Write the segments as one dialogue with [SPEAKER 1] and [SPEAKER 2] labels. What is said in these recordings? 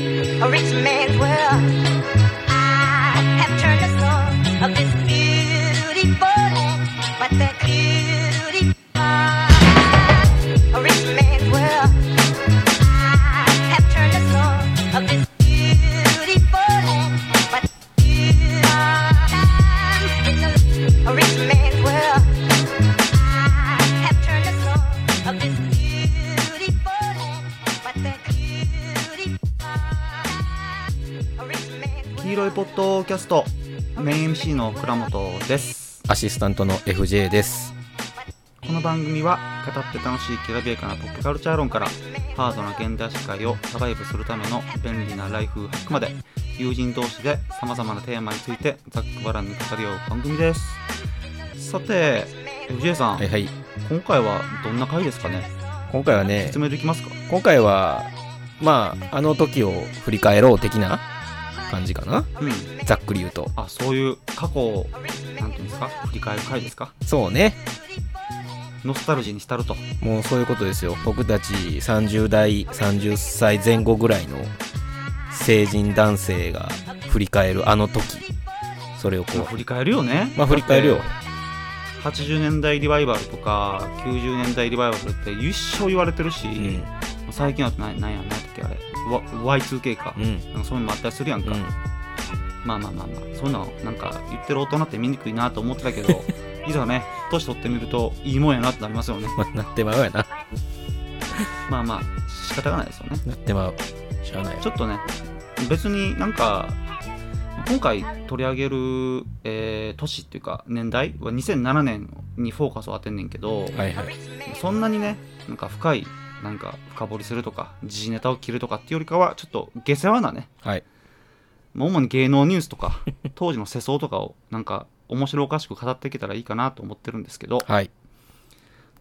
[SPEAKER 1] a rich man's world. I have turned the soul of this beautiful land, but that beautiful, a rich man's world. I have turned the soul of this beautiful land, but beautiful, a rich man's world. I have turned the soul of this beautiful land, but that beautiful, a rich man's world.
[SPEAKER 2] 黄色いポッドキャストメイン MC の倉本です
[SPEAKER 3] アシスタントの FJ です。
[SPEAKER 2] この番組は語って楽しいきらびやかなポップカルチャー論からハードな現代社会をサバイブするための便利なライフハックまで友人同士でさまざまなテーマについてざっくばらんに語り合う番組ですさて FJ さん、
[SPEAKER 3] はいはい。
[SPEAKER 2] 今回はどんな回ですかね
[SPEAKER 3] 今回はね
[SPEAKER 2] 説、明できますか
[SPEAKER 3] 今回は、まあ、あの時を振り返ろう的な感じかな。
[SPEAKER 2] うん
[SPEAKER 3] ざっくり言うと。
[SPEAKER 2] あそういう過去をなんていうんですか振り返る回ですか
[SPEAKER 3] そうね。
[SPEAKER 2] ノスタルジーに浸ると
[SPEAKER 3] もうそういうことですよ。僕たち30代、30歳前後ぐらいの成人男性が振り返るあの時。それをこ
[SPEAKER 2] まあ
[SPEAKER 3] う、
[SPEAKER 2] 振り返るよね
[SPEAKER 3] まあ振り返るよ
[SPEAKER 2] だっ。て80年代リバイバルとか90年代リバイバルって一生言われてるし、
[SPEAKER 3] うん。
[SPEAKER 2] 最近だと何何やなんやったっけあれわ Y2K か、
[SPEAKER 3] うん。
[SPEAKER 2] なんかそういうのもあったりするやん
[SPEAKER 3] う
[SPEAKER 2] か、
[SPEAKER 3] ん。
[SPEAKER 2] まあまあまあまあそういうのなんか言ってる大人って見にくいなと思ってたけどいざね年取ってみるといいもんやなってなりますよね
[SPEAKER 3] まあ、なってまうやな。
[SPEAKER 2] まあまあ仕方がないですよね
[SPEAKER 3] なってまう。しゃあない。
[SPEAKER 2] ちょっとね別になんか今回取り上げる、えー年っていうか年代は2007年にフォーカスを当てんねんけど、
[SPEAKER 3] はいはい。
[SPEAKER 2] そんなにねなんか深いなんか深掘りするとか時事ネタを切るとかっていうよりかはちょっと下世話なね
[SPEAKER 3] はい。
[SPEAKER 2] まあ主に芸能ニュースとか当時の世相とかをなんか面白おかしく語っていけたらいいかなと思ってるんですけど
[SPEAKER 3] はい。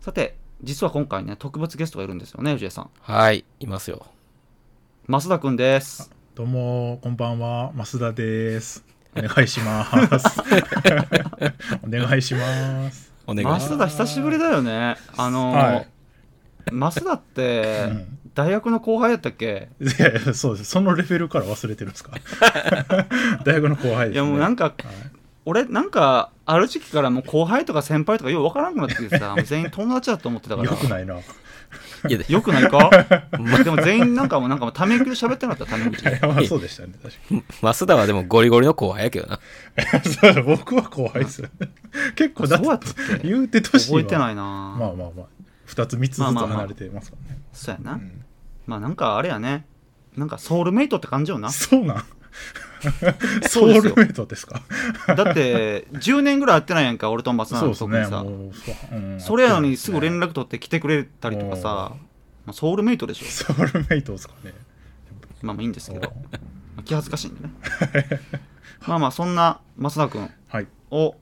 [SPEAKER 2] さて実は今回ね特別ゲストがいるんですよね藤江さん
[SPEAKER 3] はい。いますよ。
[SPEAKER 2] 増田くんです
[SPEAKER 4] どうも、こんばんは、増田です。お願いし ます。お願いします。
[SPEAKER 3] お願いします
[SPEAKER 2] 増。田久しぶりだよねあの、
[SPEAKER 4] はい
[SPEAKER 2] 増田って
[SPEAKER 4] うん
[SPEAKER 2] 大学の後輩やったっけ
[SPEAKER 4] いやいや、そうです。そのレベルから忘れてるん ですか大学の後輩です、ね。
[SPEAKER 2] いやもうなん
[SPEAKER 4] か、
[SPEAKER 2] か俺なんかある時期からもう後輩とか先輩とかようわからんくなってきてさもう全員友達だと思ってたから
[SPEAKER 4] よくないな。い
[SPEAKER 3] いやで
[SPEAKER 2] よくないかでも全員なんかもうなんかもうため息で喋ってなかったため 息
[SPEAKER 4] やまあそうでしたね、確
[SPEAKER 3] 増田はでもゴリゴリの後輩やけどな。
[SPEAKER 4] かに そう。僕は後輩です。結構だ
[SPEAKER 2] そうや
[SPEAKER 4] っ、
[SPEAKER 2] ったってけ
[SPEAKER 4] 言うて年。
[SPEAKER 2] 覚えてないいな、
[SPEAKER 4] まあまあまあ、二つ三つずつ離れてますからね。
[SPEAKER 2] そうやな、
[SPEAKER 4] うん
[SPEAKER 2] まあなんかあれやねなんかソウルメイトって感じよな
[SPEAKER 4] そうなん
[SPEAKER 2] そ
[SPEAKER 4] ソ
[SPEAKER 2] うで
[SPEAKER 4] ウ
[SPEAKER 2] すよ
[SPEAKER 4] ルメイトですか
[SPEAKER 2] だって10年ぐらい会ってないやんか俺と松永
[SPEAKER 4] そう
[SPEAKER 2] の
[SPEAKER 4] です
[SPEAKER 2] 特にさ
[SPEAKER 4] ね。もうそううん
[SPEAKER 2] それやのにすぐ連
[SPEAKER 4] ね
[SPEAKER 2] 絡取って来てくれたりとかさ、まあ、ソウルメイトでしょ
[SPEAKER 4] ソウルメイトですかね。
[SPEAKER 2] まあまあいいんですけど、まあ気恥ずかしいんで ねまあまあそんな増田君
[SPEAKER 4] はい。
[SPEAKER 2] を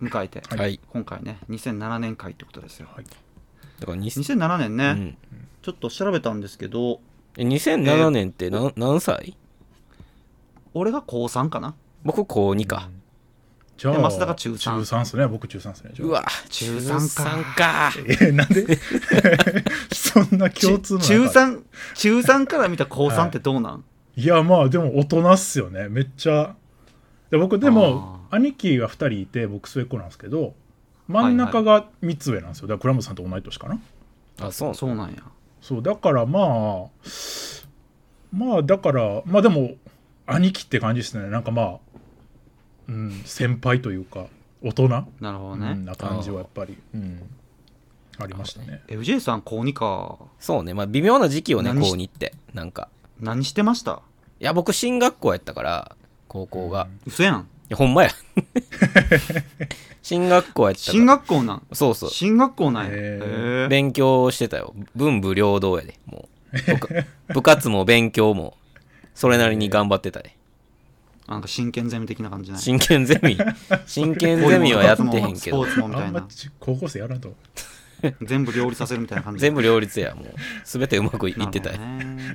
[SPEAKER 2] 迎えて、
[SPEAKER 3] はい。
[SPEAKER 2] 今回ね2007年会ってことですよ
[SPEAKER 4] はい。
[SPEAKER 3] だからに
[SPEAKER 2] 2007年ね、
[SPEAKER 3] うん
[SPEAKER 2] ちょっと調べたんですけど
[SPEAKER 3] え2007年って何,、何歳
[SPEAKER 2] 俺が高3かな
[SPEAKER 3] 僕高2か。
[SPEAKER 4] じゃあ、
[SPEAKER 2] で増田が中三
[SPEAKER 4] 中3っすね。僕中3っすね。じゃあ
[SPEAKER 3] う。わ、
[SPEAKER 2] 中
[SPEAKER 3] 中
[SPEAKER 2] 3
[SPEAKER 3] 3か。
[SPEAKER 4] えーな んでそんな共通の
[SPEAKER 2] 中
[SPEAKER 4] 中
[SPEAKER 2] 3中3から見た高3ってどうなん、
[SPEAKER 4] いや、まあ、でも大人っすよね。めっちゃ。で僕、でも、兄貴が2人いて、僕、末っ子なんですけど、真ん中が3つ上なんですよ。だから、倉本さんと同い年かな。
[SPEAKER 3] あ、そう
[SPEAKER 2] そうなんや
[SPEAKER 4] そう、だから、まあ、まあ、だから、まあ、でも、兄貴って感じですね。なんかまあ、うん、先輩というか、大人。
[SPEAKER 2] なるほど
[SPEAKER 4] う
[SPEAKER 2] ね
[SPEAKER 4] ん、な感じはやっぱり、うん、ありましたね。
[SPEAKER 2] FJ さん高2か
[SPEAKER 3] そうね。まあ微妙な時期をね、
[SPEAKER 2] 何し
[SPEAKER 3] 高2って。なんか。
[SPEAKER 2] 何してました
[SPEAKER 3] いや、僕進学校やったから、高校が。い
[SPEAKER 2] 嘘やん
[SPEAKER 3] や、ほんまや。 進学校やったから。
[SPEAKER 2] 進学校なん
[SPEAKER 3] そうそう。
[SPEAKER 2] 進学校なんや
[SPEAKER 4] へー
[SPEAKER 2] へー
[SPEAKER 3] 勉強してたよ。文武両道やで。もう。部部活も勉強も、それなりに頑張ってたで。
[SPEAKER 2] なんか真剣ゼミ的な感じない
[SPEAKER 3] 真剣ゼミ。真剣ゼミはやってへんけ
[SPEAKER 2] こ
[SPEAKER 3] ど
[SPEAKER 2] ういう。スポーツもみた
[SPEAKER 4] あ
[SPEAKER 2] い
[SPEAKER 4] んま
[SPEAKER 2] な
[SPEAKER 4] ち高校生やらんと思う。
[SPEAKER 2] 全部両立させるみたいな感じ
[SPEAKER 3] 全部両立やもう全てうまくいってたよ、
[SPEAKER 2] ね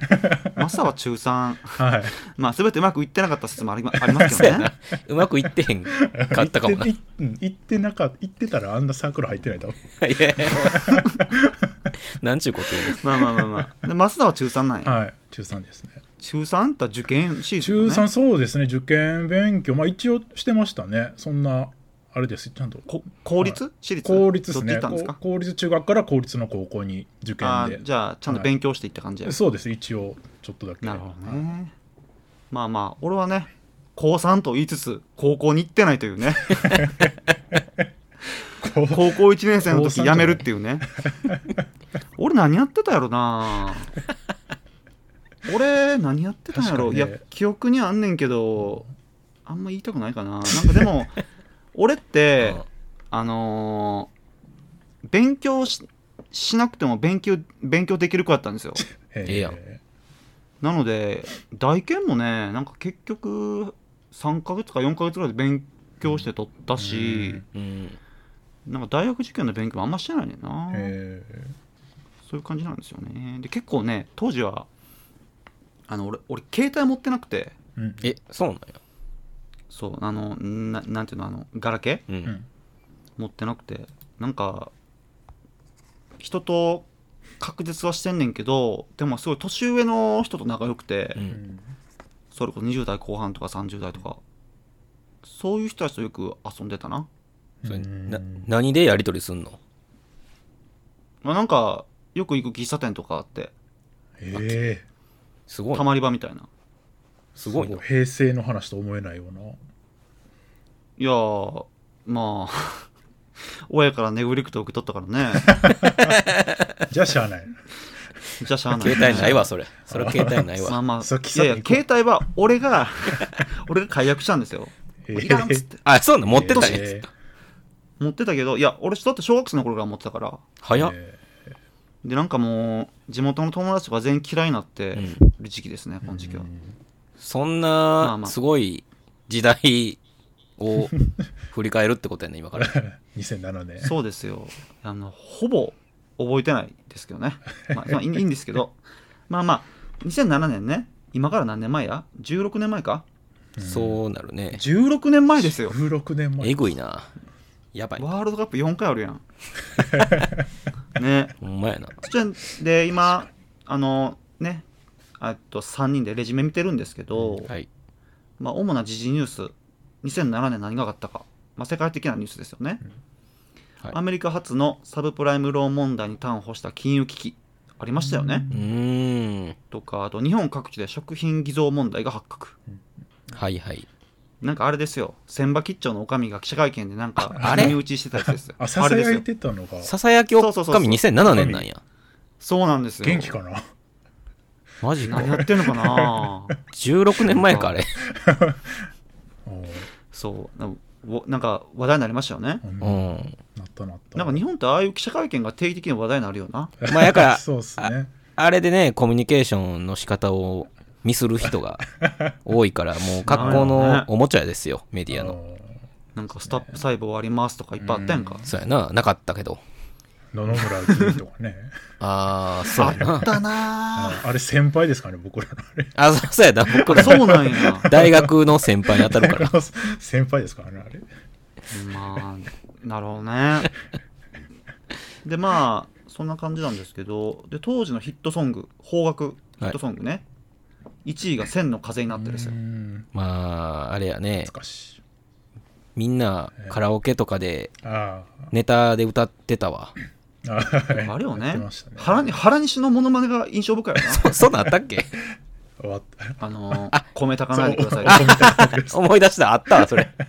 [SPEAKER 2] マサは中3
[SPEAKER 4] はい。
[SPEAKER 2] まあ全てうまくいってなかった説もありまあります
[SPEAKER 3] そ
[SPEAKER 2] けど
[SPEAKER 3] うや
[SPEAKER 2] ね
[SPEAKER 3] なうまくいってへんかったかもない
[SPEAKER 4] 行ってうん行ってなか行ってたらあんなサークル入ってないと思う。
[SPEAKER 3] やいやいやなんちゅうこと言う
[SPEAKER 2] まあまあまあまあで増田は中3なんや
[SPEAKER 4] はい。中3ですね。
[SPEAKER 2] 中3あんた受験シーズン、
[SPEAKER 4] 中
[SPEAKER 2] ね、
[SPEAKER 4] 3そうですね受験勉強まあ一応してましたねそんなあれですちゃんと
[SPEAKER 2] こ公立、私立
[SPEAKER 4] 公立で
[SPEAKER 2] どっち
[SPEAKER 4] す
[SPEAKER 2] 行
[SPEAKER 4] ね
[SPEAKER 2] ったんですか
[SPEAKER 4] こ公立中学から公立の高校に受
[SPEAKER 2] あ
[SPEAKER 4] 験で
[SPEAKER 2] ーじゃあちゃんと勉強していった感じや、
[SPEAKER 4] そうです一応ちょっとだけ
[SPEAKER 2] なるほどねまあまあ俺はね高3と言いつつ高校に行ってないという ね
[SPEAKER 4] こ
[SPEAKER 2] 高
[SPEAKER 4] う
[SPEAKER 2] 校1年生の時
[SPEAKER 4] 高三じゃな
[SPEAKER 2] 辞
[SPEAKER 4] い
[SPEAKER 2] めるっていうね俺何やってたやろな俺何やってたんやろ、
[SPEAKER 4] 確
[SPEAKER 2] い
[SPEAKER 4] か
[SPEAKER 2] や
[SPEAKER 4] にね
[SPEAKER 2] 記憶にはあんねんけどあんま言いたくないかななんかでも俺 って
[SPEAKER 3] うん
[SPEAKER 2] あのー勉強ししなくても勉強勉強できる子だったんですよ
[SPEAKER 4] え
[SPEAKER 3] ええやん
[SPEAKER 2] なので大研もねなんか結局3ヶ月か4ヶ月ぐらいで勉強して取ったし、
[SPEAKER 3] うん
[SPEAKER 2] なんか大学受験の勉強もあんましてないねんな、
[SPEAKER 4] え
[SPEAKER 2] そういう感じなんですよねで結構ね当時はあの俺俺携帯持ってなくて
[SPEAKER 4] えうん
[SPEAKER 3] えそうなんや
[SPEAKER 2] そうあのななんていうのあのガラケー
[SPEAKER 3] うん、
[SPEAKER 4] うん
[SPEAKER 2] 持ってなくてなんか人と確実はしてんねんけどでもすごい年上の人と仲良くて、
[SPEAKER 3] う
[SPEAKER 4] うんん
[SPEAKER 2] それこそ20代後半とか30代とかそういう人たちとよく遊んでたな、
[SPEAKER 3] それな
[SPEAKER 4] うん
[SPEAKER 3] 何でやり取りすんの
[SPEAKER 2] まあ、なんかよく行く喫茶店とかあって
[SPEAKER 4] ええ
[SPEAKER 3] すごい
[SPEAKER 2] た
[SPEAKER 3] な
[SPEAKER 2] まり場みたいな
[SPEAKER 3] すごいな
[SPEAKER 4] そう平成の話と思えないようない
[SPEAKER 2] やーまあ 親からネグリクト受け取ったからね
[SPEAKER 4] じゃあしゃ あない
[SPEAKER 2] じゃあしゃあない、
[SPEAKER 3] 携帯ないわそれそれ携帯ない
[SPEAKER 2] まあ
[SPEAKER 3] わ
[SPEAKER 2] ま
[SPEAKER 4] そう
[SPEAKER 2] あ
[SPEAKER 4] 喫
[SPEAKER 2] い
[SPEAKER 4] 茶
[SPEAKER 2] やい
[SPEAKER 4] 店
[SPEAKER 2] や
[SPEAKER 4] 行こう
[SPEAKER 2] 携帯は俺が 俺が解約したん ですよ
[SPEAKER 4] ええ
[SPEAKER 2] いらんっつって
[SPEAKER 3] あそうなん持ってたんや
[SPEAKER 4] ええ
[SPEAKER 2] 持ってたけどいや俺だって小学生の頃から持ってたから
[SPEAKER 3] 早っ
[SPEAKER 4] え
[SPEAKER 2] でなんかもう地元の友達とか全員嫌いになって
[SPEAKER 3] うん
[SPEAKER 2] る時期ですね、
[SPEAKER 4] え
[SPEAKER 2] この時期は
[SPEAKER 3] そん
[SPEAKER 2] まあ
[SPEAKER 3] な
[SPEAKER 2] まあ
[SPEAKER 3] すごい時代を振り返るってことやね今から
[SPEAKER 4] 2007年
[SPEAKER 2] そうですよ。あの、ほぼ覚えてないですけど ね。まあ、まあいいいいんですけど。まあまあ、2007年ね。今から何年前や ?16 年前か
[SPEAKER 3] そうなるね
[SPEAKER 2] ?16 年前ですよ。
[SPEAKER 4] 16年前
[SPEAKER 3] えぐいなやばい
[SPEAKER 2] ワールドカップ4回あるや ん。ね。
[SPEAKER 3] ほんまやな
[SPEAKER 2] そちらで、今、あの、ね、あと3人でレジュメ見てるんですけど、
[SPEAKER 3] はい
[SPEAKER 2] まあ、主な時事ニュース、2007年何があったか、まあ、世界的なニュースですよね、
[SPEAKER 3] はい
[SPEAKER 2] アメリカ発のサブプライムローン問題に端を発した金融危機、ありましたよね。
[SPEAKER 3] うーん
[SPEAKER 2] とか、あと日本各地で食品偽造問題が発覚。
[SPEAKER 3] はいはい
[SPEAKER 2] なんかあれですよ、千葉吉兆の女将が記者会見でなんか、
[SPEAKER 3] あれ
[SPEAKER 2] 耳打ちしてたやつですよ。
[SPEAKER 4] あささ
[SPEAKER 2] れです
[SPEAKER 4] やい
[SPEAKER 2] よ。
[SPEAKER 4] てたのが
[SPEAKER 3] ささやきおっか
[SPEAKER 2] そうそうそう
[SPEAKER 3] み2007年なんや
[SPEAKER 2] そうなんですよ。
[SPEAKER 4] 元気かな
[SPEAKER 3] マジか
[SPEAKER 2] 何やってんのかな
[SPEAKER 3] 16年前かあれ
[SPEAKER 4] おう
[SPEAKER 2] そうなおなんか話題になりましたよね。
[SPEAKER 4] うん
[SPEAKER 3] う
[SPEAKER 4] なっ
[SPEAKER 3] ん
[SPEAKER 4] たなった
[SPEAKER 2] なんか 日本ってああいう記者会見が定期的に話題になるよな。
[SPEAKER 3] まあやから
[SPEAKER 4] そうっすね
[SPEAKER 3] あれでねコミュニケーションの仕方をミスる人が多いからもう格好のおもちゃですよメディアの
[SPEAKER 2] なんかスタップ細胞ありますとかいっぱいあったやんか。
[SPEAKER 3] そうやななかったけど
[SPEAKER 4] 野々村君とか ね
[SPEAKER 3] ああそうやな
[SPEAKER 2] だな
[SPEAKER 4] あれ先輩ですかね僕らのあれ
[SPEAKER 3] あそう そうやな僕
[SPEAKER 2] ぁ
[SPEAKER 3] ら
[SPEAKER 2] そうなんや。
[SPEAKER 3] 大学の先輩に当たるから
[SPEAKER 4] 先輩ですからねあれ
[SPEAKER 2] まあ、なるほどね。で、まあ、そんな感じなんですけど、で当時のヒットソング、邦楽ヒットソングね、1位が千の風になってですよ
[SPEAKER 4] う。ん
[SPEAKER 3] まああれやね
[SPEAKER 4] 懐かしい
[SPEAKER 3] みんなカラオケとかで
[SPEAKER 4] あ
[SPEAKER 3] ネタで歌ってたわ
[SPEAKER 4] ああ
[SPEAKER 2] あれよ
[SPEAKER 4] やって
[SPEAKER 2] ね
[SPEAKER 4] ましたね
[SPEAKER 2] 原に、原西のモノマネが印象深いよな。
[SPEAKER 3] そんなんあったっけ
[SPEAKER 4] 終わった
[SPEAKER 2] あのー、米炊かないでくだ
[SPEAKER 4] そ
[SPEAKER 2] さ
[SPEAKER 4] うお米炊かないでくださ
[SPEAKER 3] 思い出したあったわそれ
[SPEAKER 2] い。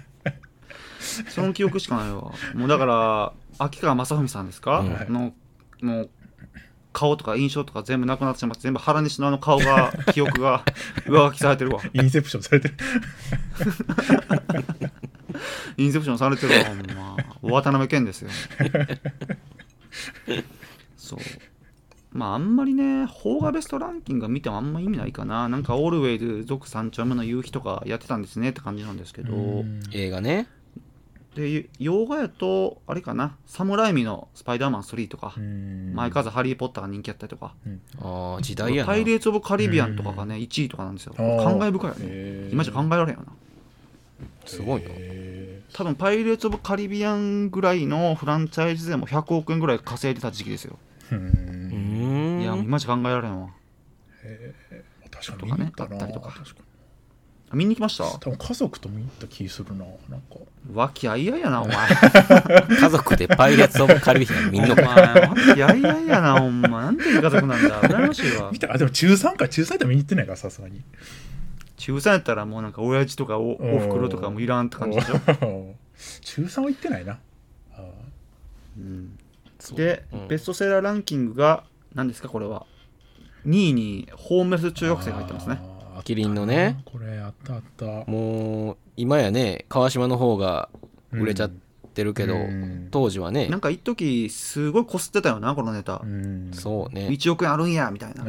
[SPEAKER 2] その記憶しかないわ。もうだから、秋川雅史さんですか、
[SPEAKER 3] うん
[SPEAKER 2] の、もう、顔とか印象とか全部なくなってしまって、全部原西のあの顔 が、記憶が上書きされてるわ。
[SPEAKER 4] いインセプションされてる
[SPEAKER 2] インセプションされてるわ、ほんま。渡辺謙ですよ。そう。まあ、あんまりね、邦画ベストランキング見てもあんま意味ないかな。なんか、オールウェイズ族三丁目の夕日とかやってたんですねって感じなんですけど。
[SPEAKER 3] 映画ね
[SPEAKER 2] で、洋画やと、あれかな、サムライミのスパイダーマン3とか、マイカズ・
[SPEAKER 4] ズ
[SPEAKER 2] ハリー・ポッターが人気やったりとか、
[SPEAKER 3] ああ時代やな
[SPEAKER 2] パイレーツ・オブ・カリビアンとかがね、1位とかなんですよ。
[SPEAKER 4] あー
[SPEAKER 2] 感慨深いよね。今じゃ考えられんよな。
[SPEAKER 3] すごいな
[SPEAKER 2] 多分パイレーツ・オブ・カリビアンぐらいのフランチャイズでも100億円ぐらい稼いでた時期ですよ、
[SPEAKER 3] うーん
[SPEAKER 2] いやもう今じゃ考えられんわ
[SPEAKER 4] 当確か
[SPEAKER 2] と
[SPEAKER 4] に見
[SPEAKER 2] か
[SPEAKER 4] に行
[SPEAKER 2] ね
[SPEAKER 4] っ、た
[SPEAKER 2] あっ
[SPEAKER 4] な
[SPEAKER 2] たりとか。
[SPEAKER 4] 確か
[SPEAKER 2] あ見に行きました
[SPEAKER 4] に多分家族と見に行った気するななんか
[SPEAKER 2] 和気あいあいやな、お前。
[SPEAKER 3] 家族でパイレーツ・オブ・カリビアン見
[SPEAKER 2] お
[SPEAKER 3] ん
[SPEAKER 2] 前、
[SPEAKER 3] のか
[SPEAKER 2] 和気あいあいやな、ほんま。なんていう家族なんだ。羨ましいわ
[SPEAKER 4] 見。たあでも中3か中3で見に行ってないからさすがに
[SPEAKER 2] 中3やったらもうなんか親父とかおおふくろとかもいらんって感じでしょ。
[SPEAKER 4] 中3は行ってないなあ
[SPEAKER 2] う
[SPEAKER 4] ー
[SPEAKER 2] ん
[SPEAKER 3] そう
[SPEAKER 2] で、
[SPEAKER 3] うん
[SPEAKER 2] ベストセラーランキングが何ですかこれは2位にホームレス中学生が入ってますね
[SPEAKER 4] あー
[SPEAKER 3] キリンのね
[SPEAKER 4] これあったあった
[SPEAKER 3] もう今やね川島の方が売れちゃってるけど、
[SPEAKER 4] うん
[SPEAKER 3] 当時はね
[SPEAKER 2] なんか一時すごいこすってたよなこのネタ、
[SPEAKER 4] うん
[SPEAKER 3] そうね
[SPEAKER 2] 1億円あるんやみたいな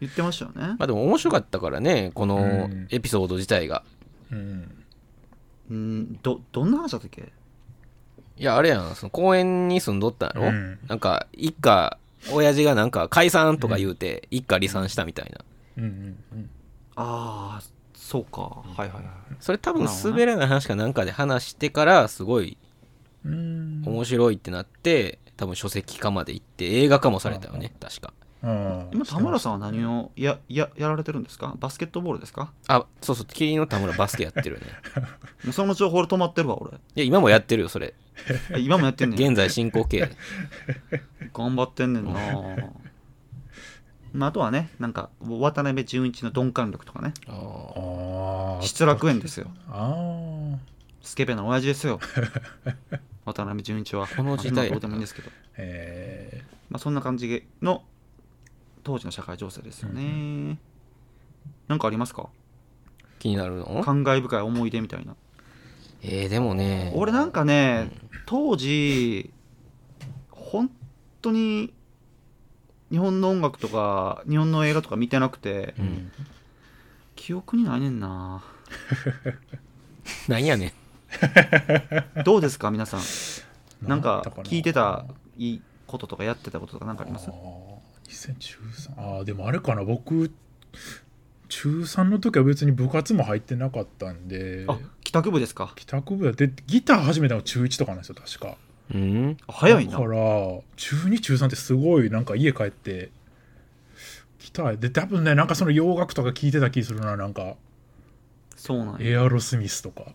[SPEAKER 2] 言ってましたよね
[SPEAKER 3] まあでも面白かったからねこ
[SPEAKER 4] う
[SPEAKER 3] の
[SPEAKER 4] ん
[SPEAKER 3] エピソード自体が
[SPEAKER 4] うん
[SPEAKER 2] うんどどんな話だったっけ
[SPEAKER 3] いやあれやんその公園に住んどったやろ、
[SPEAKER 4] うん
[SPEAKER 3] なんか一家親父がなんか解散とか言うて一家離散したみたいな
[SPEAKER 4] うんうんうん
[SPEAKER 2] ああそうか、はいはいはい
[SPEAKER 3] それ多分
[SPEAKER 2] なるほどね
[SPEAKER 3] 滑らない話かなんかで話してからすごい
[SPEAKER 4] うん
[SPEAKER 3] 面白いってなって多分書籍化まで行って映画化もされたよね確か
[SPEAKER 4] あー
[SPEAKER 2] 今田村さんは何をやややられてるんですかバスケットボールですか
[SPEAKER 3] あそうそうキリンの田村バスケやってるよね
[SPEAKER 2] もうその情報で止まってるわ俺
[SPEAKER 3] いや今もやってるよそれ
[SPEAKER 2] え今もやってんねん
[SPEAKER 3] 現在進行形
[SPEAKER 2] 頑張ってんねんなまあ、あとはねなんか渡辺淳一の鈍感力とかね
[SPEAKER 3] あ
[SPEAKER 4] あー
[SPEAKER 2] 失楽園ですよ
[SPEAKER 4] あー
[SPEAKER 2] スケベな親父 ですよ渡辺淳一は
[SPEAKER 3] この時代
[SPEAKER 2] まあ今どうでもいいんですけど、
[SPEAKER 4] えー
[SPEAKER 2] まあ、そんな感じの当時の社会情勢ですよね、なんかありますか
[SPEAKER 3] 気になるの
[SPEAKER 2] 感慨深い思い出みたいな
[SPEAKER 3] えー、でもね
[SPEAKER 2] 俺なんかね、当時本当に日本の音楽とか日本の映画とか見てなくて、
[SPEAKER 3] うん
[SPEAKER 2] 記憶にないねんな
[SPEAKER 3] なんやねん
[SPEAKER 2] どうですか皆さんなんか
[SPEAKER 4] だから
[SPEAKER 2] 聞いてたいいこととかやってたこととか何かあります
[SPEAKER 4] あー2013あーでもあれかな僕中3の時は別に部活も入ってなかったんで
[SPEAKER 2] あ帰宅部ですか
[SPEAKER 4] 帰宅部やってギター始めたの中1とかなんですよ確か
[SPEAKER 3] うん
[SPEAKER 2] あ早いな
[SPEAKER 4] だから中2中3ってすごいなんか家帰ってギターで多分ねなんかその洋楽とか聞いてた気するななんか
[SPEAKER 2] そうなんや
[SPEAKER 4] エアロスミスとか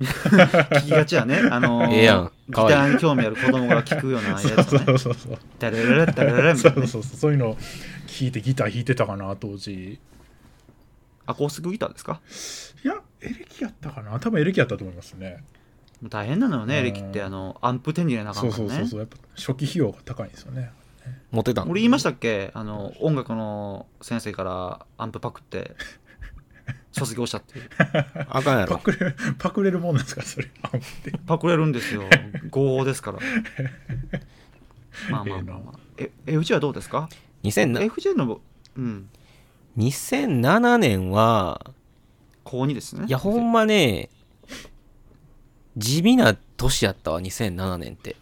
[SPEAKER 2] 聞きがちやねあのー
[SPEAKER 3] ええやん
[SPEAKER 2] ギタ
[SPEAKER 3] かわいい
[SPEAKER 2] ーに興味ある子供が聞くようなや
[SPEAKER 4] そう
[SPEAKER 2] つ
[SPEAKER 4] そう
[SPEAKER 2] ね
[SPEAKER 4] そうそうそう
[SPEAKER 2] ダラララダララみ
[SPEAKER 4] そ
[SPEAKER 2] たいな
[SPEAKER 4] う
[SPEAKER 2] ね
[SPEAKER 4] そうそういうの聞いてギター弾いてたかな当時
[SPEAKER 2] アコースティックギターですか
[SPEAKER 4] いやエレキやったかな多分エレキやったと思いますね
[SPEAKER 2] もう大変なのよね
[SPEAKER 4] う
[SPEAKER 2] エ
[SPEAKER 4] ん
[SPEAKER 2] レキってあのアンプ手に入れなあか
[SPEAKER 4] そ
[SPEAKER 2] ん
[SPEAKER 4] う
[SPEAKER 2] から
[SPEAKER 4] そうそう
[SPEAKER 2] ね
[SPEAKER 4] そうやっぱ初期費用が高いんですよね
[SPEAKER 3] モテたん
[SPEAKER 2] 俺言いましたっけあの音楽の先生からアンプパクって卒業したっていう
[SPEAKER 3] あかんや
[SPEAKER 4] パ
[SPEAKER 3] ろ
[SPEAKER 4] クれ パクれるもんなんですかそれあんって
[SPEAKER 2] パクれるん ですよ合法ですからまあまあまあ、まあ、ええうちはどうですか
[SPEAKER 3] 2007
[SPEAKER 2] FJ の、うん、
[SPEAKER 3] 2007年は
[SPEAKER 2] 高2ですね。
[SPEAKER 3] いやほんまね地味な年やったわ2007年って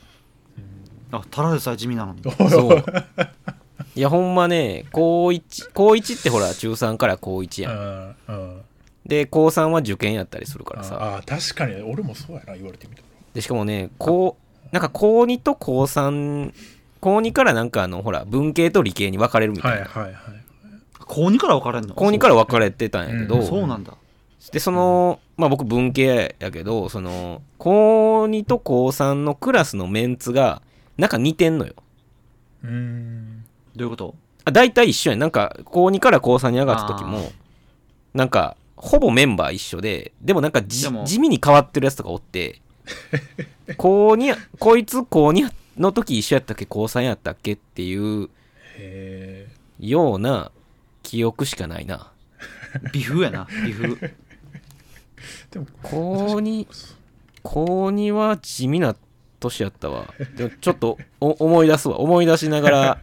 [SPEAKER 2] あ、ただでさえ地味なのに。
[SPEAKER 3] そう いやほんまね高1高1ってほら中3から高1やん
[SPEAKER 4] あーうん
[SPEAKER 3] で高3は受験やったりするからさ
[SPEAKER 4] ああ確かに俺もそうやな言われてみたら
[SPEAKER 3] でしかもね高なんか高2と高3高2からなんかあのほら文系と理系に分かれるみたいな、
[SPEAKER 4] はいはいはい
[SPEAKER 2] 高2から分かれんの
[SPEAKER 3] 高2から分かれてたんやけど、
[SPEAKER 4] ら
[SPEAKER 2] そうなんだ。
[SPEAKER 3] でそのまあ僕文系やけどその高2と高3のクラスのメンツがなんか似てんのよ
[SPEAKER 4] うーん
[SPEAKER 2] どういうこと
[SPEAKER 3] あ大体一緒やんなんか高2から高3に上がった時
[SPEAKER 2] あ
[SPEAKER 3] もなんかほぼメンバー一緒ででもなんかじ
[SPEAKER 2] でも
[SPEAKER 3] 地味に変わってるやつとかおって 高2やこいつ高2の時一緒やったっけ高3やったっけっていう
[SPEAKER 4] へえ
[SPEAKER 3] ような記憶しかないな
[SPEAKER 2] 微風や な、微風。
[SPEAKER 4] でも
[SPEAKER 3] 高2高2は地味な年やったわでもちょっとお思い出すわ思い出しながら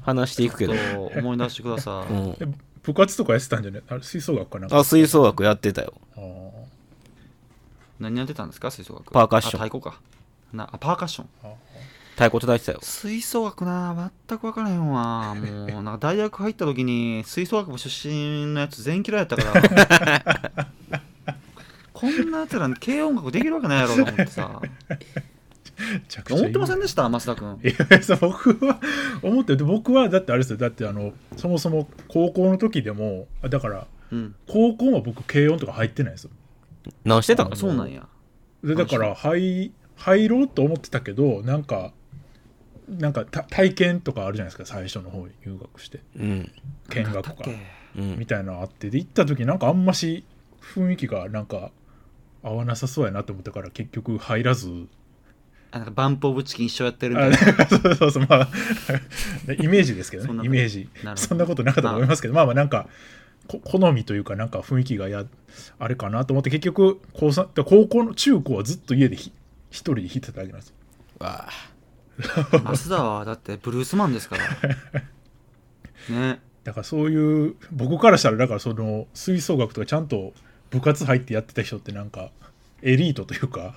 [SPEAKER 3] 話していくけど、
[SPEAKER 2] ちょっと思い出してくださ
[SPEAKER 3] う
[SPEAKER 2] い。
[SPEAKER 3] ん、
[SPEAKER 4] え部活とかやってたんじゃないあれ吹奏楽かなんか
[SPEAKER 3] あ吹奏楽やってたよ
[SPEAKER 4] あー
[SPEAKER 2] 何やってたんですか、吹奏楽。
[SPEAKER 3] パーカッション
[SPEAKER 2] あ太鼓か。なあ、パーカッション。
[SPEAKER 4] あ
[SPEAKER 3] 太鼓叩いてたよ
[SPEAKER 2] 吹奏楽な、全く分からへんわ。もう、なんか大学入った時に、吹奏楽部出身のやつ全員嫌いやったから。 こんなやつらに軽音楽できるわけないやろと思ってさ。
[SPEAKER 4] めちゃくちゃいい
[SPEAKER 2] 思ってませんでした増田君
[SPEAKER 4] いやそう僕は 思ってて僕はだってあれですよだってあのそもそも高校の時でもあだから
[SPEAKER 2] うん
[SPEAKER 4] 高校は僕軽音とか入ってないんですよ
[SPEAKER 3] 何してた
[SPEAKER 2] あ
[SPEAKER 3] の
[SPEAKER 2] そうなんや
[SPEAKER 4] でだから入入ろうと思ってたけどなんかなんかた体験とかあるじゃないですか最初の方に入学して
[SPEAKER 3] うん。
[SPEAKER 4] 見学
[SPEAKER 2] だっ
[SPEAKER 4] とか
[SPEAKER 2] け
[SPEAKER 3] うん
[SPEAKER 4] み。たいなのあってで行った時なんかあんまし雰囲気がなんか合わなさそうやなと思ったから結局入らず
[SPEAKER 2] あなんかバンプ・オブ・チキン一緒やってるみたい
[SPEAKER 4] あ
[SPEAKER 2] な
[SPEAKER 4] そうそうそうまあ イメージですけど
[SPEAKER 2] そんなこ
[SPEAKER 4] ね
[SPEAKER 2] と
[SPEAKER 4] イメージ
[SPEAKER 2] なるほど
[SPEAKER 4] そんなことなかったと思いますけどまあまあなんかこ好みというかなんか雰囲気がやあれかなと思って結局高三だから高校の中高はずっと家でひ一人で弾いてただけなんです
[SPEAKER 3] わあ
[SPEAKER 2] 増田はだってブルースマンですから ね
[SPEAKER 4] だからそういう僕からしたらだからその吹奏楽とかちゃんと部活入ってやってた人ってなんかエリートというか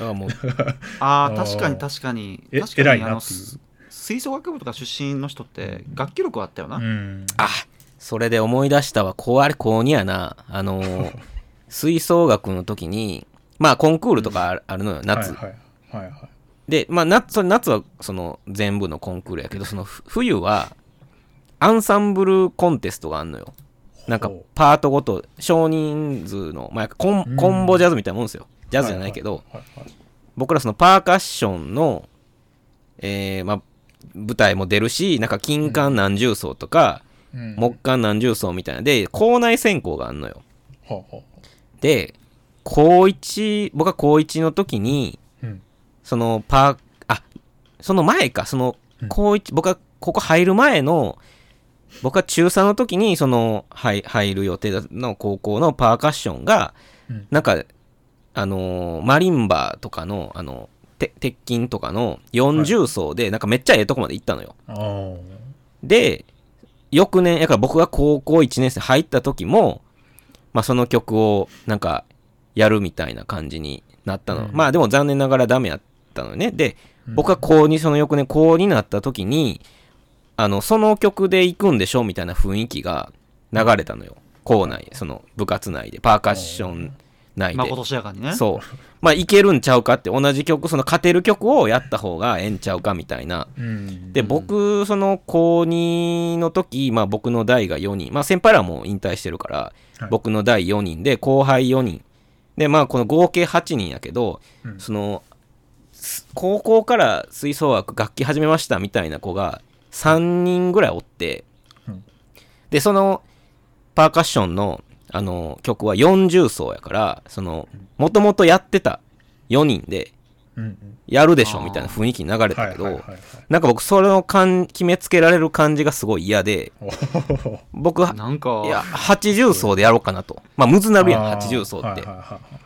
[SPEAKER 3] ああもう、
[SPEAKER 2] あ
[SPEAKER 4] あ
[SPEAKER 2] あ
[SPEAKER 4] ー
[SPEAKER 2] 確かに確かに
[SPEAKER 4] え
[SPEAKER 2] 確かに
[SPEAKER 4] 偉いな
[SPEAKER 2] あの
[SPEAKER 4] っていう
[SPEAKER 2] 吹奏楽部とか出身の人って楽器力はあったよな、
[SPEAKER 4] うん
[SPEAKER 3] あそれで思い出したわ。こうあれ、こうにやな。あの ー、吹奏楽の時に、まあコンクールとかあるあるのよ、夏。
[SPEAKER 4] はいはいはいはい
[SPEAKER 3] で、まあ夏、それ夏はその全部のコンクールやけど、そのふ冬は、アンサンブルコンテストがあんのよ。なんか
[SPEAKER 4] ほう
[SPEAKER 3] パートごと少人数の、まあ、コ
[SPEAKER 4] う
[SPEAKER 3] ン
[SPEAKER 4] ん
[SPEAKER 3] コンボジャズみたいなもんですよ。ジャズじゃないけど、
[SPEAKER 4] はいはいはい
[SPEAKER 3] 僕らそのパーカッションの、えーまあ、舞台も出るし、なんか金管何重奏とか、
[SPEAKER 4] うん
[SPEAKER 3] 木管何重奏みたいなで、校内選考があんのよ。
[SPEAKER 4] はあはあ
[SPEAKER 3] で、高一僕は高一の時に、
[SPEAKER 4] うん
[SPEAKER 3] そのパー、あ、その前か、その
[SPEAKER 4] うん、
[SPEAKER 3] 高一、僕はここ入る前の、僕は中3の時に、その、はい、入る予定の高校のパーカッションが、
[SPEAKER 4] うん
[SPEAKER 3] なんか、あのーマリンバとかの、あの、て鉄筋とかの40層で、なんかめっちゃええとこまで行ったのよ。
[SPEAKER 4] あー
[SPEAKER 3] で、翌年、だから僕が高校1年生入った時も、まあその曲をなんかやるみたいな感じになったの。
[SPEAKER 4] うん
[SPEAKER 3] まあでも残念ながらダメやったのよね。で、僕は高にその翌年高になった時に、あの、その曲で行くんでしょみたいな雰囲気が流れたのよ。校内、その部活内で、パーカッション内
[SPEAKER 2] ま
[SPEAKER 3] で
[SPEAKER 2] こと。しやかにね
[SPEAKER 3] そう。まあいけるんちゃうかって、同じ曲、その勝てる曲をやった方がええんちゃうかみたいな。
[SPEAKER 4] うん
[SPEAKER 3] で、僕、その、高2の時、まあ僕の代が4人、まあ先輩らはもう引退してるから、
[SPEAKER 4] はい
[SPEAKER 3] 僕の代4人で、後輩4人。で、まあこの合計8人やけど、
[SPEAKER 4] うん
[SPEAKER 3] その、す高校から吹奏楽楽器始めましたみたいな子が3人ぐらいおって、
[SPEAKER 4] うん
[SPEAKER 3] で、その、パーカッションの、あの、曲は40層やから、その、もともとやってた4人で、
[SPEAKER 4] うんうん
[SPEAKER 3] やるでしょみたいな雰囲気に流れたけ
[SPEAKER 4] はい
[SPEAKER 3] ど
[SPEAKER 4] はい、 はいはい
[SPEAKER 3] なんか僕、それの感、決めつけられる感じがすごい嫌で、
[SPEAKER 4] おほほほ
[SPEAKER 3] 僕は、
[SPEAKER 2] なんか
[SPEAKER 3] いや、80層でやろうかなと。まあ、むずなるやん、
[SPEAKER 4] あー
[SPEAKER 3] 80層って。
[SPEAKER 4] はいはいはい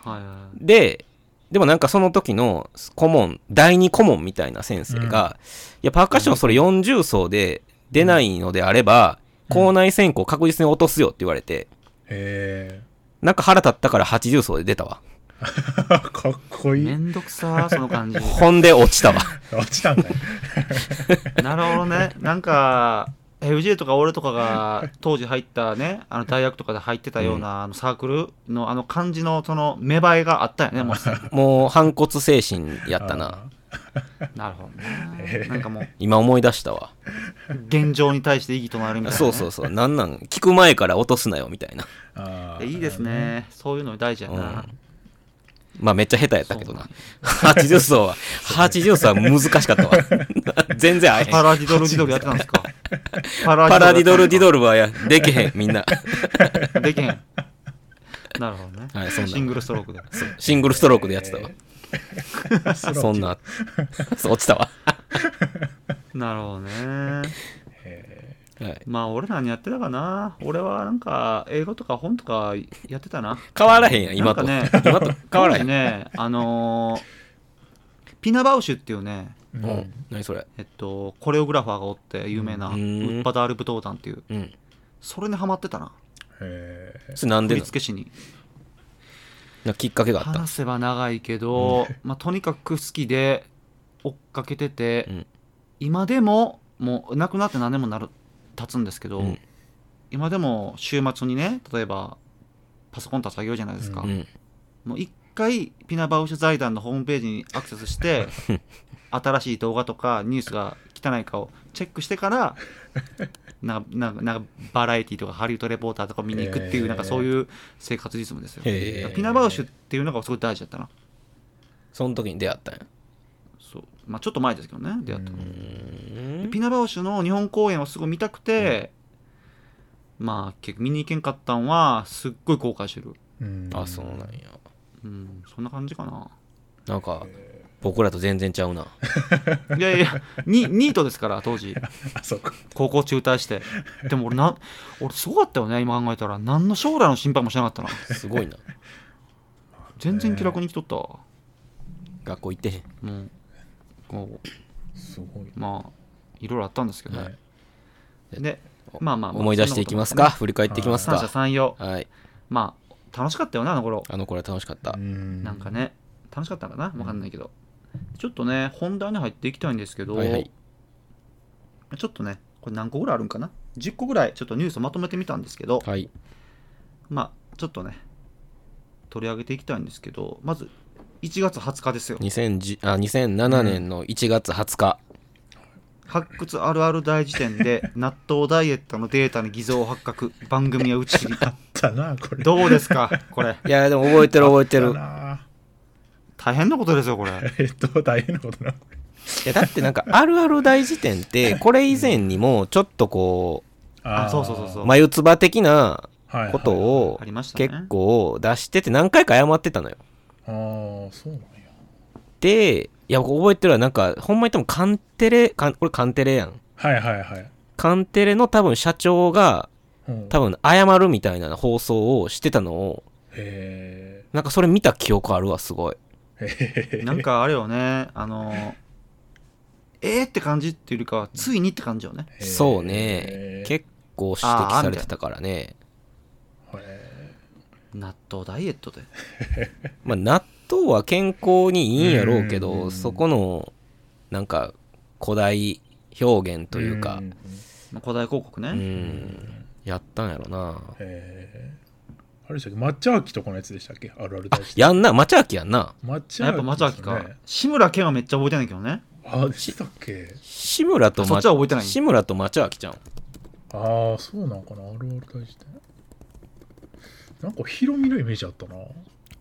[SPEAKER 2] はいはい
[SPEAKER 3] で、でもなんかその時の顧問、第二顧問みたいな先生が、いや、パーカッションそれ40層で出ないのであれば、
[SPEAKER 4] うん
[SPEAKER 3] 校内選考確実に落とすよって言われて、
[SPEAKER 4] へ
[SPEAKER 3] なんか腹立ったから80層で出たわ。
[SPEAKER 4] え かっこい
[SPEAKER 2] め
[SPEAKER 4] い
[SPEAKER 2] んどくさーその感じ
[SPEAKER 3] ほんで落ちたわ。
[SPEAKER 4] 落ちたんか い
[SPEAKER 2] なるほどねなんか FJ とか俺とかが当時入ったねあの大学とかで入ってたようなあのサークルのあの感じのその芽生えがあったよねもう
[SPEAKER 3] もう反骨精神やったな。
[SPEAKER 2] なるほどねなんかもう
[SPEAKER 3] 今思い出したわ。
[SPEAKER 2] 現状に対して異議となるみたいなね、
[SPEAKER 3] そうそう そう。なんなん、聞く前から落とすなよ、みたいな。
[SPEAKER 4] あー
[SPEAKER 2] いやいいですねそういうの大事やな、
[SPEAKER 3] うんまあめっちゃ下手やったけどな。80層は、80層は難しかった わ。全然あえへん。
[SPEAKER 2] パラディドルディドルやってたんです かパラ
[SPEAKER 3] パラディドルディ
[SPEAKER 2] ル
[SPEAKER 3] ドルはや、でけへん、みんな。
[SPEAKER 2] やってたんですかできへんなるほどね、
[SPEAKER 3] はいそんな
[SPEAKER 2] シングルストローク で
[SPEAKER 3] シングルストロークでやってたわ。 そんな、そう落ちたわ。
[SPEAKER 2] なるほどね
[SPEAKER 3] はい
[SPEAKER 2] まあ俺何やってたかな俺はなんか英語とか本とかやってたな
[SPEAKER 3] 変わらへんやん、今と。
[SPEAKER 2] なんかね
[SPEAKER 3] 今と変わらへ
[SPEAKER 2] 当時
[SPEAKER 3] ん。
[SPEAKER 2] ねあのーピナバウシュっていうね
[SPEAKER 4] うん
[SPEAKER 3] うん。何それ。
[SPEAKER 2] えっとコレオグラファーがおって有名なウ
[SPEAKER 3] うん
[SPEAKER 2] ッパダールブトータンっていう
[SPEAKER 3] うん。
[SPEAKER 2] それにハマってたな
[SPEAKER 4] へえ
[SPEAKER 3] それなん
[SPEAKER 2] 振
[SPEAKER 3] でな
[SPEAKER 2] り
[SPEAKER 3] の
[SPEAKER 2] 付け師に
[SPEAKER 3] なんかきっかけがあった
[SPEAKER 2] 話。せば長いけど、まあ、とにかく好きで追っかけてて、
[SPEAKER 3] うん
[SPEAKER 2] 今でももう亡くなって何年もなる経つんですけど、
[SPEAKER 3] うん
[SPEAKER 2] 今でも週末にね例えばパソコンと作業じゃないですか、
[SPEAKER 3] うん。
[SPEAKER 2] もう一回ピナバウシュ財団のホームページにアクセスして 新しい動画とかニュースが来たないかをチェックしてからなななんかバラエティとかハリウッドレポーターとか見に行くっていう、
[SPEAKER 4] へー
[SPEAKER 2] なんかそういう生活リズムですよ、
[SPEAKER 3] へー
[SPEAKER 2] ピナバウシュっていうのがすごい大事だったな
[SPEAKER 3] その時に出会ったんや。
[SPEAKER 2] そう、まあ、ちょっと前ですけどね出会ったの、
[SPEAKER 4] うん
[SPEAKER 3] う
[SPEAKER 2] ピナバウシュの日本公演をすごい見たくて、まあ結局見に行けんかったんはすっごい後悔してる
[SPEAKER 4] うん
[SPEAKER 3] あ、そうなんや。
[SPEAKER 2] うんそんな感じか な
[SPEAKER 3] なんか、僕らと全然ちゃうな。
[SPEAKER 2] いやいやにニートですから当時
[SPEAKER 4] あそうか
[SPEAKER 2] 高校中退してでも俺な俺すごかったよね今考えたら何の将来の心配もしなかったな
[SPEAKER 3] すごいな。
[SPEAKER 2] 全然気楽に生きと
[SPEAKER 3] 学校行ってへん。
[SPEAKER 2] ったもうこ
[SPEAKER 4] すごい、
[SPEAKER 2] うまあいろいろあったんですけどね、
[SPEAKER 4] はい
[SPEAKER 2] でまあまあまあ
[SPEAKER 3] 思い出していきますか振り返っていきます
[SPEAKER 2] 三者
[SPEAKER 3] か
[SPEAKER 2] 三様
[SPEAKER 3] はい。
[SPEAKER 2] まあ楽しかったよなあの頃
[SPEAKER 3] あの頃は楽しかった
[SPEAKER 4] う。ん
[SPEAKER 2] なんかね楽しかったかなわかんないけどちょっとね本題に入っていきたいんですけど、
[SPEAKER 3] はいはい。
[SPEAKER 2] ちょっとねこれ何個ぐらいあるんかな10個ぐらいちょっとニュースをまとめてみたんですけど、
[SPEAKER 3] はい。
[SPEAKER 2] まあちょっとね取り上げていきたいんですけどまず1月20日ですよ
[SPEAKER 3] 2010あ2007年の1月20日。
[SPEAKER 2] 発掘あるある大辞典 で納豆ダイエットのデータに偽造発覚番組は打ち切り
[SPEAKER 4] あったなこれ
[SPEAKER 2] どうですかこれ
[SPEAKER 3] いや、でも覚え てる覚えてる。
[SPEAKER 4] あったな
[SPEAKER 2] 大変なことですよ これ
[SPEAKER 4] えっと大変なことない
[SPEAKER 3] や、だってなんか、あるある大辞典って、これ以前にも、ちょっとこ
[SPEAKER 2] あそうそうそうそう
[SPEAKER 3] う、眉唾的な
[SPEAKER 4] はいはい
[SPEAKER 3] ことを
[SPEAKER 2] ありましたね
[SPEAKER 3] 結構出してて、何回か謝ってたのよ。
[SPEAKER 4] ああそうなんや
[SPEAKER 3] で、いや、僕覚えてるわ。なんか、ほんまに多分、カンテレ、カンこれカンテレやん。
[SPEAKER 4] はいはいはい、
[SPEAKER 3] カンテレの多分社長が、
[SPEAKER 4] うん、
[SPEAKER 3] 多分、謝るみたいな放送をしてたのを、
[SPEAKER 4] へ
[SPEAKER 3] なんかそれ見た記憶あるわ、すごい。
[SPEAKER 4] えへえ
[SPEAKER 2] なんかあれよねあのえーって感じっていうよりかはついにって感じよね
[SPEAKER 3] そうね。結構指摘されてたからね。
[SPEAKER 4] 構へ
[SPEAKER 2] 納豆ダイエットで
[SPEAKER 3] まあ、納豆は健康にいいんやろうけど、
[SPEAKER 4] うん
[SPEAKER 3] そこの、なんか、古代表現
[SPEAKER 4] え
[SPEAKER 3] というか
[SPEAKER 4] ん、ん
[SPEAKER 2] まあ古代広告ね、
[SPEAKER 3] うん、やったんやろな。
[SPEAKER 4] へーあれでしたっけ抹茶秋とかのやつでしたっけあるある
[SPEAKER 3] あ
[SPEAKER 4] 大事
[SPEAKER 3] やんな、町明やんな。
[SPEAKER 4] 抹茶
[SPEAKER 2] やっぱ松
[SPEAKER 4] 秋
[SPEAKER 2] 脇
[SPEAKER 4] です
[SPEAKER 2] か、
[SPEAKER 4] よね
[SPEAKER 2] 志村けんはめっちゃ覚えてないけどね
[SPEAKER 4] あでしたっけ
[SPEAKER 3] 志村と、
[SPEAKER 2] そっちは覚えてない
[SPEAKER 3] 志村と町明ちゃん。
[SPEAKER 4] ああそうなんかなあるある大事典なんかヒロミのイメージあったな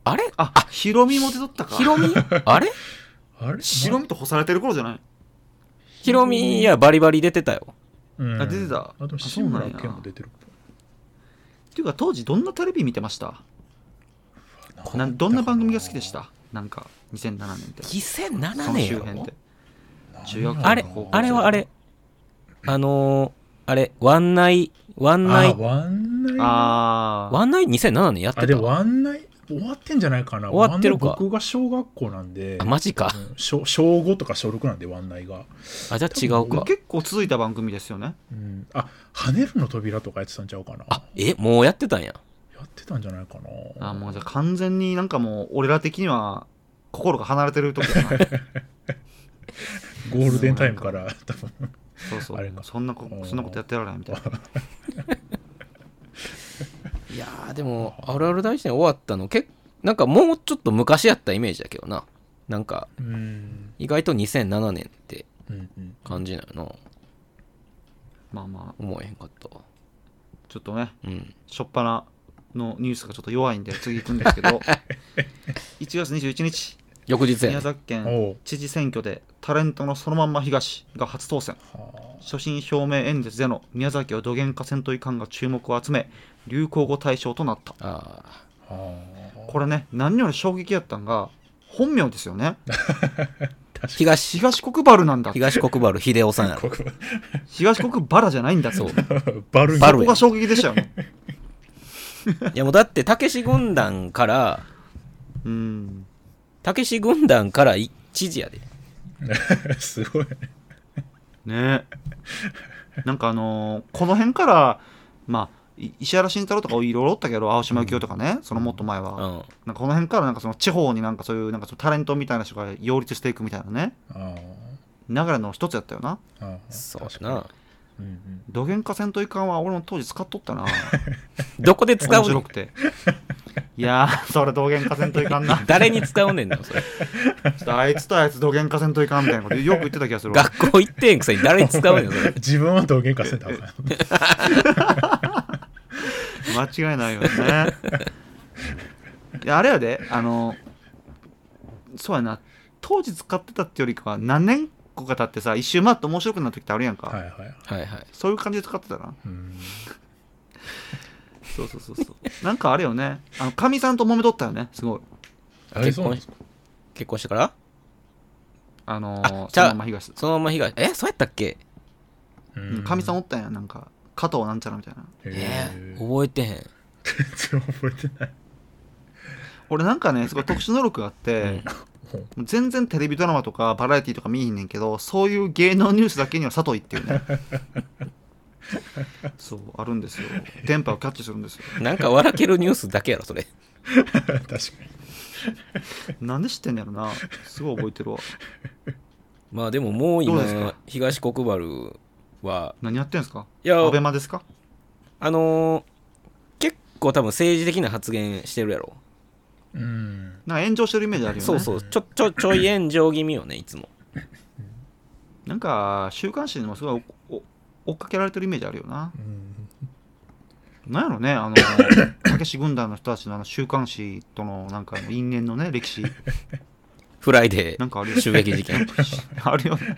[SPEAKER 3] あれ
[SPEAKER 2] あヒロミも出とったか
[SPEAKER 3] ヒロミあれ
[SPEAKER 4] あれ
[SPEAKER 2] ヒロミと干されてる頃じゃない
[SPEAKER 3] ヒロミやバリバリ出てたよ。
[SPEAKER 4] うん
[SPEAKER 2] あ出てた
[SPEAKER 4] あでも
[SPEAKER 2] あ
[SPEAKER 4] 志
[SPEAKER 2] そうな
[SPEAKER 4] 村
[SPEAKER 2] んや
[SPEAKER 4] けんも出てるっ
[SPEAKER 2] っていうか当時どんなテレビ見てました
[SPEAKER 4] ぽい
[SPEAKER 2] なんどんな番組が好きでしたなんか2007年ってそ
[SPEAKER 3] 2007
[SPEAKER 2] の
[SPEAKER 3] 年や
[SPEAKER 2] 周
[SPEAKER 3] ろ
[SPEAKER 2] 辺って中
[SPEAKER 4] 中
[SPEAKER 2] 学
[SPEAKER 4] 学
[SPEAKER 2] 校
[SPEAKER 3] あれ
[SPEAKER 2] 高校、
[SPEAKER 3] あれはあれ、あのー、あれ、ワンナイ、ワンナイ、
[SPEAKER 4] ワンナイ
[SPEAKER 2] あー
[SPEAKER 3] ワンナイ2007年やって
[SPEAKER 4] あで
[SPEAKER 3] た。
[SPEAKER 4] もワンナイ終わってんじゃないかな
[SPEAKER 3] 終わってるか
[SPEAKER 4] ワンナイ僕が小学校なんで
[SPEAKER 3] あ、マジか。
[SPEAKER 4] うん小 小5とか小6なんでワンナイが、
[SPEAKER 3] あ、じゃあ違うか。
[SPEAKER 2] 結構続いた番組ですよね
[SPEAKER 4] うん、あ跳ねるの扉とかやってたんちゃうかな
[SPEAKER 3] あ、え、もうやってたんや。
[SPEAKER 4] やってたんじゃないかな
[SPEAKER 2] あーもうじゃあ完全になんかもう俺ら的には心が離れてる時だな
[SPEAKER 4] ゴールデンタイムから多分
[SPEAKER 2] そうそ
[SPEAKER 4] あれ
[SPEAKER 2] う
[SPEAKER 4] か
[SPEAKER 2] そんなこそんなことやってられないみたいない
[SPEAKER 3] やー、でも、あるある大事典終わったの、けなんかもうちょっと昔やったイメージだけどな。なんか、
[SPEAKER 4] うん
[SPEAKER 3] 意外と2007年って
[SPEAKER 4] うんうん
[SPEAKER 3] 感じなのな。
[SPEAKER 2] まあまあ
[SPEAKER 3] 思えへんかったわ。
[SPEAKER 2] ちょっとね
[SPEAKER 3] うん。
[SPEAKER 2] 初っ端のニュースがちょっと弱いんで次行くんですけど1月21日
[SPEAKER 3] 翌日や
[SPEAKER 2] 宮
[SPEAKER 3] ね。
[SPEAKER 2] 崎県
[SPEAKER 4] おう
[SPEAKER 2] 知事選挙でタレントのそのまんま東が初当選
[SPEAKER 4] はあ
[SPEAKER 2] 所信表明演説での宮崎を土幻化せんといかんが注目を集め流行語大賞となった
[SPEAKER 3] ああ。
[SPEAKER 4] はあ
[SPEAKER 2] これね何より衝撃やったんが本名ですよね
[SPEAKER 4] 確
[SPEAKER 3] 東、
[SPEAKER 2] 東国原なんだ
[SPEAKER 3] 東国原秀夫さん や
[SPEAKER 4] か
[SPEAKER 3] ろ。
[SPEAKER 4] にこ
[SPEAKER 2] 東国原じゃないんだそ
[SPEAKER 3] そうう。
[SPEAKER 4] こバルーン
[SPEAKER 3] バ
[SPEAKER 2] そ
[SPEAKER 3] ル
[SPEAKER 2] こが衝撃でしたよね
[SPEAKER 3] いやもうだって、たけし軍団から、
[SPEAKER 2] うん
[SPEAKER 3] たけし軍団からい知事やで。
[SPEAKER 4] すごい
[SPEAKER 2] ねなんかあのーこの辺からまあい石原慎太郎とかいろいろおったけど青島幸男とかね、そのもっと前は、
[SPEAKER 3] うん。
[SPEAKER 2] なんかこの辺からなんかその地方になんかそういうなんかそのタレントみたいな人が擁立していくみたいなね
[SPEAKER 4] あ
[SPEAKER 2] 流れの一つやったよな
[SPEAKER 4] あああ
[SPEAKER 3] そうや
[SPEAKER 4] 確か
[SPEAKER 3] な。
[SPEAKER 4] にうんうん
[SPEAKER 2] 土幻化戦闘いかんは俺も当時使っとったな
[SPEAKER 3] どこで使
[SPEAKER 2] 面
[SPEAKER 3] う
[SPEAKER 2] 白
[SPEAKER 3] の
[SPEAKER 2] くていやー、それ同源化せんといかんな。 ち
[SPEAKER 3] 誰に使うねんのそれ。
[SPEAKER 2] ょっとあいつとあいつ同源化せんといかんみたいなことよく言ってた気がするわ。
[SPEAKER 3] 学校行ってんくせに誰に使うねんそれ。
[SPEAKER 4] 自分は同源化せたらあ かん
[SPEAKER 2] 間違いないよね。いや、あれやで、あの、そうやな、当時使ってたってよりかは、何年個か経ってさ、一周回って面白くなる時ってあるやんか。
[SPEAKER 4] はいはい、
[SPEAKER 3] はいはい。
[SPEAKER 2] そういう感じで使ってたな。
[SPEAKER 4] うん、
[SPEAKER 2] そうそうそうそう。なんかあれよね、あの、かみさんと揉めとったよね、すごい。
[SPEAKER 4] あれそうなんですか
[SPEAKER 3] 結婚してから
[SPEAKER 2] あの
[SPEAKER 3] あ
[SPEAKER 2] ー、
[SPEAKER 3] ちゃう
[SPEAKER 2] そのまま東。
[SPEAKER 3] そのまま東。え、そうやったっけ
[SPEAKER 4] う
[SPEAKER 2] かみさんおったんや、なんか、加藤なんちゃらみたいな。
[SPEAKER 4] へ
[SPEAKER 3] え
[SPEAKER 4] え
[SPEAKER 3] 覚えてへん。
[SPEAKER 4] 全然覚えてない
[SPEAKER 2] 俺なんかね、すごい特殊能力があって、もう全然テレビドラマとかバラエティとか見えへんねんけど、そういう芸能ニュースだけには佐藤いっていうね。そう、あるんですよ。電波をキャッチするんですよ。
[SPEAKER 3] なんか笑けるニュースだけやろ、それ。
[SPEAKER 4] 確かに
[SPEAKER 2] なんで知ってんのやろな。すごい覚えてるわ。
[SPEAKER 3] まあでももう
[SPEAKER 2] どうです
[SPEAKER 3] 今
[SPEAKER 2] か、
[SPEAKER 3] 東国原は、
[SPEAKER 2] 何やってんすか
[SPEAKER 3] いや
[SPEAKER 2] ア、ベマですか
[SPEAKER 3] あのー、結構多分政治的な発言してるやろ。
[SPEAKER 4] うん
[SPEAKER 2] なんか炎上してるイメージあるよね。
[SPEAKER 3] そうそう、ちょ、ちょ、ちょい炎上気味よね、いつも。
[SPEAKER 2] なんか、週刊誌にもすごいおお追っかけられてるイメージあるよな。
[SPEAKER 4] うん
[SPEAKER 2] なんやろね、 あの、たけし軍団の人たちのあの週刊誌とのなんか因縁のね、歴史、
[SPEAKER 3] フライデ
[SPEAKER 2] なんかあるよ
[SPEAKER 3] ー襲撃事件。
[SPEAKER 2] あるよね。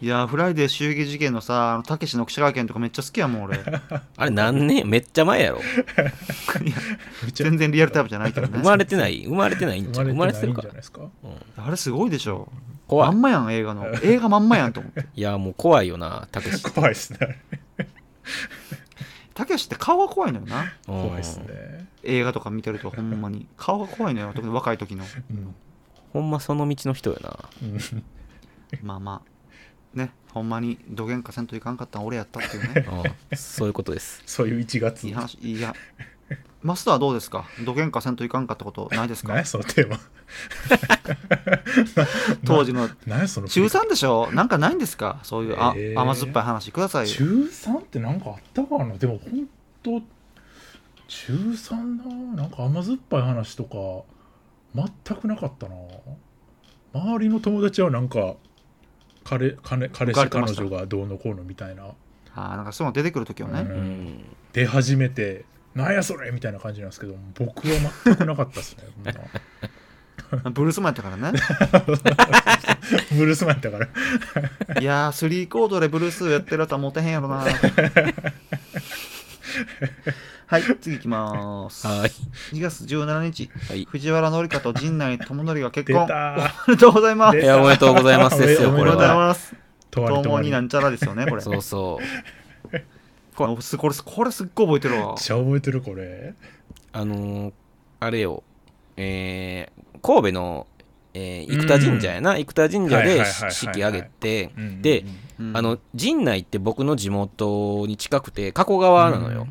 [SPEAKER 2] いやー、フライデー襲撃事件のさ、あのたけしの記者会見とかめっちゃ好きやもん、俺。いや
[SPEAKER 3] あれ何年めっちゃ前やろ。
[SPEAKER 4] めっちゃ
[SPEAKER 2] 全然リアルタイムじゃないけど
[SPEAKER 3] 生
[SPEAKER 2] ね。
[SPEAKER 3] まれてない、生まれてないんちゃう生ま
[SPEAKER 4] 生ま
[SPEAKER 3] れ
[SPEAKER 4] れ
[SPEAKER 3] ててる
[SPEAKER 4] てないんじ
[SPEAKER 3] か
[SPEAKER 4] ゃない。ですか
[SPEAKER 3] うん
[SPEAKER 2] あれすごいでしょ。
[SPEAKER 3] 怖
[SPEAKER 2] ま
[SPEAKER 3] い
[SPEAKER 2] ん。まやん、映画の。映画まんまやんと思って。
[SPEAKER 3] いや、もう怖いよな、たけ し。
[SPEAKER 4] 怖いですねあれ
[SPEAKER 2] たけしって顔が怖いのよな。
[SPEAKER 3] うん
[SPEAKER 4] 怖いですね
[SPEAKER 2] 映画とか見てるとほんまに。顔が怖いのよ、特に若い時の。
[SPEAKER 4] うん
[SPEAKER 3] ほんまその道の人よな。
[SPEAKER 4] うん
[SPEAKER 2] まあまあ。ね、ほんまにどげんかせんといかんかったん俺やったって いうね。
[SPEAKER 3] うんそういうことです。
[SPEAKER 4] そういう1月
[SPEAKER 2] いい話、いや。マスターはどうですかどげんかせんといかんかったことないですか
[SPEAKER 4] 何やそのテーマ
[SPEAKER 2] 当時の
[SPEAKER 4] 何やその
[SPEAKER 2] 中3でしょなんかないんですかそういうあ、
[SPEAKER 4] えー
[SPEAKER 2] 甘酸っぱい話くださいよ。
[SPEAKER 4] 中3ってなんかあったかなでも本当中3ななんか甘酸っぱい話とか全くなかったな周りの友達はなんか彼彼彼
[SPEAKER 2] 浮かれ
[SPEAKER 4] 氏
[SPEAKER 2] てま
[SPEAKER 4] 彼
[SPEAKER 2] した
[SPEAKER 4] 女がどうのこうのみたいな、
[SPEAKER 2] あーなんかそういうの出てくるときはね、
[SPEAKER 4] う
[SPEAKER 3] うんん。
[SPEAKER 4] 出始めてなんやそれみたいな感じなんですけど僕は全くなかったですねほんま
[SPEAKER 2] ブルースマンやったから ね。
[SPEAKER 4] ブルースマンやったから
[SPEAKER 2] いやー、スリーコードでブルースやってるやつはモテへんやろ な。はい、次行きまーす。
[SPEAKER 3] はい。
[SPEAKER 2] 2月17日、
[SPEAKER 3] はい
[SPEAKER 2] 藤原紀香と陣内智則が結
[SPEAKER 4] 出
[SPEAKER 2] 婚。お
[SPEAKER 4] た
[SPEAKER 2] めでとうございます。
[SPEAKER 4] 出
[SPEAKER 3] い
[SPEAKER 4] た
[SPEAKER 3] や、おめでとうございますですよ、
[SPEAKER 4] おめ
[SPEAKER 3] こ
[SPEAKER 2] おめでとう
[SPEAKER 3] れ
[SPEAKER 2] ござい
[SPEAKER 3] は。
[SPEAKER 2] ます。
[SPEAKER 4] とわり
[SPEAKER 2] 共
[SPEAKER 4] とわり
[SPEAKER 2] に
[SPEAKER 4] め
[SPEAKER 2] な
[SPEAKER 4] っ
[SPEAKER 2] んちゃらですよね、これ。
[SPEAKER 3] そうそう。
[SPEAKER 2] これ、これ、これすっごい覚えてるわ。
[SPEAKER 4] ちゃ覚えてるこれ
[SPEAKER 3] あのーあれよ、えー神戸の、えー生田神社やな、生田神社
[SPEAKER 4] はいはい
[SPEAKER 3] で
[SPEAKER 4] はいはい
[SPEAKER 3] 式挙げて、
[SPEAKER 4] うん
[SPEAKER 3] で
[SPEAKER 4] うん
[SPEAKER 2] うん
[SPEAKER 3] あの、陣内って僕の地元に近くて、加古川なのよ。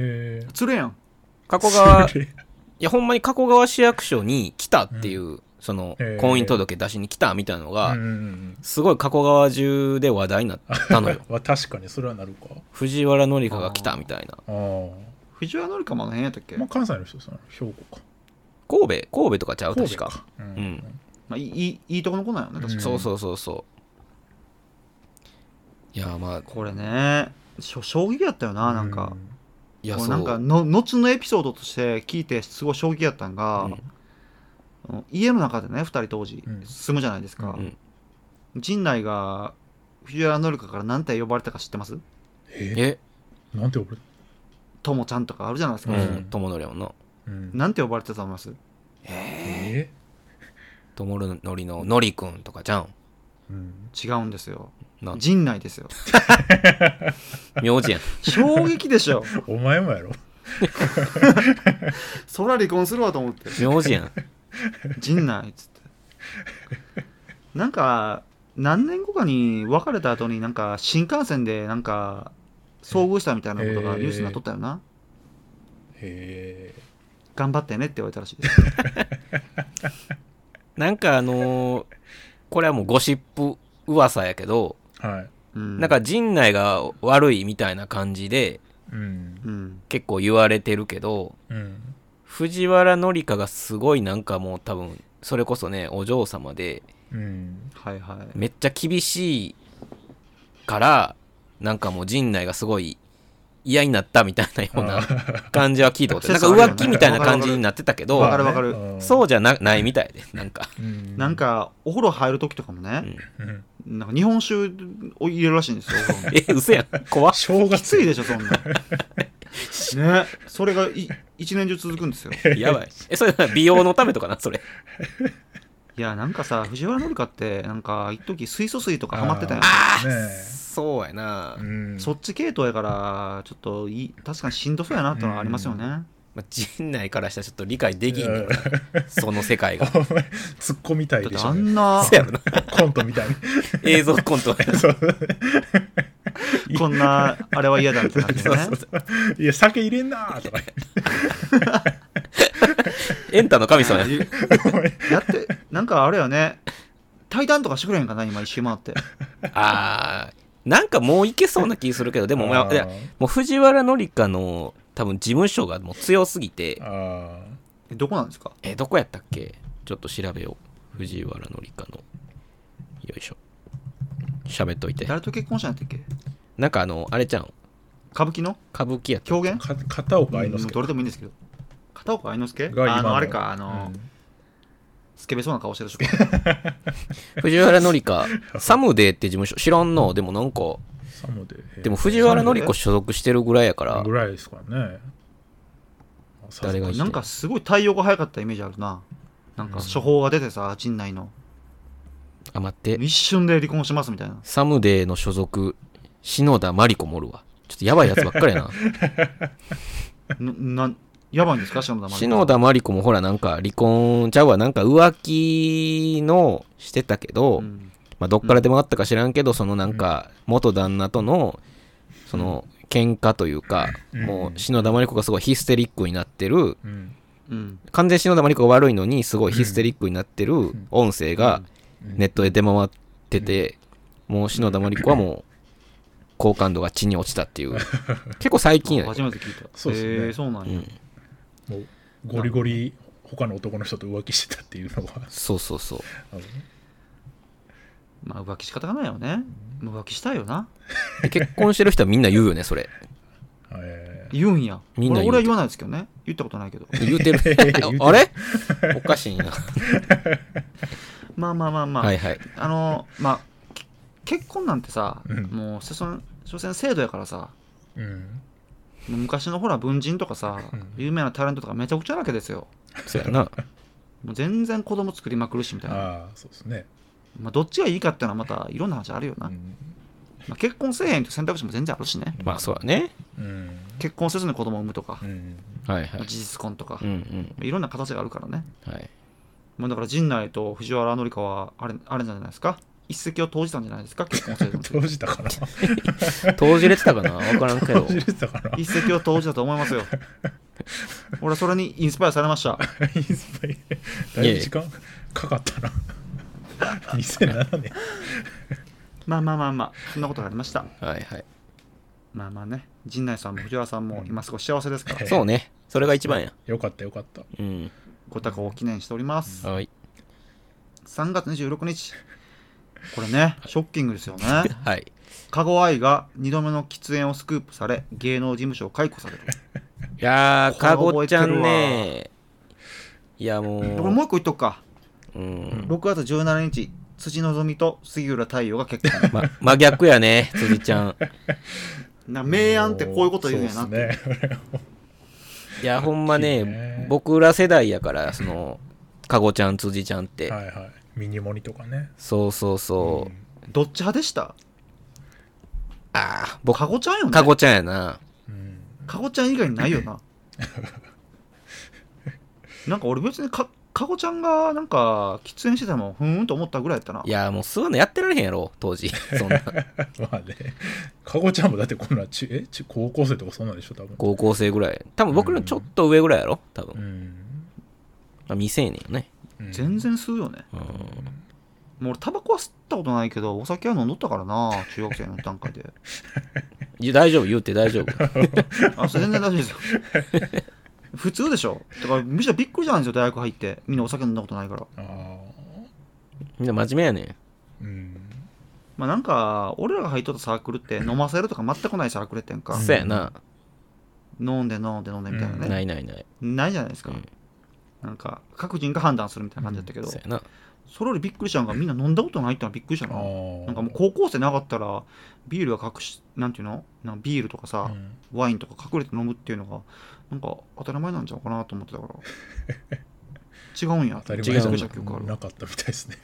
[SPEAKER 4] へえ
[SPEAKER 2] 釣れやん。
[SPEAKER 3] 加古 川、い
[SPEAKER 4] それ
[SPEAKER 3] や、ほんまに加古川市役所に来たっていう、その
[SPEAKER 4] へー、
[SPEAKER 3] 婚姻届出しに来たみたいなのが、
[SPEAKER 4] うんうんうん。
[SPEAKER 3] すごい加古川中で話題になった のよ
[SPEAKER 4] は確かにそれはなるか
[SPEAKER 3] 藤原紀香が来たみたいな。
[SPEAKER 4] ああ
[SPEAKER 2] 藤原紀香もあの辺やったっけ、
[SPEAKER 4] まあ
[SPEAKER 2] ま
[SPEAKER 4] 関西の人ですね兵庫か
[SPEAKER 3] 神戸、神戸とかちゃう
[SPEAKER 4] 神
[SPEAKER 3] 確
[SPEAKER 4] 戸
[SPEAKER 3] か。
[SPEAKER 4] う
[SPEAKER 3] うんん
[SPEAKER 2] あ、いいいいいいとこの子なんよね、確かに
[SPEAKER 4] うん
[SPEAKER 3] そうそうそうそう。いや、まあ、
[SPEAKER 2] これねしょ衝撃やったよななんか、
[SPEAKER 3] いや、
[SPEAKER 2] こ
[SPEAKER 3] そ
[SPEAKER 2] れ
[SPEAKER 3] う。
[SPEAKER 2] なんかの後のエピソードとして聞いてすごい衝撃やったんが、
[SPEAKER 3] うん
[SPEAKER 2] あの家の中でね2人当時
[SPEAKER 4] うん
[SPEAKER 2] 住むじゃないですか、
[SPEAKER 3] うん
[SPEAKER 2] 陣内が藤原紀香から何て呼ばれたか知ってます
[SPEAKER 4] え
[SPEAKER 3] え、
[SPEAKER 4] なんて呼ばれた
[SPEAKER 2] ともちゃんとかあるじゃないです
[SPEAKER 3] う
[SPEAKER 2] か、
[SPEAKER 3] ん、友則やもんな。
[SPEAKER 4] うん
[SPEAKER 2] なんて呼ばれてたと思います
[SPEAKER 4] え
[SPEAKER 3] 友則ののりくんとかじゃん。
[SPEAKER 4] ーうん
[SPEAKER 2] 違うんですよ
[SPEAKER 3] なん
[SPEAKER 2] 陣内ですよ
[SPEAKER 3] 名字やん。
[SPEAKER 2] 衝撃でし ょ
[SPEAKER 4] お前もやろ
[SPEAKER 2] そら離婚するわと思って
[SPEAKER 3] 名字や ん。
[SPEAKER 2] 陣内っつってなんか何年後かに別れた後になんか新幹線でなんか遭遇したみたいなことがニュースになっとったよな、
[SPEAKER 4] へ
[SPEAKER 2] 頑張ってねって言われたらしいです
[SPEAKER 3] なんかあのーこれはもうゴシップ噂やけど、
[SPEAKER 4] えはい
[SPEAKER 2] うん
[SPEAKER 3] なんか陣内が悪いみたいな感じで
[SPEAKER 4] うん
[SPEAKER 2] うん
[SPEAKER 3] 結構言われてるけど、
[SPEAKER 4] うん
[SPEAKER 3] 藤原紀香がすごいなんかもう多分それこそねお嬢様で
[SPEAKER 4] うん
[SPEAKER 2] はいはい
[SPEAKER 3] めっちゃ厳しいからなんかもう陣内がすごい嫌になったみたいなよう
[SPEAKER 4] あ
[SPEAKER 3] な
[SPEAKER 4] ー
[SPEAKER 3] 感じは聞いたことなん
[SPEAKER 2] 説
[SPEAKER 3] か
[SPEAKER 2] あるよね
[SPEAKER 3] 浮気みたいな感じになってたけど
[SPEAKER 2] わかるわかる
[SPEAKER 4] まあね
[SPEAKER 3] そうじゃなないみたいでなんか
[SPEAKER 4] うん
[SPEAKER 2] なんかお風呂入る時とかもね、
[SPEAKER 4] うん
[SPEAKER 2] なんか日本酒を入れるらしいんですよお風 呂に
[SPEAKER 3] え嘘やん 怖っ
[SPEAKER 4] 正
[SPEAKER 2] きつ
[SPEAKER 4] 月
[SPEAKER 2] いでしょそんなねそれがい一年中続くんですよ
[SPEAKER 3] やばいえそれは美容のためとかなそれ
[SPEAKER 2] いやなんかさ藤原紀香ってなんか一時水素水とかハマってたよ
[SPEAKER 4] あー
[SPEAKER 3] そうやな、
[SPEAKER 4] ねえうん
[SPEAKER 2] そっち系統やからちょっといい確かにしんどそうやなってのはありますよね、
[SPEAKER 3] まあ、陣内からしたらちょっと理解できんねん
[SPEAKER 4] うん
[SPEAKER 3] その世界
[SPEAKER 4] あ
[SPEAKER 3] が
[SPEAKER 4] んまり突っ込みたい
[SPEAKER 2] だっ
[SPEAKER 4] で
[SPEAKER 2] て
[SPEAKER 4] し
[SPEAKER 2] あ
[SPEAKER 4] ょ、ね、
[SPEAKER 2] んな
[SPEAKER 3] そうやろな
[SPEAKER 4] コントみたいに
[SPEAKER 3] 映像コント
[SPEAKER 4] そう
[SPEAKER 2] こんなあれは嫌だみたいな 感じでね
[SPEAKER 3] そうそ
[SPEAKER 4] いや酒入れんなーとか
[SPEAKER 3] エンタの神様や
[SPEAKER 2] ねやってなんかあれよね対談とかしてくれへんかな今一周回って
[SPEAKER 3] あーなんかもういけそうな気するけどでもま
[SPEAKER 4] あ
[SPEAKER 3] あ
[SPEAKER 4] ー
[SPEAKER 3] いやもう藤原紀香の多分事務所がもう強すぎて
[SPEAKER 4] あ
[SPEAKER 2] えどこなんですか
[SPEAKER 3] えどこやったっけちょっと調べよう藤原紀香のよいしょ喋っといて
[SPEAKER 2] 誰と結婚したんやったっけ
[SPEAKER 3] なんかあのあれちゃん
[SPEAKER 2] 歌舞伎の
[SPEAKER 3] 歌舞伎やった
[SPEAKER 2] 狂言
[SPEAKER 4] あか片岡愛之
[SPEAKER 2] うんど
[SPEAKER 4] 助
[SPEAKER 2] れでもいいんですけど片岡愛之助
[SPEAKER 4] が今
[SPEAKER 2] あのあれかあの、
[SPEAKER 4] うん
[SPEAKER 2] スケベそうな顔してる人か
[SPEAKER 3] 藤原紀香サムデーって事務所知らんのでもなんか
[SPEAKER 4] サムで
[SPEAKER 3] でも藤原紀
[SPEAKER 2] サム
[SPEAKER 3] 子所属してるぐらいやから
[SPEAKER 4] ぐらいですからね
[SPEAKER 3] 誰が
[SPEAKER 2] なんかすごい対応が早かったイメージあるななんか処方が出てさ陣内の
[SPEAKER 3] あ待って
[SPEAKER 2] 一瞬で離婚しますみたいな
[SPEAKER 3] サムデーの所属、篠田真理子もおるわ。ちょっとやばいやつばっかりや
[SPEAKER 2] ななやばいんですか篠田
[SPEAKER 3] な。
[SPEAKER 2] 麻里子
[SPEAKER 3] 篠田真理子もほらなんか離婚ちゃうわ、なんか浮気のしてたけど、
[SPEAKER 2] うん
[SPEAKER 3] まあどっからでもあったか知らんけど、そのなんか元旦那との、その喧嘩というか、
[SPEAKER 4] うん
[SPEAKER 3] もう篠田真理子がすごいヒステリックになってる、
[SPEAKER 4] うん
[SPEAKER 2] うん
[SPEAKER 3] 完全に篠田真理子が悪いのにすごいヒステリックになってる
[SPEAKER 4] ん
[SPEAKER 3] 音声が
[SPEAKER 4] うん
[SPEAKER 3] ネットで出回ってて、もう篠田真理子はもう好感度が地に落ちたっていう結構最近やね
[SPEAKER 2] 初めて聞いた
[SPEAKER 4] そうっすね
[SPEAKER 2] えーそうなん
[SPEAKER 3] う
[SPEAKER 2] や、
[SPEAKER 3] ん、
[SPEAKER 4] もうゴリゴリ他の男の人と浮気してたっていうのは
[SPEAKER 3] そうそうそう
[SPEAKER 4] あの
[SPEAKER 2] まあ浮気仕方がないよねもう浮気したいよな
[SPEAKER 3] で結婚してる人はみんな言うよねそれ
[SPEAKER 4] え
[SPEAKER 2] 言うんや
[SPEAKER 3] みんな
[SPEAKER 2] 俺
[SPEAKER 3] 言う
[SPEAKER 2] 俺は言わないですけどね言ったことないけど
[SPEAKER 3] 言うてる
[SPEAKER 4] 言うてる
[SPEAKER 3] あれおかしいな
[SPEAKER 2] まあまあまあまあ、
[SPEAKER 3] はいはい
[SPEAKER 2] あのまあけ結婚なんてさ、
[SPEAKER 4] うん
[SPEAKER 2] もうせそん所詮制度やからさ
[SPEAKER 4] ーうん
[SPEAKER 2] もう昔のほら文人とかさ、
[SPEAKER 4] うん
[SPEAKER 2] 有名なタレントとかめちゃくちゃなわけですよ
[SPEAKER 3] そうやな
[SPEAKER 2] もう全然子供作りまくるしみたいな
[SPEAKER 4] ああそうですね
[SPEAKER 2] まあ、どっちがいいかっていうのはまたいろんな話あるよな、
[SPEAKER 4] うん
[SPEAKER 2] まあ、結婚せえへんって選択肢も全然あるしね
[SPEAKER 3] まあそうやね
[SPEAKER 4] うん
[SPEAKER 2] 結婚せずに子供を産むとか
[SPEAKER 4] う、ん
[SPEAKER 3] はいはい
[SPEAKER 2] まあ事実婚とか、
[SPEAKER 3] うんうん
[SPEAKER 2] いろんな形があるからね、
[SPEAKER 3] はい
[SPEAKER 2] まあ、だから陣内と藤原紀香はあれあれじゃないですか一石を投じたんじゃないですか結婚せ ず
[SPEAKER 4] 投
[SPEAKER 2] に
[SPEAKER 4] じたかな
[SPEAKER 3] 投じれてたかなわからんけど
[SPEAKER 4] 投じれてたかな
[SPEAKER 2] 一石を投じたと思いますよ俺はそれにインスパイアされました
[SPEAKER 4] インスパイだいぶ時間かかったな2007年
[SPEAKER 2] まあまあまあまあそんなことがありました
[SPEAKER 3] はいはい
[SPEAKER 2] まあまあね陣内さんも藤原さんも今少し幸せですから
[SPEAKER 3] そうねそれが一番や
[SPEAKER 4] よかったよかった
[SPEAKER 3] うん
[SPEAKER 2] ご多幸を記念しております
[SPEAKER 3] はい
[SPEAKER 2] 3月26日これねショッキングですよね
[SPEAKER 3] はい
[SPEAKER 2] カゴ愛が2度目の喫煙をスクープされ芸能事務所を解雇される
[SPEAKER 3] いやー、
[SPEAKER 2] これ
[SPEAKER 3] かご
[SPEAKER 2] 覚え
[SPEAKER 3] ち
[SPEAKER 2] て
[SPEAKER 3] ゃ
[SPEAKER 2] る
[SPEAKER 3] ん
[SPEAKER 2] わ
[SPEAKER 3] ね。いや、も
[SPEAKER 2] これも
[SPEAKER 3] う。
[SPEAKER 2] う一個言っとくか
[SPEAKER 3] うん。
[SPEAKER 2] 6月17日辻希美と杉浦太陽が結婚
[SPEAKER 3] ま、真逆やね、辻ちゃ ん。
[SPEAKER 2] な明暗ってこういうこと言うんやな
[SPEAKER 4] そ
[SPEAKER 2] っ
[SPEAKER 4] う
[SPEAKER 2] て
[SPEAKER 4] っすね
[SPEAKER 3] いや、ほんま
[SPEAKER 4] いいね
[SPEAKER 3] ね、僕ら世代やから、その、かごちゃん、辻ちゃんって。
[SPEAKER 4] はいはいミニモニとかね
[SPEAKER 3] そうそうそう。
[SPEAKER 2] どっち派でした
[SPEAKER 3] ああ、
[SPEAKER 2] カ
[SPEAKER 3] 僕、
[SPEAKER 2] ゴちゃんよね
[SPEAKER 3] かごちゃんやな。
[SPEAKER 4] うん
[SPEAKER 2] カゴちゃん以外にないよ ななんか俺別にかカゴちゃんがなんか喫煙してたもんふーんと思ったぐらいやったない
[SPEAKER 3] や、もう、吸うのやってられへんやろ、当時。そ んな。
[SPEAKER 4] まあねかごちゃんもだってこんなちえち高校生とかそんなんでしょ多分
[SPEAKER 3] 高校生ぐらい。多分僕らのちょっと上ぐらいやろ、多
[SPEAKER 4] う
[SPEAKER 3] 分。
[SPEAKER 4] ん
[SPEAKER 3] まあ、未成年よね。
[SPEAKER 4] うん
[SPEAKER 2] 全然吸うよね
[SPEAKER 3] うん。
[SPEAKER 2] もう俺タバコは吸ったことないけどお酒は飲んどったからな中学生の段階で
[SPEAKER 3] いや大丈夫、言うて大丈夫。
[SPEAKER 2] あそれ全然大丈夫ですよ普通でしょだからむしろびっくりじゃないですよ大学入ってみんなお酒飲んだことないから
[SPEAKER 4] ああ
[SPEAKER 3] みんな真面目やねん。
[SPEAKER 4] うん
[SPEAKER 2] まあなんか俺らが入っとったサークルって飲ませるとか全くないサークルやってんか
[SPEAKER 4] うん
[SPEAKER 3] そうやな。
[SPEAKER 2] 飲んで飲んで飲んでみたいな
[SPEAKER 4] うん
[SPEAKER 2] ね、
[SPEAKER 3] ないないない。
[SPEAKER 2] ないじゃないですか、
[SPEAKER 3] うん
[SPEAKER 2] なんか各人が判断するみたいな感じだったけど、
[SPEAKER 3] そうやな。
[SPEAKER 2] それよりびっくりしたのがみんな飲んだことないってのはびっくりした
[SPEAKER 4] あ
[SPEAKER 2] な
[SPEAKER 4] あ
[SPEAKER 2] なんかもう高校生なかったらビールが隠しなんていうのなんかビールとかさ、
[SPEAKER 4] ん
[SPEAKER 2] ワインとか隠れて飲むっていうのがなんか当たり前なんちゃうかなと思ってたから違うんや
[SPEAKER 4] 当たり
[SPEAKER 2] 違
[SPEAKER 4] 前
[SPEAKER 2] う
[SPEAKER 4] じゃ
[SPEAKER 2] じゃん記憶ある
[SPEAKER 4] なかったみたいですね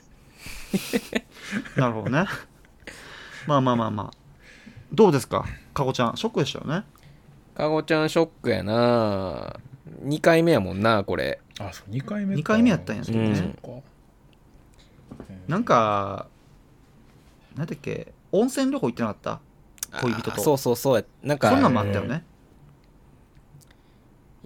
[SPEAKER 2] なるほどねまあまあまあまあどうですかかこちゃんショックでしたよね
[SPEAKER 3] かごちゃんショックやな。2回目やもんな、これ。
[SPEAKER 4] あそう2回目
[SPEAKER 2] 二回目やったんや
[SPEAKER 4] そ
[SPEAKER 2] そう
[SPEAKER 3] れね
[SPEAKER 4] か
[SPEAKER 2] なんかなんだっけ温泉旅行行ってなかった恋人と
[SPEAKER 3] あそうそうそうや。なんか、
[SPEAKER 2] そんなんもあったよね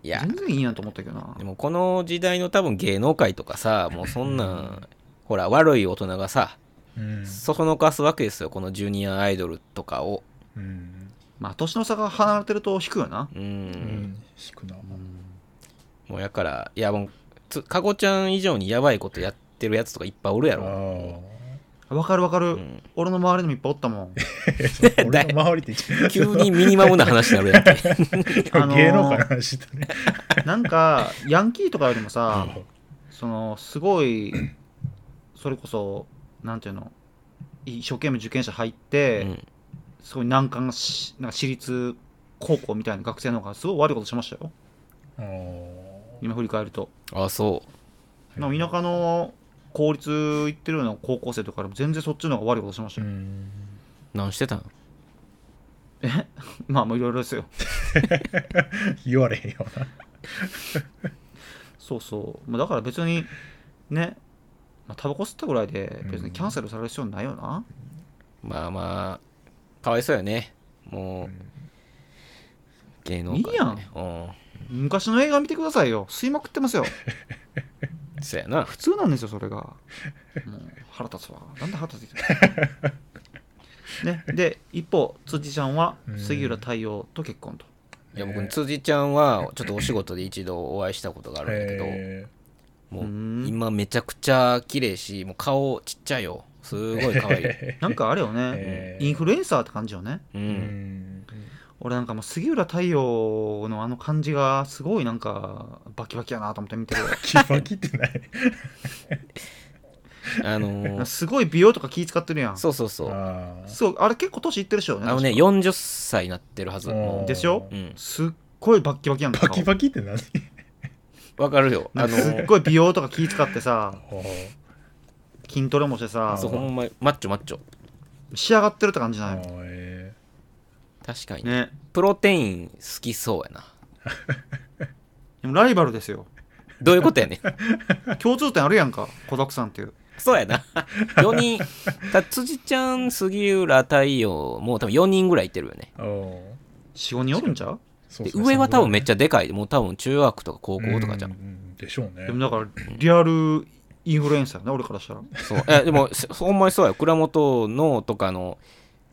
[SPEAKER 3] いや、
[SPEAKER 2] 全然いいやんと思ったけどな
[SPEAKER 3] でもこの時代の多分芸能界とかさ、もうそんなん、ほら、悪い大人がさ、
[SPEAKER 4] うん
[SPEAKER 3] そそのかすわけですよ、このジュニアアイドルとかを。
[SPEAKER 4] うん
[SPEAKER 2] まあ年の差が離れてると引くよな
[SPEAKER 3] うん。
[SPEAKER 4] うん引くな
[SPEAKER 3] もうやから、いやもうつ、かごちゃん以上にやばいことやってるやつとかいっぱいおるや
[SPEAKER 4] あ
[SPEAKER 3] ろ。
[SPEAKER 2] わかるわかる、
[SPEAKER 3] うん
[SPEAKER 2] 俺の周りにもいっぱいおった もん
[SPEAKER 4] あ俺の周りって一番
[SPEAKER 3] 急にミニマムな話になるやんけ。
[SPEAKER 2] あのー
[SPEAKER 4] 芸能界の話だね
[SPEAKER 2] なんかヤンキーとかよりもさ
[SPEAKER 4] うん
[SPEAKER 2] そのすごいそれこそなんていうの一生懸命受験者入って、
[SPEAKER 3] うん
[SPEAKER 2] すごい難関がしなんか私立高校みたいな学生の方がすごい悪いことしましたよ
[SPEAKER 4] あ
[SPEAKER 2] 今振り返ると
[SPEAKER 3] あ、そう。
[SPEAKER 2] なん
[SPEAKER 4] ー
[SPEAKER 2] か田舎の公立行ってるような高校生とかでも全然そっちの方が悪いことしました
[SPEAKER 4] う
[SPEAKER 2] よ、
[SPEAKER 4] ん
[SPEAKER 3] 何してたん
[SPEAKER 2] まあまあいろいろですよ
[SPEAKER 4] 言われへんよな
[SPEAKER 2] そうそう、まあ、だから別にねまあタバコ吸ったぐらいで別にキャンセルされる必要ないよな、
[SPEAKER 3] まあまあ、かわいそうやね。もう、芸能界、ね。
[SPEAKER 2] いいやん
[SPEAKER 3] う
[SPEAKER 2] 昔の映画見てくださいよ吸いまくってますよ
[SPEAKER 3] ん。そうやな。
[SPEAKER 2] 普通なんですよそれがもう腹立つわなんで腹立つ ね、で一方辻ちゃんは
[SPEAKER 4] うん
[SPEAKER 2] 杉浦太陽と結婚と、
[SPEAKER 3] いや
[SPEAKER 4] ね
[SPEAKER 3] 僕辻ちゃんはちょっとお仕事で一度お会いしたことがあるんだけど、
[SPEAKER 4] え
[SPEAKER 3] も
[SPEAKER 2] うん
[SPEAKER 3] う今めちゃくちゃ綺麗しもう顔ちっちゃいよすごい可愛い、
[SPEAKER 2] なんかあれよね、
[SPEAKER 4] えー
[SPEAKER 2] インフルエンサーって感じよね
[SPEAKER 3] う、
[SPEAKER 4] ーうんん
[SPEAKER 2] 俺なんかもう杉浦太陽のあの感じがすごいなんかバキバキやなと思って見てる
[SPEAKER 4] キバキってない
[SPEAKER 3] あのー
[SPEAKER 2] すごい美容とか気使ってるやん
[SPEAKER 3] そうそうそうあ
[SPEAKER 4] あー
[SPEAKER 2] そうあれ結構年いってるでしょ
[SPEAKER 3] のね
[SPEAKER 2] 確か
[SPEAKER 3] 40歳になってるはず
[SPEAKER 4] うん
[SPEAKER 3] も
[SPEAKER 2] でしょ
[SPEAKER 3] う、うん、
[SPEAKER 2] すっごいバッキバキやんか
[SPEAKER 4] バキバキって何
[SPEAKER 3] わかるよあ
[SPEAKER 2] なん
[SPEAKER 3] の
[SPEAKER 2] かすっ
[SPEAKER 3] ー
[SPEAKER 2] ごい美容とか気使ってさ
[SPEAKER 4] あー
[SPEAKER 2] 筋トレもしてさ
[SPEAKER 3] そうほんまマッチョマッチョ
[SPEAKER 2] 仕上がってるって感じ
[SPEAKER 4] あ
[SPEAKER 2] なのよ
[SPEAKER 4] ーえ
[SPEAKER 3] 確かに、
[SPEAKER 2] ね
[SPEAKER 3] プロテイン好きそうやな
[SPEAKER 2] でもライバルですよ
[SPEAKER 3] どういうことやねん
[SPEAKER 2] 共通点あるやんか子だくさんっていう
[SPEAKER 3] そうやな4人だ辻ちゃん杉浦太陽もう多分4人ぐらいいてるよね
[SPEAKER 4] ーおー
[SPEAKER 2] 45人おるんちゃう
[SPEAKER 4] そ
[SPEAKER 3] で
[SPEAKER 4] うですね
[SPEAKER 3] 上は多分めっちゃでかいもう多分中学とか高
[SPEAKER 4] そ
[SPEAKER 3] 校
[SPEAKER 4] のぐらい
[SPEAKER 3] とかじゃん
[SPEAKER 4] ううんでしょうね
[SPEAKER 2] でもだからリアルインフルエンサーやね俺からしたら
[SPEAKER 3] そうえでもそほんまにそうや倉本のとかの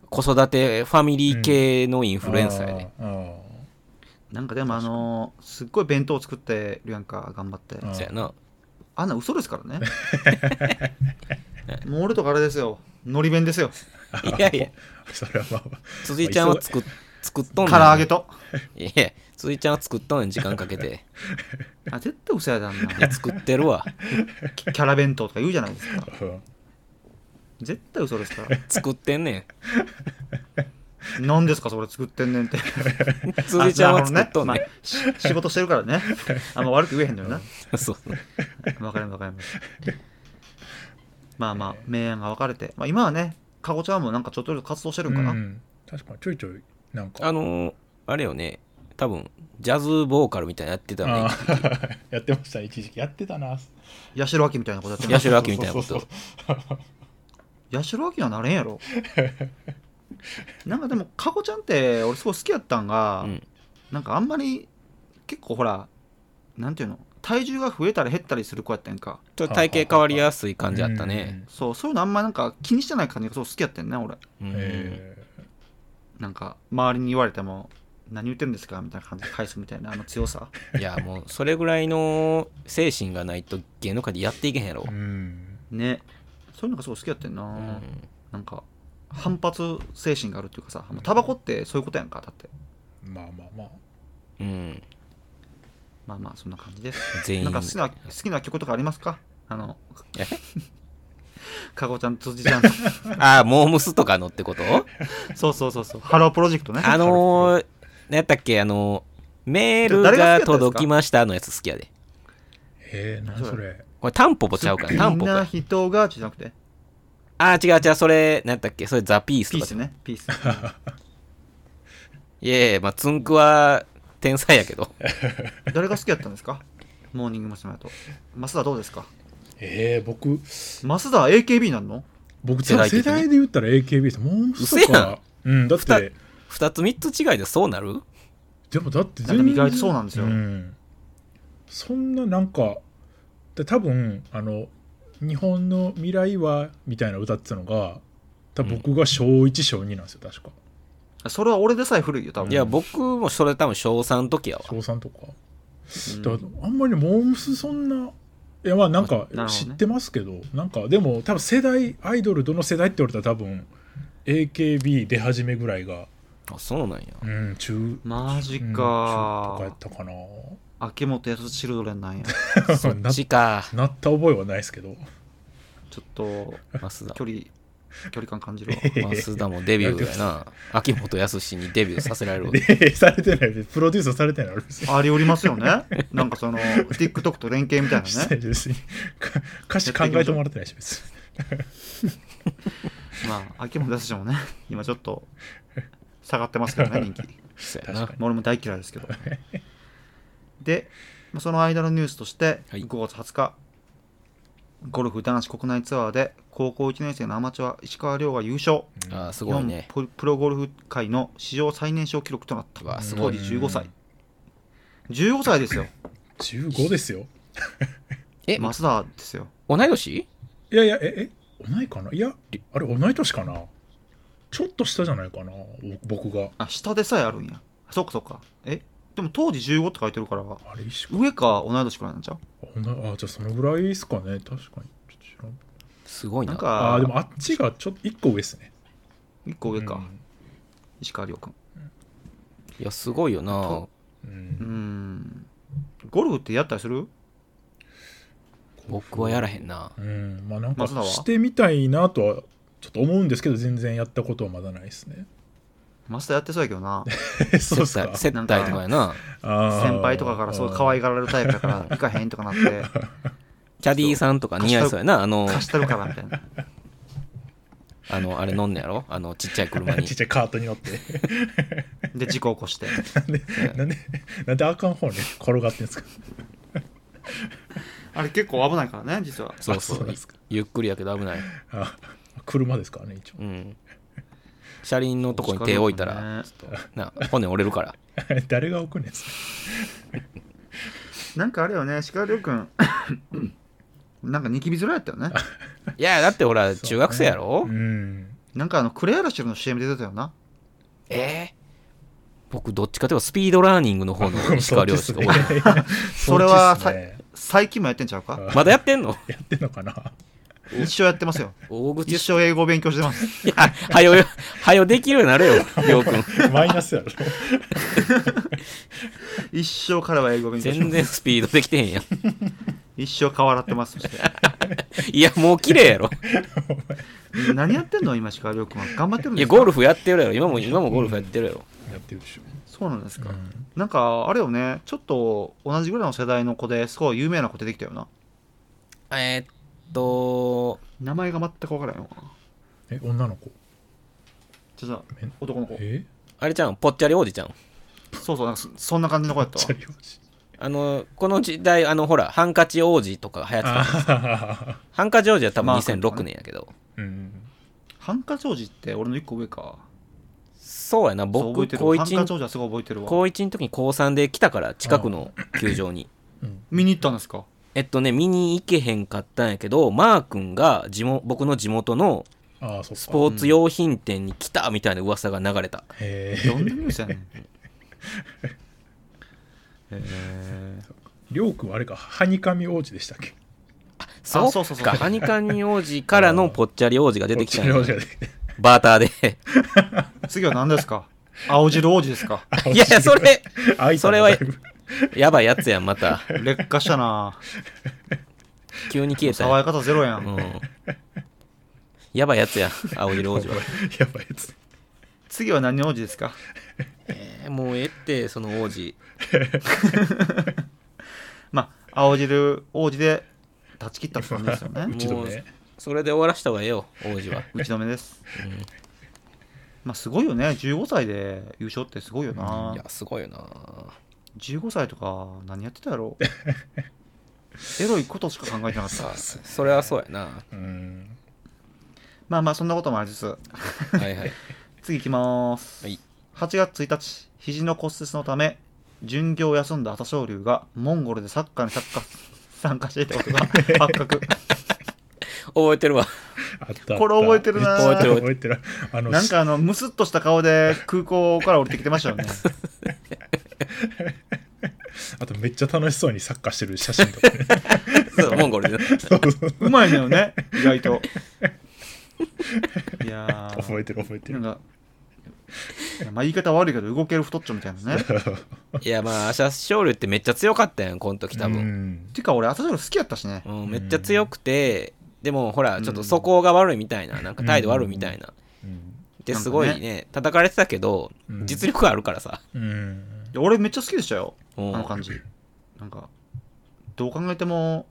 [SPEAKER 3] 子育てファミリー系のインフルエンサーやで、
[SPEAKER 4] あー
[SPEAKER 2] なんかでもあのーすっごい弁当作ってるやんか頑張って
[SPEAKER 4] あー
[SPEAKER 3] そうやな
[SPEAKER 2] あんな嘘ですからね もう俺とかあれですよのり弁ですよ
[SPEAKER 3] いやいや
[SPEAKER 4] それはまあまあ
[SPEAKER 3] 辻井ちゃんは作っ作っとんねん
[SPEAKER 2] 唐揚げと
[SPEAKER 3] いや辻井ちゃんは作っとんねん時間かけて
[SPEAKER 2] あ絶対嘘やだんない
[SPEAKER 3] や作ってるわ
[SPEAKER 2] キャラ弁当とか言うじゃないですか
[SPEAKER 4] うん
[SPEAKER 2] 絶対嘘ですから
[SPEAKER 3] 作ってんね
[SPEAKER 2] 何ですかそれ作ってんねんって
[SPEAKER 3] ん辻井ちゃんは作っとん
[SPEAKER 2] ま
[SPEAKER 3] ねん
[SPEAKER 2] あ、し仕事してるからねあんま悪く言えへんのよな
[SPEAKER 3] そう
[SPEAKER 2] わかりますわかりますまあまあ明暗が分かれて、まあ、今はねかごちゃんもなんかちょっとずつ活動してるんかな、
[SPEAKER 4] うん確かにちょいちょいなんか
[SPEAKER 3] あのーあれよね多分ジャズボーカルみたいなのやってたよ
[SPEAKER 4] あ
[SPEAKER 3] ね
[SPEAKER 4] ー やってました一時期やってたな
[SPEAKER 2] 八代亜紀みたいなことやってる
[SPEAKER 3] 八代亜紀みたいなこ
[SPEAKER 4] そう
[SPEAKER 3] と
[SPEAKER 4] そう
[SPEAKER 2] 八代亜紀はなれんや ろなんかでもかごちゃんって俺すごい好きやったんが、
[SPEAKER 3] うん
[SPEAKER 2] なんかあんまり結構ほらなんていうの体重が増えたり減ったりする子やったんか
[SPEAKER 3] ちょっと体型変わりやすい感じあったね
[SPEAKER 2] そうそういうのあんまなんか気にしてない感じがそう好きやってんね俺
[SPEAKER 3] う
[SPEAKER 4] うんんえ
[SPEAKER 2] なんか周りに言われても何言ってんですかみたいな感じで返すみたいなあの強さ
[SPEAKER 3] いやもうそれぐらいの精神がないと芸能界でやっていけへんやろ
[SPEAKER 4] う、ん
[SPEAKER 2] ねそういうのがすごい好きやってんな、
[SPEAKER 3] うん
[SPEAKER 2] なんか反発精神があるっていうかさもうタバコってそういうことやんかだって
[SPEAKER 4] まあまあまあ
[SPEAKER 3] うん、
[SPEAKER 2] まあまあそんな感じです
[SPEAKER 3] 全員
[SPEAKER 2] なんか好きな好きな曲とかありますかあの
[SPEAKER 3] え
[SPEAKER 2] かごちゃん辻ち ゃんの
[SPEAKER 3] ああモームスとかのってこと
[SPEAKER 2] そうそうそうそうハロープロジェクトね
[SPEAKER 3] あのー、何やったっけあのーメール
[SPEAKER 2] 誰が好きやったん
[SPEAKER 3] が
[SPEAKER 2] ですか
[SPEAKER 3] 届きましたのやつ好きやで
[SPEAKER 4] えー、なんそれ
[SPEAKER 3] これタンポポちゃうからタ
[SPEAKER 2] み
[SPEAKER 3] ン
[SPEAKER 2] ん
[SPEAKER 3] ポポ
[SPEAKER 2] な
[SPEAKER 3] や
[SPEAKER 2] 人がじゃなくて
[SPEAKER 3] ああ違う違うそれ何やったっけそれザ・ピース
[SPEAKER 2] ピ
[SPEAKER 3] と
[SPEAKER 2] ー
[SPEAKER 3] か
[SPEAKER 2] スねピース
[SPEAKER 3] いやいやまあつんくは天才やけど
[SPEAKER 2] 誰が好きやったんですかモーニング娘。だと増田どうですか
[SPEAKER 4] えー、僕
[SPEAKER 2] 増田 AKB なんの
[SPEAKER 4] 僕
[SPEAKER 3] 世
[SPEAKER 4] 世
[SPEAKER 3] 代
[SPEAKER 4] 代
[SPEAKER 3] 的に
[SPEAKER 4] で言ったら AKB ですもう
[SPEAKER 3] 嘘やん
[SPEAKER 4] 嘘かうんだっ
[SPEAKER 3] 二
[SPEAKER 4] て
[SPEAKER 3] 2つ3つ違いでそうなる
[SPEAKER 4] でもだって
[SPEAKER 2] なんか意外とそうなんですよ
[SPEAKER 4] んそんななんかで多分あの「日本の未来は」みたいな歌ってたのが多分僕が小1小2なんですよ確か
[SPEAKER 2] それは俺でさえ古いよ多分
[SPEAKER 3] いや僕もそれ多分小3の時やわ
[SPEAKER 4] 小3とか
[SPEAKER 2] うん
[SPEAKER 4] だからあんまりモームスそんないやまあなんか
[SPEAKER 2] なるほどね
[SPEAKER 4] 知ってますけどなんかでも多分世代アイドルどの世代って言われたら多分 AKB 出始めぐらいが
[SPEAKER 3] あそうなんや
[SPEAKER 4] うん中
[SPEAKER 2] マジ
[SPEAKER 4] うん中とかや
[SPEAKER 2] か
[SPEAKER 4] っ、たかな
[SPEAKER 2] 秋元康チルドレン なんや
[SPEAKER 3] そっちか
[SPEAKER 4] なった覚えはないですけど
[SPEAKER 2] ちょっと
[SPEAKER 3] 増 田
[SPEAKER 2] 距離距離感感じるわ
[SPEAKER 3] 増田もデビューやな秋元康にデビューさせられるわ
[SPEAKER 4] でされてないプロデュースされてないあれです
[SPEAKER 2] ありおりますよねなんかその TikTok と連携みたい なね
[SPEAKER 4] 別にか歌詞考えてもらってないし別に
[SPEAKER 2] まあ秋元康もね 今ちょっと下がってますけ どね人気
[SPEAKER 3] そうや
[SPEAKER 4] 確
[SPEAKER 3] な
[SPEAKER 4] かに
[SPEAKER 2] まあ俺も大嫌いですけどでまあその間のニュースとして
[SPEAKER 3] はい
[SPEAKER 2] 5月20日、ゴルフ男子国内ツアーで高校1年生のアマチュア石川遼が優勝
[SPEAKER 3] あーすごいね
[SPEAKER 2] 日本プロゴルフ界の史上最年少記録となった
[SPEAKER 3] うわす
[SPEAKER 2] 当
[SPEAKER 3] ごい
[SPEAKER 2] 時15歳15歳ですよ
[SPEAKER 4] 15ですよ
[SPEAKER 3] え
[SPEAKER 2] 増田ですよ
[SPEAKER 3] 同い年
[SPEAKER 4] いやいやええ同いかないやあれ同い年かなちょっと下じゃないかな僕が
[SPEAKER 2] あ下でさえあるんやそっかそっかえでも当時15って書いてるから
[SPEAKER 4] あれ石
[SPEAKER 2] 上か同い年くらいなんちゃう
[SPEAKER 4] 川同いあじゃあそのぐらいですかね確かにちょっと知らん
[SPEAKER 3] すごい
[SPEAKER 2] なん
[SPEAKER 3] な
[SPEAKER 2] か
[SPEAKER 4] あーでもあっちがちょっと1個上ですね
[SPEAKER 2] 1個上か、
[SPEAKER 4] うん
[SPEAKER 2] 石川遼君
[SPEAKER 3] いやすごいよな
[SPEAKER 4] う
[SPEAKER 2] うんんゴルフってやったりする
[SPEAKER 3] 僕はやらへんな
[SPEAKER 4] うんまあなんか
[SPEAKER 2] 松田は
[SPEAKER 4] してみたいなとはちょっと思うんですけど全然やったことはまだないですね
[SPEAKER 2] マスターやってそうやけどな
[SPEAKER 4] そう
[SPEAKER 3] 接
[SPEAKER 4] っすか
[SPEAKER 3] 待接待とかやな
[SPEAKER 4] あー
[SPEAKER 2] 先輩とかからすごい可愛がられるタイプだから行かへんとかなっ て
[SPEAKER 3] キャディーさんとか似合いそうやなあの
[SPEAKER 2] 貸してるからみたいな
[SPEAKER 3] あのあれ飲んねやろあのちっちゃい車に
[SPEAKER 4] ちっちゃいカートに乗って
[SPEAKER 2] で事故起こして
[SPEAKER 4] なんでなんでなんであかん方に転がってんですか
[SPEAKER 2] あれ結構危ないからね実は
[SPEAKER 3] そうそ
[SPEAKER 4] あそう
[SPEAKER 3] う
[SPEAKER 4] なんですか
[SPEAKER 3] ゆゆっくりやけど危ない
[SPEAKER 4] あ車ですからね一応
[SPEAKER 3] うん車輪のとこに手置いたら
[SPEAKER 2] 石
[SPEAKER 3] な骨折れるから
[SPEAKER 4] 誰が置くねんす
[SPEAKER 2] なんかあれよね石川遼 君なんかニキビ面やったよね
[SPEAKER 3] いやだってほ ら中学生やろ
[SPEAKER 4] うん
[SPEAKER 2] なんかあのクレアラシルの CM で出てたよな
[SPEAKER 3] えー僕どっちかというとスピードラーニングの方 の石川遼しか覚えてない
[SPEAKER 4] そっちっす ね
[SPEAKER 2] それは
[SPEAKER 4] そっちっすね
[SPEAKER 2] 最近もやってんちゃうか
[SPEAKER 4] あ
[SPEAKER 3] まだやってんの
[SPEAKER 4] やってんのかな
[SPEAKER 2] 一生やってますよ
[SPEAKER 3] 大
[SPEAKER 2] 一
[SPEAKER 3] 口
[SPEAKER 2] 生英語勉強してます
[SPEAKER 3] いやはよよはよできるようになれよ亮君
[SPEAKER 4] マイナスやろ
[SPEAKER 2] 一生彼は英語勉強してま
[SPEAKER 3] 全
[SPEAKER 2] す
[SPEAKER 3] 然スピードできてへんやん
[SPEAKER 2] 一生顔洗ってますそして
[SPEAKER 3] いやもう綺麗やろ
[SPEAKER 2] 何やってんの今 石川遼君は頑張ってるん
[SPEAKER 3] い
[SPEAKER 2] で
[SPEAKER 3] や
[SPEAKER 2] すか
[SPEAKER 3] ゴルフやってるやろ今も今もゴルフやってるやろ
[SPEAKER 4] やってるでしょ
[SPEAKER 2] そうなんですか、
[SPEAKER 4] うん
[SPEAKER 2] なんかあれよねちょっと同じぐらいの世代の子ですごい有名な子出てきたよな
[SPEAKER 3] えーっと
[SPEAKER 2] 名前が全く分からんよ
[SPEAKER 4] え女の子
[SPEAKER 2] ちょっと
[SPEAKER 4] え
[SPEAKER 2] 男の子
[SPEAKER 4] え
[SPEAKER 3] あれちゃんぽっちゃり王子ちゃん
[SPEAKER 2] そうそうなんかそそんな感じの子やった
[SPEAKER 4] チャ
[SPEAKER 2] わ
[SPEAKER 4] リ王子
[SPEAKER 3] あのこの時代あのほらハンカチ王子とかが流行ってた
[SPEAKER 4] あ
[SPEAKER 3] ハンカチ王子は多分
[SPEAKER 2] マー君とか
[SPEAKER 3] 2006
[SPEAKER 2] ね
[SPEAKER 3] 年やけど
[SPEAKER 4] ー うん
[SPEAKER 2] ハンカチ王子って俺の一個上か
[SPEAKER 3] そうやな
[SPEAKER 2] そう
[SPEAKER 3] 僕
[SPEAKER 2] 覚えてる
[SPEAKER 3] 高
[SPEAKER 2] わハン
[SPEAKER 3] 1
[SPEAKER 2] カ
[SPEAKER 3] ん
[SPEAKER 2] チ王子はすごい覚えてるわ
[SPEAKER 3] 高1の時に高3で来たから近くの球場に
[SPEAKER 4] うん
[SPEAKER 2] 見に行ったんですか
[SPEAKER 3] えっとね見に行けへんかったんやけどマー君が地元僕の地元の
[SPEAKER 4] ああそっか
[SPEAKER 3] スポーツ用品店に来たみたいな噂が流れた
[SPEAKER 4] へ
[SPEAKER 2] どんなニュースやねんえ
[SPEAKER 4] りょうくんはあれかハニカミ王子でしたっけ
[SPEAKER 3] そう
[SPEAKER 2] そうそうそう
[SPEAKER 3] かハニカニ王子からのぽっちゃり王子が出てきたんや
[SPEAKER 4] 王子が出てき
[SPEAKER 3] バーターで
[SPEAKER 2] ー、次は何ですか青汁王子ですか
[SPEAKER 4] た
[SPEAKER 3] いやいやそれ
[SPEAKER 4] あいた
[SPEAKER 3] それ
[SPEAKER 4] な
[SPEAKER 3] は
[SPEAKER 4] だいぶ
[SPEAKER 3] やばいやつやんまた
[SPEAKER 2] 劣化したな
[SPEAKER 3] 急に消えた
[SPEAKER 2] 爽
[SPEAKER 3] や
[SPEAKER 2] やかさゼロや
[SPEAKER 3] ん、
[SPEAKER 2] ん、
[SPEAKER 3] うん、やばいやつやん青汁王子 は
[SPEAKER 4] やばいやつ
[SPEAKER 2] 次は何王子ですか
[SPEAKER 3] えーもうええってその王子
[SPEAKER 2] まあ青汁王子で断ち切ったって感じですよ
[SPEAKER 4] 打
[SPEAKER 2] ね
[SPEAKER 4] ち止め
[SPEAKER 3] もうそれで終わらした方がええよ王子は、
[SPEAKER 2] 打ち止めです、まあすごいよね15歳で優勝ってすごいよな、
[SPEAKER 3] いやすごいよな
[SPEAKER 2] 15歳とか何やってたや ろエロいことしか考えてなかった
[SPEAKER 3] それはそうやな
[SPEAKER 4] うん
[SPEAKER 2] まあまあそんなこともありつつ
[SPEAKER 3] はいはい
[SPEAKER 2] 次行きます、
[SPEAKER 3] はい
[SPEAKER 2] 8月1日肘の骨折のため巡業を休んだ朝青龍がモンゴルでサッカーに 参加参加していたことが発 覚
[SPEAKER 3] 覚えてるわ
[SPEAKER 4] あった
[SPEAKER 2] これ覚えてるな
[SPEAKER 4] 覚えてる覚えてるあの
[SPEAKER 2] なんかあのムスッとした顔で空港から降りてきてましたよね
[SPEAKER 4] あとめっちゃ楽しそうにサッカーしてる写真とかね
[SPEAKER 3] そうモンゴルで
[SPEAKER 4] そうそう
[SPEAKER 2] うまいのよね意外 といやー
[SPEAKER 4] 覚えてる覚えて
[SPEAKER 2] なん
[SPEAKER 4] る
[SPEAKER 2] かいやまあ言い方悪いけど動ける太っちょみたいなね
[SPEAKER 3] いやまあ朝青龍ってめっちゃ強かったやんこの時多
[SPEAKER 4] う
[SPEAKER 3] 分、
[SPEAKER 4] ん
[SPEAKER 2] てか俺朝青龍好きやったしね
[SPEAKER 3] うんめっちゃ強くてでもほらちょっと素行が悪いみたいななんか態度悪いみたいな、
[SPEAKER 4] うん
[SPEAKER 3] で
[SPEAKER 2] なんかね
[SPEAKER 3] すごいね叩かれてたけど、
[SPEAKER 4] うん
[SPEAKER 3] 実力があるからさ、
[SPEAKER 4] うん
[SPEAKER 2] いや俺めっちゃ好きでしたよ
[SPEAKER 3] うん
[SPEAKER 2] あの感じなんかどう考えても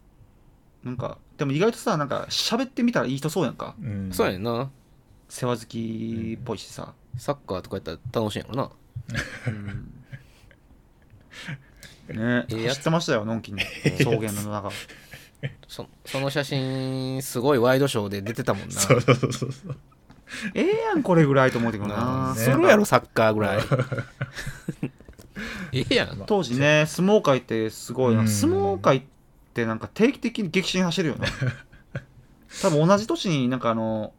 [SPEAKER 2] なんかでも意外とさなんか喋ってみたらいい人そうやんか
[SPEAKER 4] うん
[SPEAKER 3] そうやんな
[SPEAKER 2] 世話好きっぽいしさ、
[SPEAKER 3] サッカーとかやったら楽しいんやろな
[SPEAKER 2] うんね
[SPEAKER 3] ええやつ
[SPEAKER 2] 走ってましたよのんきに草原の中
[SPEAKER 3] そその写真すごいワイドショーで出てたもんな
[SPEAKER 4] そうそうそうそうそう
[SPEAKER 2] ええやんこれぐらいと思うてくる
[SPEAKER 3] な
[SPEAKER 2] な
[SPEAKER 3] あするやろサッカーぐらい ええやん
[SPEAKER 2] 当時ね相撲界ってすごいな
[SPEAKER 4] うん
[SPEAKER 2] 相撲界ってなんか定期的に激震走る よね多分同じ年になんかあの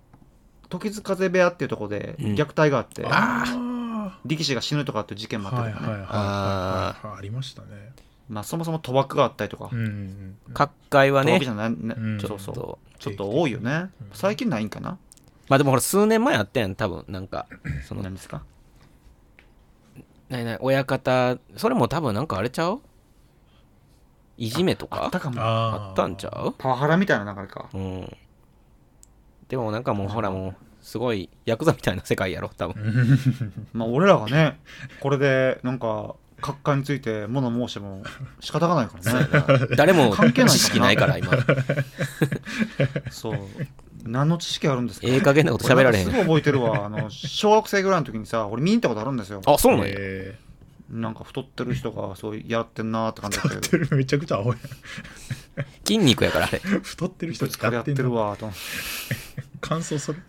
[SPEAKER 2] 時津風部屋っていうとこで
[SPEAKER 3] うん
[SPEAKER 2] 虐待があって、
[SPEAKER 4] あ
[SPEAKER 2] 力士が死ぬとかっていう事件も
[SPEAKER 4] あ
[SPEAKER 2] あった
[SPEAKER 4] は
[SPEAKER 2] け
[SPEAKER 4] いはい
[SPEAKER 2] どね、
[SPEAKER 4] はいはい
[SPEAKER 3] あ
[SPEAKER 4] はいありましたね
[SPEAKER 2] まあ、そもそも賭博があったりとか、
[SPEAKER 4] うん
[SPEAKER 3] 各界は
[SPEAKER 2] 賭
[SPEAKER 3] ね
[SPEAKER 2] 博じゃない、ね
[SPEAKER 4] うん
[SPEAKER 2] ち
[SPEAKER 3] ち
[SPEAKER 2] ょ
[SPEAKER 3] ょ
[SPEAKER 2] っ
[SPEAKER 3] っ
[SPEAKER 2] と
[SPEAKER 3] と
[SPEAKER 2] ちょっと多いよね
[SPEAKER 4] うん
[SPEAKER 2] 最近ないんかな
[SPEAKER 3] まあでもほら数年前あったやん多分なんかその
[SPEAKER 2] 何ですか
[SPEAKER 3] ないない親方それも多分なんかあれちゃういじめと
[SPEAKER 2] あ
[SPEAKER 3] か
[SPEAKER 2] ったかも
[SPEAKER 4] あ
[SPEAKER 3] あったんちゃう
[SPEAKER 2] パワハラみたいな流れか
[SPEAKER 3] うんでもなんかもうほらもうすごいヤクザみたいな世界やろ多分
[SPEAKER 2] まあ俺らが ねこれでなんか閣下について物申しても仕方がないからね
[SPEAKER 3] 誰も
[SPEAKER 2] 関係ないからな
[SPEAKER 3] 知識ないから今
[SPEAKER 2] そう何の知識あるんですか
[SPEAKER 3] ええ加減なこと喋られへ
[SPEAKER 2] 俺なんか
[SPEAKER 3] ん
[SPEAKER 2] すぐ覚えてるわあの小学生ぐらいの時にさ俺見に行ったことあるんですよ
[SPEAKER 3] あそうなんや
[SPEAKER 4] ええ
[SPEAKER 2] なんか太ってる人がそうやってんなーって感じだった
[SPEAKER 4] 太っ
[SPEAKER 2] けど
[SPEAKER 4] てるめちゃくちゃ青い
[SPEAKER 3] 筋肉やからあれ
[SPEAKER 4] 太ってる人
[SPEAKER 2] 疲れやってるわーと
[SPEAKER 4] 感想それ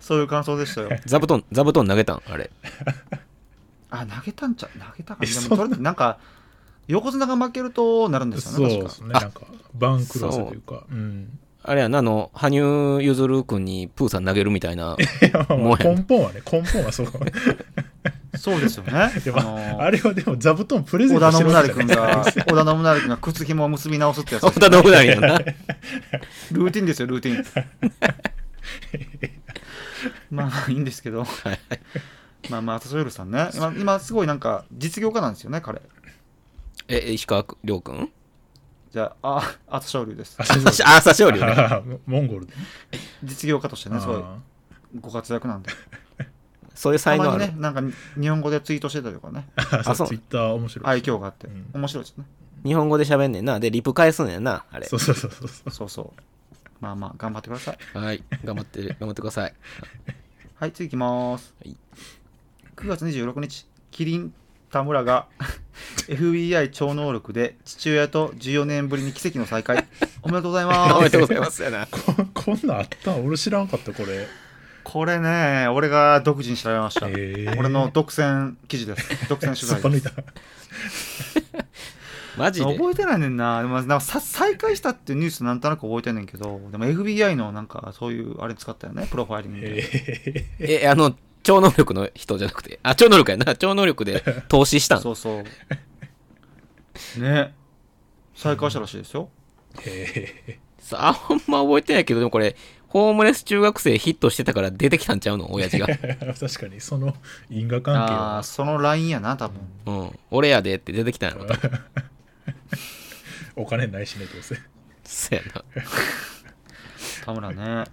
[SPEAKER 2] そういう感想でしたよ
[SPEAKER 3] 座布団座布団投げたんあれ
[SPEAKER 2] あ投げたんちゃ投げたかなで
[SPEAKER 4] えそ
[SPEAKER 2] も
[SPEAKER 4] ん
[SPEAKER 2] そ
[SPEAKER 4] な
[SPEAKER 2] れなんか横綱が負けるとなるんです
[SPEAKER 4] そ
[SPEAKER 2] よ
[SPEAKER 4] う
[SPEAKER 2] ね
[SPEAKER 4] で
[SPEAKER 2] 確
[SPEAKER 4] す
[SPEAKER 2] か
[SPEAKER 4] ねなんかバンクロスというかうん
[SPEAKER 3] あれやなあの羽生結弦君にプーさん投げるみたいない
[SPEAKER 4] やまあま
[SPEAKER 3] も
[SPEAKER 4] あ
[SPEAKER 3] うや
[SPEAKER 4] 根本はね根本 はそこ
[SPEAKER 2] そうですよね、
[SPEAKER 4] でも
[SPEAKER 2] あのー
[SPEAKER 4] あれはでも座布団プレゼン
[SPEAKER 2] 織
[SPEAKER 4] ト
[SPEAKER 2] 田
[SPEAKER 4] して
[SPEAKER 2] 信
[SPEAKER 4] るわけ
[SPEAKER 2] 成
[SPEAKER 4] じ
[SPEAKER 2] 君
[SPEAKER 4] ゃ ない
[SPEAKER 2] が織田信成君が靴紐を結び直すってやつ
[SPEAKER 3] 織田信成のな
[SPEAKER 2] ルーティンですよルーティンまあいいんですけどまあまあ朝青龍さんね今今すごいなんか実業家なんですよね彼
[SPEAKER 3] ええ石川遼君
[SPEAKER 2] じゃああ朝青龍です
[SPEAKER 4] あそうそう
[SPEAKER 3] あ朝青龍ね
[SPEAKER 4] あー モンゴルで
[SPEAKER 2] 実業家としてねすごい
[SPEAKER 4] あ
[SPEAKER 2] ご活躍なんで
[SPEAKER 3] そういう
[SPEAKER 2] た
[SPEAKER 3] 才能
[SPEAKER 2] ま
[SPEAKER 3] あ
[SPEAKER 2] に
[SPEAKER 3] る
[SPEAKER 2] ねなんか日本語でツイートしてたりとかね
[SPEAKER 4] ー
[SPEAKER 3] あ
[SPEAKER 4] そ
[SPEAKER 3] そうう
[SPEAKER 4] ツイッター面白い
[SPEAKER 2] 愛嬌があって
[SPEAKER 4] うん
[SPEAKER 2] 面白いですね
[SPEAKER 3] 日本語で喋んねんなでリプ返すねんなあれ
[SPEAKER 4] そうそうそうそうそう
[SPEAKER 2] そうそうまあまあ頑張ってください
[SPEAKER 3] はい頑張って頑張ってください
[SPEAKER 2] はい、次行きます。
[SPEAKER 3] はい
[SPEAKER 2] 9月26日、キリン田村 が FBI 超能力で父親と14年ぶりに奇跡の再 会。おめでとうござい
[SPEAKER 3] おめ
[SPEAKER 2] ま。
[SPEAKER 3] ですとうございますやな
[SPEAKER 4] ここんなんあった俺知らんかったこれ
[SPEAKER 2] これね、俺が独自に調べました。
[SPEAKER 4] へー
[SPEAKER 2] 俺の独占記事です。 独占
[SPEAKER 4] す
[SPEAKER 2] 取
[SPEAKER 4] っ
[SPEAKER 2] 材
[SPEAKER 4] ぱ抜
[SPEAKER 2] で
[SPEAKER 4] い
[SPEAKER 2] す。
[SPEAKER 4] た
[SPEAKER 3] マジで
[SPEAKER 2] 覚えてないねんな。でもなんかさ再会したっていうニュースなんとなく覚えてんねんけど、でも FBI のなんかそういうあれ使ったよね、プロファイリングで。
[SPEAKER 4] え
[SPEAKER 3] えあの超能力の人じゃなくて、あ、超能力やな。超能力で投資したん。
[SPEAKER 2] そうそう。ね。再開したらしいですよ。
[SPEAKER 4] へえ
[SPEAKER 3] さあ、ほんま覚えてないけど、でもこれ、ホームレス中学生ヒットしてたから出てきたんちゃうの親父が。
[SPEAKER 4] 確かにその因果関係
[SPEAKER 2] ああ
[SPEAKER 4] は
[SPEAKER 2] ー、そのラインやな、多分。
[SPEAKER 3] うん。俺やでって出てきたんやろ、多分。
[SPEAKER 4] お金ないしねどうせ
[SPEAKER 3] そやな。
[SPEAKER 2] 田村ね。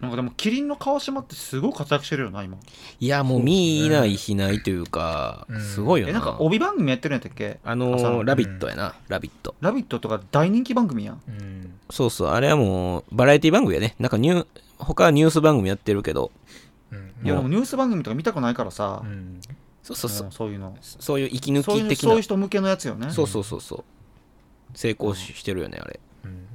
[SPEAKER 2] なんかでも、キリンの川島ってすごい活躍してるよな、今。
[SPEAKER 3] いや、もう見ない、非ないというか
[SPEAKER 4] う、ん
[SPEAKER 3] すごいよ
[SPEAKER 2] え、
[SPEAKER 3] な。
[SPEAKER 2] なんか帯番組やってるんやったっけ
[SPEAKER 3] あの
[SPEAKER 2] 朝
[SPEAKER 3] ー
[SPEAKER 2] の
[SPEAKER 3] ラビットやな、ラビット。
[SPEAKER 2] ラビットとか大人気番組やん。
[SPEAKER 4] うん
[SPEAKER 3] そうそう、あれはもう、バラエティ番組やね。なんかニュー、他はニュース番組やってるけど、
[SPEAKER 4] うん
[SPEAKER 2] いや、でもニュース番組とか見たくないからさ
[SPEAKER 4] う、ん
[SPEAKER 3] そうそうそうう、
[SPEAKER 2] んそういうの。
[SPEAKER 3] そういう息抜
[SPEAKER 2] そうい
[SPEAKER 3] き
[SPEAKER 2] う
[SPEAKER 3] 的
[SPEAKER 2] そういう
[SPEAKER 3] な。
[SPEAKER 2] 人向けのやつよね。
[SPEAKER 3] そうそうそうそう。成功ししてるよね、あれ。
[SPEAKER 4] うん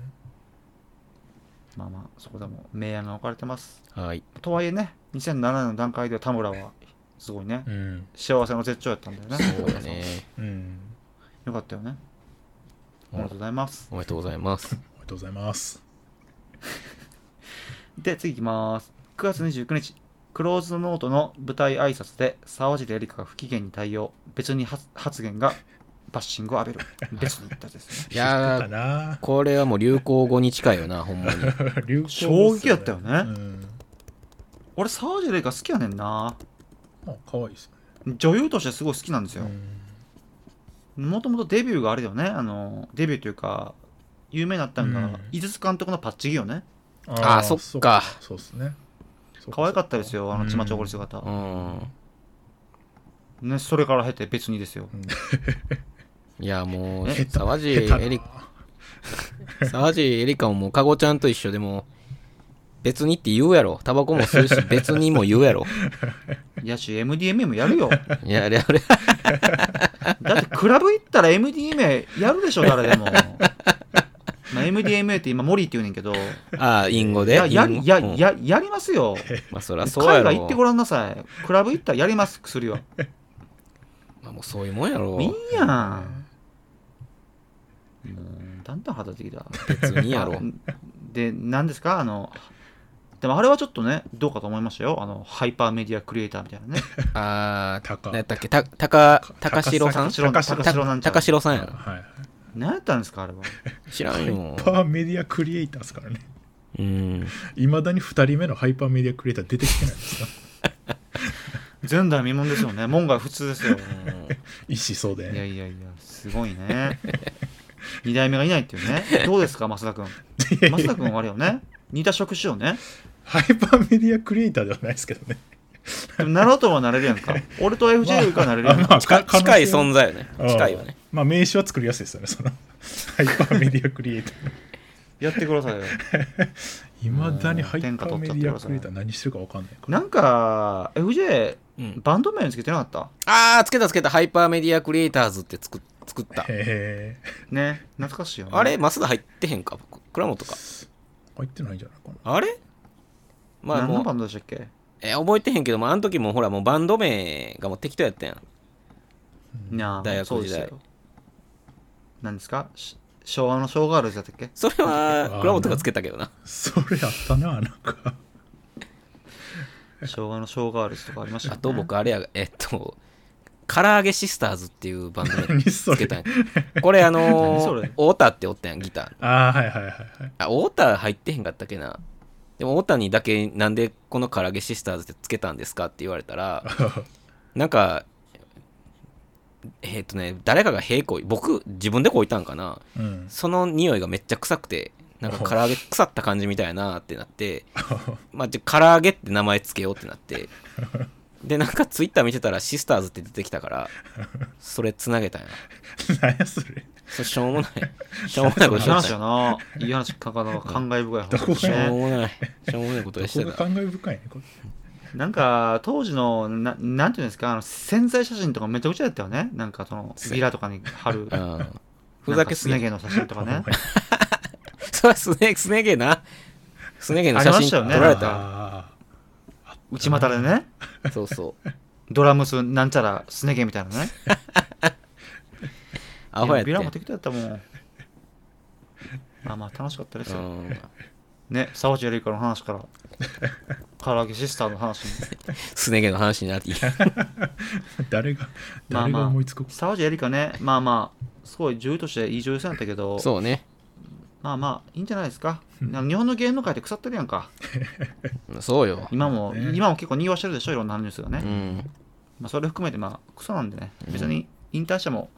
[SPEAKER 2] まあまあ、そこでも明暗が分かれてます。
[SPEAKER 3] はい。
[SPEAKER 2] とはいえね、2007年の段階では田村は、すごいね、
[SPEAKER 4] うん
[SPEAKER 2] 幸せの絶頂やったんだよね。
[SPEAKER 3] そうだね。
[SPEAKER 4] うん
[SPEAKER 2] よかったよね。ありがとうございます。
[SPEAKER 3] おめでとうござい ます。
[SPEAKER 4] おめでとうございます
[SPEAKER 2] で、次行きます。9月29日、クローズノートの舞台挨拶で、沢尻エリカが不機嫌に対応、別に発発言がバッシングを浴びる。別に言ったやつですね。
[SPEAKER 3] い
[SPEAKER 4] いや
[SPEAKER 3] や
[SPEAKER 4] か
[SPEAKER 3] ー、
[SPEAKER 4] な
[SPEAKER 3] これはもう流行語に近いよな、ほんまに。
[SPEAKER 4] 流行
[SPEAKER 2] 衝撃やったよね
[SPEAKER 4] うん
[SPEAKER 2] 俺、沢尻エリカ好きやねんな。
[SPEAKER 4] まあ可愛いですよ
[SPEAKER 2] 女優としてすごい好きなんですよ
[SPEAKER 4] ねう。ん
[SPEAKER 2] もともとデビューがあれだよね。あの、デビューというか、有名になったの
[SPEAKER 4] う
[SPEAKER 2] が
[SPEAKER 4] ん、
[SPEAKER 2] 井筒監督のパッチギよね。
[SPEAKER 3] あーそっか
[SPEAKER 4] そうですね
[SPEAKER 2] 可愛かったですよ、あの、ちまちょこり
[SPEAKER 4] す
[SPEAKER 2] 姿
[SPEAKER 3] う。ん。
[SPEAKER 2] ね、それから経て別にですよ。
[SPEAKER 3] いや、もう、
[SPEAKER 2] え
[SPEAKER 3] 沢尻エリ 沢尻エリカももう、かごちゃんと一緒でもう、別にって言うやろ。タバコも吸う し、別にも言うやろ。
[SPEAKER 2] いやし、MDMA もやるよ。
[SPEAKER 3] いや、あれ、あれ、
[SPEAKER 2] だってクラブ行ったら MDMA やるでしょ、誰 でも。まあ、MDMA って今、モリーって言うねんけど、
[SPEAKER 3] ああ、隠語
[SPEAKER 2] い
[SPEAKER 3] で。
[SPEAKER 2] やや
[SPEAKER 3] 隠語
[SPEAKER 2] や
[SPEAKER 3] うん
[SPEAKER 2] ややりますよ。
[SPEAKER 3] まあ、そりゃそうや
[SPEAKER 2] 海
[SPEAKER 3] ろ。
[SPEAKER 2] 外行ってごらんなさい。クラブ行ったらやります、薬は。
[SPEAKER 3] まあ、もうそういうもんやろ
[SPEAKER 2] い。いやん。もうだんだん肌的だ。
[SPEAKER 3] 別に やろ。
[SPEAKER 2] で、何ですかあの、でもあれはちょっとね、どうかと思いましたよ。あの、ハイパーメディアクリエイターみたい なね。
[SPEAKER 3] ああ、
[SPEAKER 4] タカ
[SPEAKER 3] 何やったっけ、た、たか、たかしろさん
[SPEAKER 2] 高城高
[SPEAKER 4] 高城
[SPEAKER 2] 城なん
[SPEAKER 3] た
[SPEAKER 2] ちゃ
[SPEAKER 3] た
[SPEAKER 2] う
[SPEAKER 3] かしろさんやろ。
[SPEAKER 4] はい
[SPEAKER 2] 何やったんですか、あれは。
[SPEAKER 3] 知ら んよ。
[SPEAKER 4] パーメディアクリエイターですからね
[SPEAKER 3] うん。
[SPEAKER 4] いまだに2人目のハイパーメディアクリエイター出てきてないんですか
[SPEAKER 2] 前代未聞ですよね。門外不通ですよ。
[SPEAKER 4] 一子相
[SPEAKER 2] いや
[SPEAKER 4] 伝
[SPEAKER 2] いやいや、すごい ね。二代目がいないっていうね。どうですか、増田君。増田君はあれよね。似た職種よね。
[SPEAKER 4] ハイパーメディアクリエイターではないですけどね
[SPEAKER 2] でも、なろうとはなれるやんか。俺と FJ がなれるやんか。
[SPEAKER 4] まあ
[SPEAKER 3] 近
[SPEAKER 4] か可能性
[SPEAKER 3] 近い存在よね。
[SPEAKER 4] ああ
[SPEAKER 3] 近いよね。
[SPEAKER 4] まあ名刺は作りやすいですよねそのハイパーメディアクリエイター
[SPEAKER 2] やってくださいよ。
[SPEAKER 4] いまだにハイパーメディアクリエイター何してるか分かんないから
[SPEAKER 2] なんか、FJ、
[SPEAKER 3] うん
[SPEAKER 2] バンド名つけてなかっ
[SPEAKER 3] ああ、つけたつけた。ハイパーメディアクリエイターズって作っ作った。
[SPEAKER 4] へえ
[SPEAKER 2] たね。懐かしいよね。
[SPEAKER 3] あれマスダ入ってへんか倉本か。
[SPEAKER 4] 入ってないんじゃないかな
[SPEAKER 3] あれまあ
[SPEAKER 2] 何の
[SPEAKER 3] も
[SPEAKER 2] バ
[SPEAKER 3] う、
[SPEAKER 2] ンドでしたっけ
[SPEAKER 3] えー覚えてへんけど、まあ、あの時もほら、もうバンド名がもう適当やったやん。
[SPEAKER 2] なあ
[SPEAKER 3] 大学時
[SPEAKER 2] そ
[SPEAKER 3] 代
[SPEAKER 2] うですよ何ですかし昭和の小ガールズだったっけ
[SPEAKER 3] それは、倉本がつけたけどな。
[SPEAKER 4] それあったななんか
[SPEAKER 2] 昭和の小ガールズとかありましたよ
[SPEAKER 3] あ
[SPEAKER 2] ね
[SPEAKER 3] と僕、あれや、えっと、唐揚げシスターズっていうバンド名
[SPEAKER 4] 何そ
[SPEAKER 3] つけ
[SPEAKER 4] れ
[SPEAKER 3] たんや。これあの
[SPEAKER 2] 何そ
[SPEAKER 3] ー
[SPEAKER 2] れ、
[SPEAKER 3] 太田っておったやん、ギター。
[SPEAKER 4] ああはいはいはいはい
[SPEAKER 3] あ、太田入ってへんかったっけな。でも太田にだけなんでこの唐揚げシスターズってつけたんですかって言われた ら、なんか、えっ、とね、誰かが屁こい、僕、自分でこいたんかな。
[SPEAKER 4] うん
[SPEAKER 3] その匂いがめっちゃ臭くて、なんか唐揚げ腐った感じみたいなってなって、まあ、じゃあ唐揚げって名前つけようってなって、で、なんかツイッター見てたらシスターズって出てきたから、それつなげたんや。
[SPEAKER 4] 何やそれ
[SPEAKER 3] それしょうもない。しょうもないこと
[SPEAKER 2] いい
[SPEAKER 3] しま
[SPEAKER 2] 話
[SPEAKER 3] し
[SPEAKER 2] だ
[SPEAKER 3] た。
[SPEAKER 2] な。いい話、かかなか感慨深い
[SPEAKER 4] どこが
[SPEAKER 2] 話
[SPEAKER 3] しょう
[SPEAKER 2] ね。
[SPEAKER 3] もない。しょうもないことでし
[SPEAKER 4] こ
[SPEAKER 3] て
[SPEAKER 4] れが
[SPEAKER 3] た。
[SPEAKER 4] 感慨深いねこれ
[SPEAKER 2] なんか、当時の、ななんていうんですか、あの宣材写真とかめちゃくちゃやったよね。なんか、その、ビラとかに貼る、
[SPEAKER 3] うんふざけすぎ
[SPEAKER 2] なんかスネ毛の写真と かね。
[SPEAKER 3] それはスネスネ毛な。スネ毛の写
[SPEAKER 2] ありま
[SPEAKER 3] 真
[SPEAKER 2] した
[SPEAKER 3] 撮
[SPEAKER 2] よね
[SPEAKER 3] られた。
[SPEAKER 4] あ
[SPEAKER 2] 内股でね、
[SPEAKER 3] そうそう。
[SPEAKER 2] ドラムスなんちゃらスネ毛みたいなね。
[SPEAKER 3] アホやっ
[SPEAKER 2] いビラも
[SPEAKER 3] て。
[SPEAKER 2] 適当やったもん。まあまあ、楽しかったです
[SPEAKER 3] う
[SPEAKER 2] よ。
[SPEAKER 3] ん
[SPEAKER 2] ね、沢地エリカの話から、唐揚げシスターの話に。
[SPEAKER 3] すね毛の話になって、
[SPEAKER 4] 誰が
[SPEAKER 2] まあ
[SPEAKER 4] 誰
[SPEAKER 2] ま
[SPEAKER 4] が
[SPEAKER 2] あ
[SPEAKER 4] 思いつくか、
[SPEAKER 2] 沢地エリカね、まあまあ、すごい女優としていい女優さんやったけど、
[SPEAKER 3] そうね。
[SPEAKER 2] まあまあ、いいんじゃないですか。あの日本の芸能界って腐ってるやんか。
[SPEAKER 3] そうよ。
[SPEAKER 2] 今も、
[SPEAKER 4] ね
[SPEAKER 2] 今も結構賑わしてるでしょ、いろんなニュースがね。
[SPEAKER 3] うん。
[SPEAKER 2] まあ、それ含めて、まあ、クソなんでね、別に引退しても、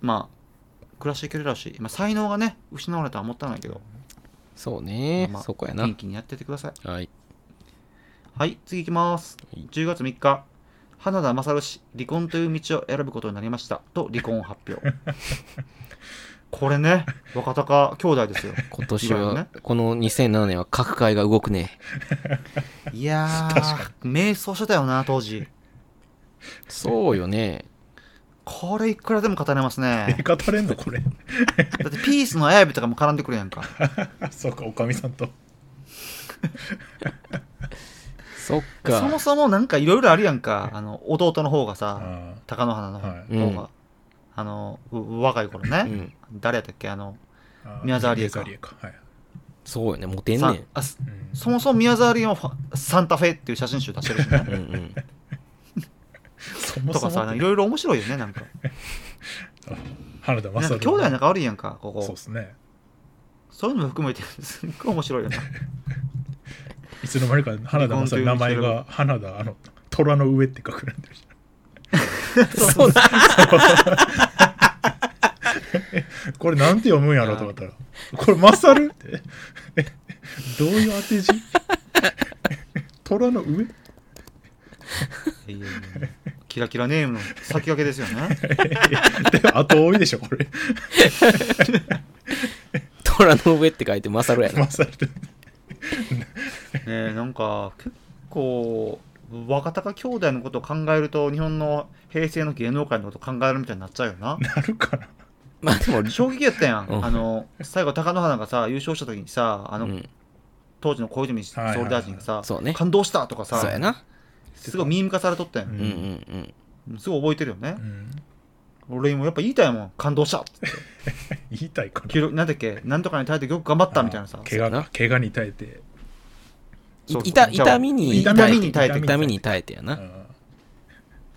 [SPEAKER 2] まあ、暮らしていけるだろうし、まあ、才能がね、失われたらもったいないけど、
[SPEAKER 3] そうね。
[SPEAKER 2] まあ
[SPEAKER 3] そこやな
[SPEAKER 2] 元。気にやっててください。
[SPEAKER 3] はい。
[SPEAKER 2] はい、次行きます。
[SPEAKER 3] はい
[SPEAKER 2] 10月3日、花田勝氏、離婚という道を選ぶことになりましたと離婚を発 表。これね、若隆兄弟 ですよ。
[SPEAKER 3] 今年
[SPEAKER 2] いろいろ
[SPEAKER 3] は
[SPEAKER 2] ね、
[SPEAKER 3] この2007年は各界が動くね。
[SPEAKER 2] いやー、迷走してたよな、当時。
[SPEAKER 3] そうよね。
[SPEAKER 2] これいくらでも語れますね
[SPEAKER 4] え。語れんのこれ
[SPEAKER 2] だってピースの綾部とかも絡んでくるやんか。
[SPEAKER 4] そうかおかみさんと
[SPEAKER 3] そっ
[SPEAKER 2] そも
[SPEAKER 3] か。
[SPEAKER 2] そもなんかいろいろあるやんか。あの、弟の方がさ、
[SPEAKER 4] あ
[SPEAKER 2] 貴乃花の方が、
[SPEAKER 4] はい
[SPEAKER 3] うん
[SPEAKER 2] あの、う若い頃ね、
[SPEAKER 3] うん。
[SPEAKER 2] 誰やったっけ、あの、
[SPEAKER 4] ーあー
[SPEAKER 2] 宮沢りえか
[SPEAKER 4] 宮沢かはい、
[SPEAKER 3] そうよね。モテんね
[SPEAKER 2] さ
[SPEAKER 3] ん。
[SPEAKER 2] あす
[SPEAKER 4] うん
[SPEAKER 2] そもそも宮沢りえもファサンタフェっていう写真集出してるしね。
[SPEAKER 3] うんうん。
[SPEAKER 4] そも
[SPEAKER 2] と
[SPEAKER 4] そ
[SPEAKER 2] か
[SPEAKER 4] も
[SPEAKER 2] さ、いろいろ面白いよね、 なんか。
[SPEAKER 4] 花田
[SPEAKER 2] なんか
[SPEAKER 4] 勝
[SPEAKER 2] 兄弟仲悪いやんか、こ
[SPEAKER 4] そう
[SPEAKER 2] こ
[SPEAKER 4] で。すね
[SPEAKER 2] そういうのも含めて、 すっごい面白いよね。
[SPEAKER 4] いつの間にか花田
[SPEAKER 2] 離婚と
[SPEAKER 4] 勝
[SPEAKER 2] いう
[SPEAKER 4] の名前が花田あの虎の上って書くなんでるじ
[SPEAKER 3] そうな。
[SPEAKER 4] ゃん これなんて読むんやろうと思ったらこれ勝るってえどういう当て 字虎の上
[SPEAKER 2] いやいやいやキラキラネームの先駆けですよね。
[SPEAKER 4] で後追いでしょこ れ
[SPEAKER 3] 虎の上って書いて勝るやな。
[SPEAKER 4] 勝る
[SPEAKER 2] ねえなんか結構若隆兄弟のことを考えると日本の平成の芸能界のことを考えるみたいになっちゃうよな
[SPEAKER 4] なるかな
[SPEAKER 3] まあでも、
[SPEAKER 2] 衝撃やったやん、
[SPEAKER 3] うん
[SPEAKER 2] あの最後貴乃花がさ優勝した時にさあ
[SPEAKER 3] う
[SPEAKER 2] の、
[SPEAKER 3] ん。
[SPEAKER 2] 当時の小泉総理大臣がさ、
[SPEAKER 3] そうね。
[SPEAKER 2] 感動したとか
[SPEAKER 3] そうや
[SPEAKER 2] さ
[SPEAKER 3] な。
[SPEAKER 2] すごいミーム化されとったや、
[SPEAKER 4] うん
[SPEAKER 3] うんうんうん。
[SPEAKER 2] すごい覚えてるよね
[SPEAKER 4] う、ん
[SPEAKER 2] 俺もやっぱ言いたいもん感動した
[SPEAKER 4] 言いたいかな
[SPEAKER 2] 記録なんだっけなんとかに耐えてよく頑張ったみたいなさ
[SPEAKER 4] あー
[SPEAKER 3] そう
[SPEAKER 4] 怪
[SPEAKER 3] や
[SPEAKER 4] 我
[SPEAKER 3] な
[SPEAKER 4] 怪我に耐えて
[SPEAKER 2] そう
[SPEAKER 3] い痛痛みに
[SPEAKER 2] 痛みに耐えて
[SPEAKER 3] 痛みに耐えてやな。
[SPEAKER 4] あ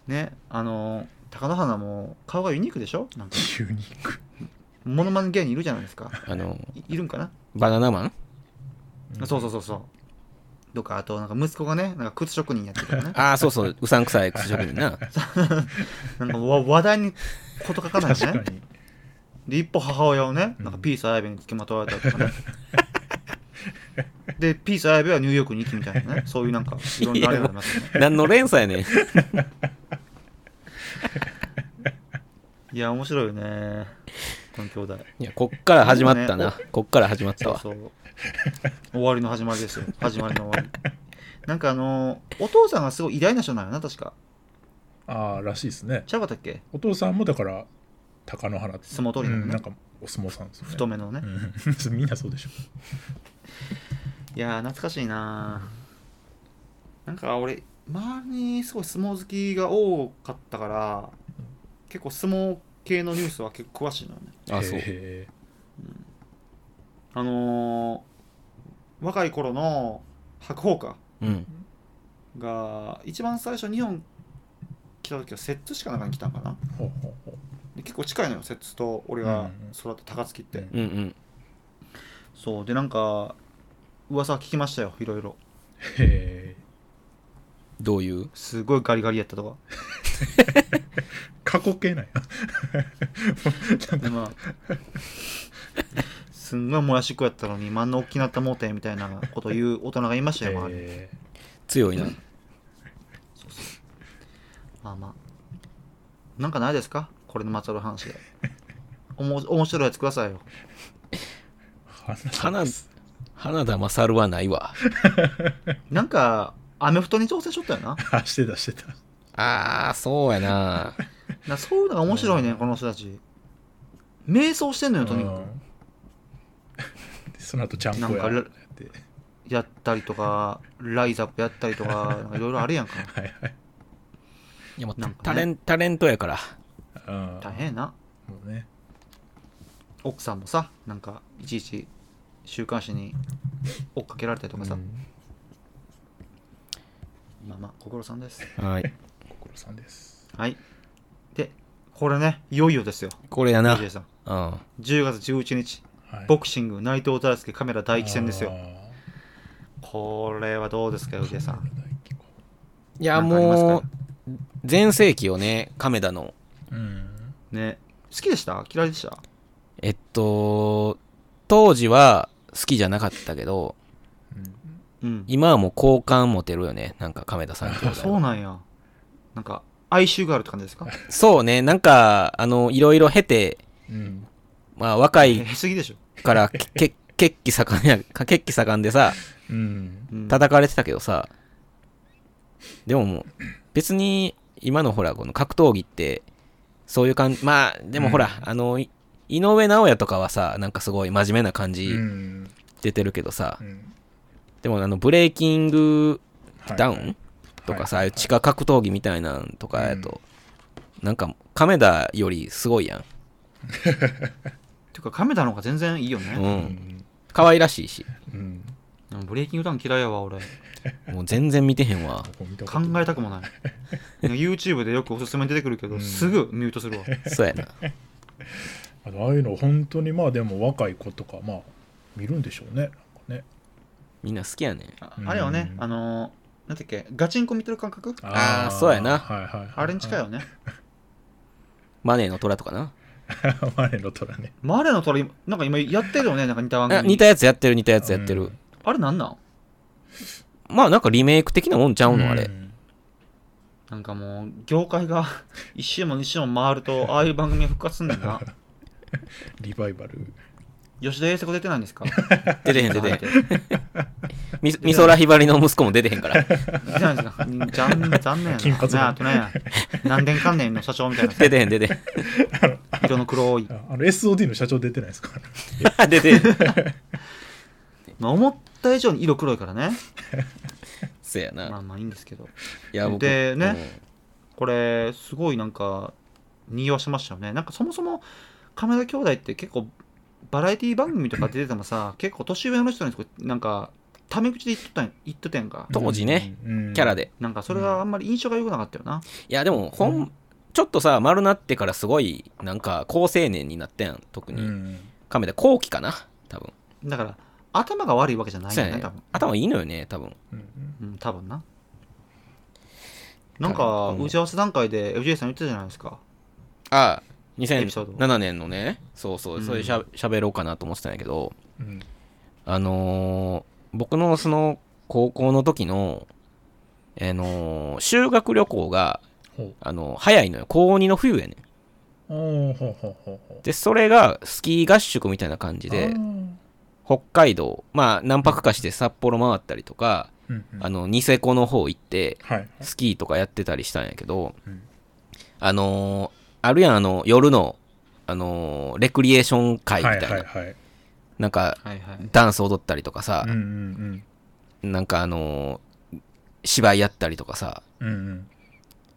[SPEAKER 2] ねあの貴乃花も顔がユニークでしょなんか
[SPEAKER 4] ーユニーク
[SPEAKER 2] モノマネ芸人いるじゃないですか
[SPEAKER 3] あの、
[SPEAKER 2] いいるんかな
[SPEAKER 3] バナナマン。
[SPEAKER 2] そうそうそうそう。とか、あと、なんか息子がね、なんか靴職人やってるからね
[SPEAKER 3] ああ、そうそう。うさんくさい靴職人な。
[SPEAKER 2] なんかわ 話題にこと書かない
[SPEAKER 4] 確
[SPEAKER 2] し
[SPEAKER 4] か
[SPEAKER 2] ね。
[SPEAKER 4] に
[SPEAKER 2] で、一歩母親をね、
[SPEAKER 4] うん
[SPEAKER 2] なんかピース綾部に付きまとわれたりと かね。で、ピース綾部はニューヨークに行きみたいなね。そういうなんか、いろんなあれがありますよね。
[SPEAKER 3] 何の連鎖やねん。
[SPEAKER 2] いや、面白いよね。この兄弟。
[SPEAKER 3] いや、こっから始まったな
[SPEAKER 2] そ。
[SPEAKER 3] こっから始まった
[SPEAKER 2] そう
[SPEAKER 3] わ。
[SPEAKER 2] そう。終わりの始まりですよ。始まりの終わり。なんかあのーお父さんがすごい偉大な人なのよな、確か。
[SPEAKER 4] ああらしいですね
[SPEAKER 2] ちゃうかったっけ
[SPEAKER 4] お父さんもだから貴乃花って
[SPEAKER 2] 相撲取りの
[SPEAKER 4] うん
[SPEAKER 2] ね
[SPEAKER 4] なん。かお相撲さんですよね
[SPEAKER 2] 太めのね。
[SPEAKER 4] うん みんなそうでしょ
[SPEAKER 2] いやー懐かしいなーなんか俺周りにすごい相撲好きが多かったから結構相撲系のニュースは結構詳しいのよね
[SPEAKER 3] あそう。
[SPEAKER 4] へ
[SPEAKER 2] あのー若い頃の白鵬か
[SPEAKER 3] うん。
[SPEAKER 2] が一番最初日本来た時は摂津市かなんかに来たんかな
[SPEAKER 4] ーほうほうほ
[SPEAKER 2] で結構近いのよ摂津と俺
[SPEAKER 4] うんう
[SPEAKER 2] が
[SPEAKER 4] ん
[SPEAKER 2] 育った高槻って、
[SPEAKER 4] うん
[SPEAKER 3] うんうん。
[SPEAKER 2] そうでなんか噂は聞きましたよいろいろ
[SPEAKER 4] うへえ
[SPEAKER 3] どういう
[SPEAKER 2] すごいガリガリやったとか
[SPEAKER 4] 過去形なん や
[SPEAKER 2] でまあすんごいもやしっこやったのに真ん大きなったもうてみたいなことを言う大人がいま したよ、周りに
[SPEAKER 4] へ
[SPEAKER 3] 強いな。
[SPEAKER 2] まあまあなんかないですかこれのまつわる話でおも面白いやつくださいよ
[SPEAKER 4] ー花
[SPEAKER 3] 花、花田勝はないわ。
[SPEAKER 2] なんかアメフトに挑戦しとったよな
[SPEAKER 4] あしてたしてた
[SPEAKER 3] ああ、そうやな。
[SPEAKER 2] なそういうのが面白いねこの人たち迷走してんのよとに
[SPEAKER 4] う
[SPEAKER 2] か
[SPEAKER 4] んでその後ちゃんこや
[SPEAKER 2] なん
[SPEAKER 4] や
[SPEAKER 2] か
[SPEAKER 4] って
[SPEAKER 2] くやったりとかライザップやったりとかなんかいろいろあるやんか
[SPEAKER 4] はいはい
[SPEAKER 3] いや、もう
[SPEAKER 2] なんかね
[SPEAKER 3] タレン、タレントやから。
[SPEAKER 4] うん
[SPEAKER 2] 大変やな
[SPEAKER 4] もうね
[SPEAKER 2] 奥さんもさなんかいちいち週刊誌に追っかけられたりとかさ、
[SPEAKER 4] うん
[SPEAKER 2] まあまあ心さんです
[SPEAKER 3] はい。
[SPEAKER 4] 心さんです
[SPEAKER 2] はいでこれねいよいよですよ
[SPEAKER 3] これやな。
[SPEAKER 2] DJ さん
[SPEAKER 3] うん。
[SPEAKER 2] 10月11日
[SPEAKER 4] はい
[SPEAKER 2] ボクシング内藤大輔カメラ第一戦ですよ
[SPEAKER 4] あ
[SPEAKER 2] これはどうですか
[SPEAKER 4] ー
[SPEAKER 2] よじさん
[SPEAKER 3] いや、
[SPEAKER 2] なんかあります
[SPEAKER 3] もう
[SPEAKER 2] か、
[SPEAKER 3] 全盛期をね、亀田の。
[SPEAKER 4] うん
[SPEAKER 2] ね好きでした嫌いでした
[SPEAKER 3] えっと、当時は好きじゃなかったけど、
[SPEAKER 4] うん
[SPEAKER 2] うん
[SPEAKER 3] 今はもう好感持てるよね。なんか亀田さん兄弟
[SPEAKER 2] あ
[SPEAKER 3] は
[SPEAKER 2] そうなんやなんか哀愁があるって感じですか
[SPEAKER 3] そうね。なんか、あの、いろいろ経て、
[SPEAKER 4] うん
[SPEAKER 3] まあ、若
[SPEAKER 2] え
[SPEAKER 3] い
[SPEAKER 2] すぎでしょ
[SPEAKER 3] から、け、け血気盛んや、血気盛んでさ、
[SPEAKER 4] うん
[SPEAKER 2] うん
[SPEAKER 3] 叩かれてたけどさ、でももう、別に、今のほら、この格闘技って、そういう感じ、まあ、でもほら、あの、い井上尚弥とかはさ、なんかすごい真面目な感じ
[SPEAKER 4] うん
[SPEAKER 3] 出てるけどさ
[SPEAKER 4] う、ん
[SPEAKER 3] でもあの、ブレイキング
[SPEAKER 4] はい
[SPEAKER 3] ダウンとかさ、ああ
[SPEAKER 4] はい
[SPEAKER 3] いう地下格闘技みたいなんとかやと、なんか、亀田よりすごいやん。
[SPEAKER 2] ていうか亀田の方が全然いいよ
[SPEAKER 3] う
[SPEAKER 2] ね、
[SPEAKER 3] ん。可愛らしいし。
[SPEAKER 4] うん
[SPEAKER 2] うん、ブレイキングダウン嫌いやわ俺
[SPEAKER 3] もう全然見てへんわ。
[SPEAKER 4] ここ見たこ
[SPEAKER 2] 考
[SPEAKER 4] と
[SPEAKER 2] えたくもないなんか YouTube でよくおすすめに出てくるけど、
[SPEAKER 4] うん
[SPEAKER 2] すぐミュートするわ
[SPEAKER 3] そうやな。
[SPEAKER 4] あのああいうの本当にまあでも若い子とかまあ見るんでしょうねなんかね
[SPEAKER 3] みんな好きやね。
[SPEAKER 2] あ
[SPEAKER 4] うん
[SPEAKER 2] あれよねあのーなんてっけガチンコ見てる感覚あ
[SPEAKER 3] あー
[SPEAKER 4] ー
[SPEAKER 3] そうやな
[SPEAKER 4] はいはいはいはい
[SPEAKER 2] れに近いよね
[SPEAKER 3] マネーの虎とかな。
[SPEAKER 4] マネの虎ね
[SPEAKER 2] マーレの虎今なんか今やってるよねなんか似た番
[SPEAKER 3] あ
[SPEAKER 2] 組
[SPEAKER 3] 似たやつやってる似たやつやって
[SPEAKER 4] う
[SPEAKER 3] る
[SPEAKER 4] ん。
[SPEAKER 2] あれなんなん
[SPEAKER 3] まあなんかリメイク的なもんちゃうのあれ
[SPEAKER 4] う。ん
[SPEAKER 2] なんかもう業界が 一周も二周も回るとああいう番組が復活すんだんな
[SPEAKER 4] リバイバル
[SPEAKER 2] 吉田栄作出てないんですか
[SPEAKER 3] 出てへん出
[SPEAKER 2] 出
[SPEAKER 3] て
[SPEAKER 2] て
[SPEAKER 3] へ
[SPEAKER 2] なんい。
[SPEAKER 3] み美空ひばりの息子も出てへんから。
[SPEAKER 2] ですか残念残念やな
[SPEAKER 4] 金髪の
[SPEAKER 2] なあとね何年関連の社長みたいなさ
[SPEAKER 3] 出てへん出てへん。
[SPEAKER 2] 色の黒い
[SPEAKER 4] ああの SOD の社長出てないですか
[SPEAKER 3] 出てへん。
[SPEAKER 2] まあ思った以上に色黒いからね
[SPEAKER 3] そうや
[SPEAKER 2] ま
[SPEAKER 3] な。
[SPEAKER 2] あまあいいんですけど
[SPEAKER 3] いや僕
[SPEAKER 2] でね。これすごいなんか匂わしましたよねなんかそもそも亀田兄弟って結構バラエティ番組とか出ててもさ結構年上の人になんかタメ口で言っとったん言っとったやんか
[SPEAKER 3] 当時ね、
[SPEAKER 4] うん
[SPEAKER 3] キャラで。
[SPEAKER 2] なんかそれがあんまり印象が良くなかったよな、
[SPEAKER 3] いやでもほ、
[SPEAKER 4] うん
[SPEAKER 3] ちょっとさ、丸なってからすごい、なんか、高青年になったやん。特
[SPEAKER 4] う
[SPEAKER 3] に。
[SPEAKER 4] ん
[SPEAKER 3] 亀田後期かな多分。
[SPEAKER 2] だから頭が悪いわけじゃない
[SPEAKER 3] そ
[SPEAKER 2] よ
[SPEAKER 3] う
[SPEAKER 2] ね
[SPEAKER 3] やね
[SPEAKER 2] 多分。
[SPEAKER 3] 頭いいのよね、多分。
[SPEAKER 4] うん
[SPEAKER 2] うん多分ななんか
[SPEAKER 3] うん
[SPEAKER 2] 打ち合わせ段階で FJ さん言ってたじゃないですか
[SPEAKER 3] ああ、
[SPEAKER 2] エピソード
[SPEAKER 3] 2007年のね、そうそうう、
[SPEAKER 2] ん
[SPEAKER 3] それしゃ喋ろうかなと思ってたんやけど、
[SPEAKER 4] うん
[SPEAKER 3] あのー僕のその高校の時の、あのー修学旅行が、
[SPEAKER 4] ほ
[SPEAKER 3] あのー早いのよ。高2の冬やねん。
[SPEAKER 4] うおーほうほうほうほう
[SPEAKER 3] で、それがスキー合宿みたいな感じ
[SPEAKER 4] あ
[SPEAKER 3] で
[SPEAKER 4] ー、うん
[SPEAKER 3] 北海道、まあ何泊かして札幌回ったりとか、
[SPEAKER 4] うん
[SPEAKER 3] あの、ニセコの方行って、
[SPEAKER 4] はい
[SPEAKER 3] スキーとかやってたりしたんやけど、
[SPEAKER 4] うん
[SPEAKER 3] あのーあるやん、あの、夜の、あのーレクリエーション会みたいな、
[SPEAKER 4] はいはいはい
[SPEAKER 3] なんか、
[SPEAKER 2] はいはい
[SPEAKER 3] ダンス踊ったりとかさ
[SPEAKER 4] うん、うん
[SPEAKER 3] なんかあのー芝居やったりとかさ、
[SPEAKER 4] うんうんうん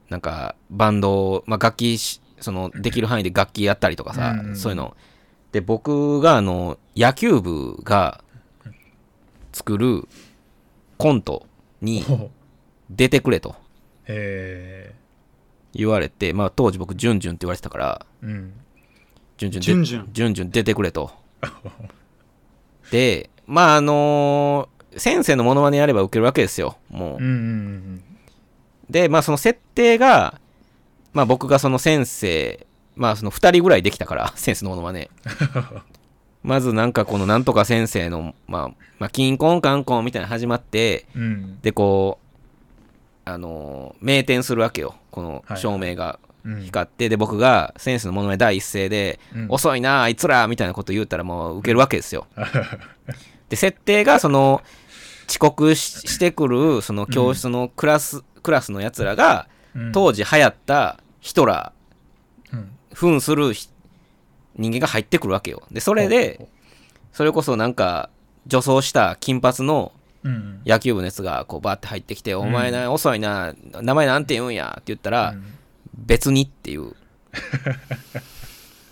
[SPEAKER 3] なんかバンドを、まあ、楽器し、その、できる範囲で楽器やったりとかさ、
[SPEAKER 4] うん
[SPEAKER 3] そういうの。で、僕があの、野球部が作るコントに
[SPEAKER 4] ほう
[SPEAKER 3] 出てくれと
[SPEAKER 4] え
[SPEAKER 3] 言われて、まあ当時僕、ジュンジュンって言われてたから、
[SPEAKER 4] ーうん
[SPEAKER 3] ジュンジュンで
[SPEAKER 2] ジュンジュン
[SPEAKER 3] ジュンジュン出てくれと。で、まああのー先生のモノマネやれば受けるわけですよ、もう。
[SPEAKER 4] うんうん
[SPEAKER 3] で、まあその設定が、まあ僕がその先生、まあその2人ぐらいできたから、 先生のものは ね。まずなんかこのなんとか先生の、まあ、まあ、キンコンカンコンみたいなの始まって、
[SPEAKER 4] うんうん
[SPEAKER 3] で、こう、あのー、名店するわけよ。この
[SPEAKER 4] はい
[SPEAKER 3] 照明が
[SPEAKER 4] うん
[SPEAKER 3] 光って、で、僕が先生のものまね第一声で、
[SPEAKER 4] うん
[SPEAKER 3] 遅いなあいつらみたいなこと言ったらもう受けるわけです よ。で、設定がその、遅刻ししてくる、その教室のクラス、クラスの奴らが、
[SPEAKER 4] うん
[SPEAKER 3] 当時流行ったヒトラ
[SPEAKER 4] うん
[SPEAKER 3] ー、扮するひ人間が入ってくるわけよ。で、それで、それこそなんか、女装した金髪の
[SPEAKER 4] うん
[SPEAKER 3] 野球部のやつが、こう、バーって入ってきて、お前な、遅いな、名前なんて言うんや、って言ったら、
[SPEAKER 4] うん
[SPEAKER 3] 別にっていう。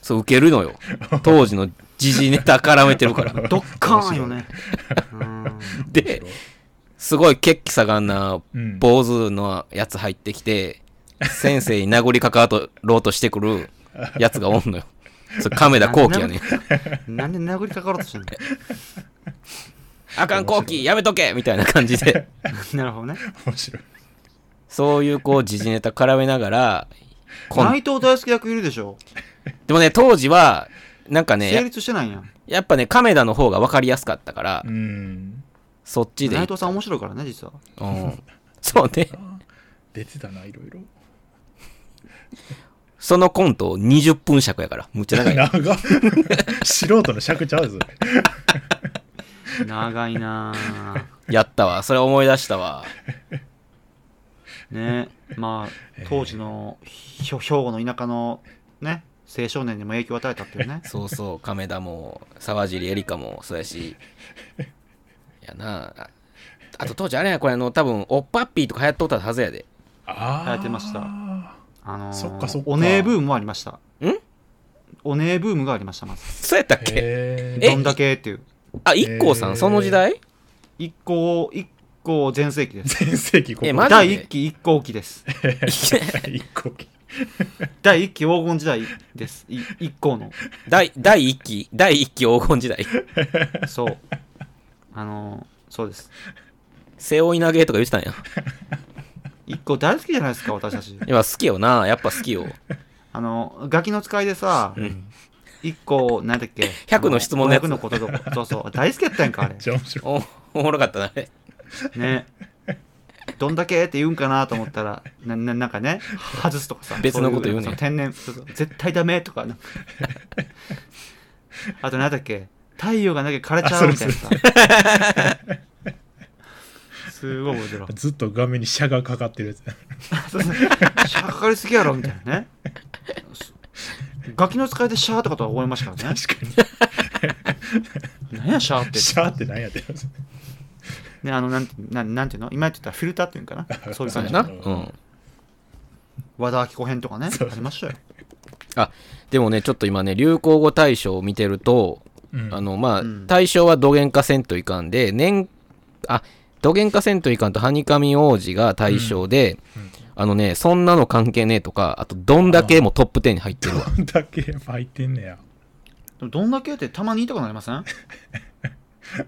[SPEAKER 3] そう、 受けるのよ。当時の時事ネタ絡めてるから。
[SPEAKER 2] ドッカーンよねうん
[SPEAKER 3] で、すごい血気盛んな
[SPEAKER 4] うん、
[SPEAKER 3] 坊主のやつ入ってきて、先生に殴りかかろうとしてくるやつがおんのよ。それ亀田光輝やねん。
[SPEAKER 2] なんで殴りかかろうとしてんの
[SPEAKER 3] あかん光輝やめとけみたいな感じで、
[SPEAKER 2] なるほどね。
[SPEAKER 4] 面白い。
[SPEAKER 3] そういうこう時事ネタ絡めながら、こん
[SPEAKER 2] 内藤大輔役いるでしょ。
[SPEAKER 3] でもね、当時は、なんかね、
[SPEAKER 2] 成
[SPEAKER 3] や
[SPEAKER 2] 立してないんやん。
[SPEAKER 3] やっぱね、亀田の方が分かりやすかったから、
[SPEAKER 4] うん。
[SPEAKER 3] そっちで。
[SPEAKER 2] 内藤さん面白いからね、実は。
[SPEAKER 3] うんそうね。
[SPEAKER 4] 出てたな、いろいろ。
[SPEAKER 3] そのコント20分尺やから、むっちゃ長い。
[SPEAKER 4] 長っ素人の尺ちゃうぞ。
[SPEAKER 2] 長いなぁ。
[SPEAKER 3] やったわ。それ思い出したわ。
[SPEAKER 2] ねまあ、 当時のひょ兵庫の田舎のね、青少年にも影響を与えたっていうね。
[SPEAKER 3] そうそう、亀田も、沢尻エリカもそうやし。やなああと当時あれや、これあの、多分、おっぱっぴーとか流行っとったはずやで。
[SPEAKER 4] ああ。
[SPEAKER 2] 流行ってました あのー
[SPEAKER 4] そっかそっか
[SPEAKER 2] お姉ブームもありました。
[SPEAKER 3] ん
[SPEAKER 2] お姉ブームがありました、まず。
[SPEAKER 3] そうやったっけ
[SPEAKER 4] へ
[SPEAKER 3] え
[SPEAKER 4] え。
[SPEAKER 2] どんだけっていう。
[SPEAKER 3] あ、一 k さ
[SPEAKER 4] えー
[SPEAKER 3] ん、その時代
[SPEAKER 2] 一個を、一個全盛期です。
[SPEAKER 4] 全盛期こ
[SPEAKER 3] え
[SPEAKER 4] こ
[SPEAKER 3] マジで
[SPEAKER 2] 第一期一個期です。
[SPEAKER 4] 一個期。
[SPEAKER 2] 第一期黄金時代です。い一個の。
[SPEAKER 3] 第、第一期第一期黄金時代。
[SPEAKER 2] そう。あのーそうです。
[SPEAKER 3] 背負い投げとか言ってたんや。
[SPEAKER 2] 一個大好きじゃないですか、私たち。
[SPEAKER 3] 今好きよな。やっぱ好きよ。
[SPEAKER 2] あの、ガキの使いでさ、
[SPEAKER 3] ん
[SPEAKER 2] 一個、なんだっけ。
[SPEAKER 3] 100の質問のやつ
[SPEAKER 2] 100のこととかそうそう。大好きやったやんか、あれ
[SPEAKER 4] めっ。ちゃ面白い。
[SPEAKER 3] お、おもろかったな、あれ。
[SPEAKER 2] ね。どんだけって言うんかなと思ったら、な、ななんかね、外すとかさ。
[SPEAKER 3] 別のこと言うね
[SPEAKER 2] そい天然、そうそう絶対ダメとか。なんかあと、なんだっけ。太陽がなきゃ枯れちゃうみたいなさ。すごい面白い。
[SPEAKER 4] ずっと画面にシャがかかってるやつ。
[SPEAKER 2] そうそうシャーかかりすぎやろみたいなね。ガキの使いでシャーとかとは思いましたからね。
[SPEAKER 4] 確かに。
[SPEAKER 2] 何やシャーって。
[SPEAKER 4] シャーって何やってる
[SPEAKER 2] ね、あのなんてなんなんていうの今言ってたフィルターっていうんかなそういう
[SPEAKER 3] そ
[SPEAKER 2] 感
[SPEAKER 3] うや
[SPEAKER 2] じ
[SPEAKER 3] な。
[SPEAKER 2] の
[SPEAKER 3] うん。
[SPEAKER 2] 和田アキ子編とかねありましたよ
[SPEAKER 3] あ、でもね、ちょっと今ね、流行語大賞を見てると、
[SPEAKER 4] うん
[SPEAKER 3] あの、まあ、
[SPEAKER 2] うん
[SPEAKER 3] 対象はどげんかせんといかんで、年、あ、どげんかせんといかんと、はにかみ王子が対象で、あのね、そんなの関係ねえとか、あと、どんだけもトップ10に入ってるわ。
[SPEAKER 4] どんだけ巻いてんねや。
[SPEAKER 2] でもどんだけってたまに言いたくなりません
[SPEAKER 4] まあ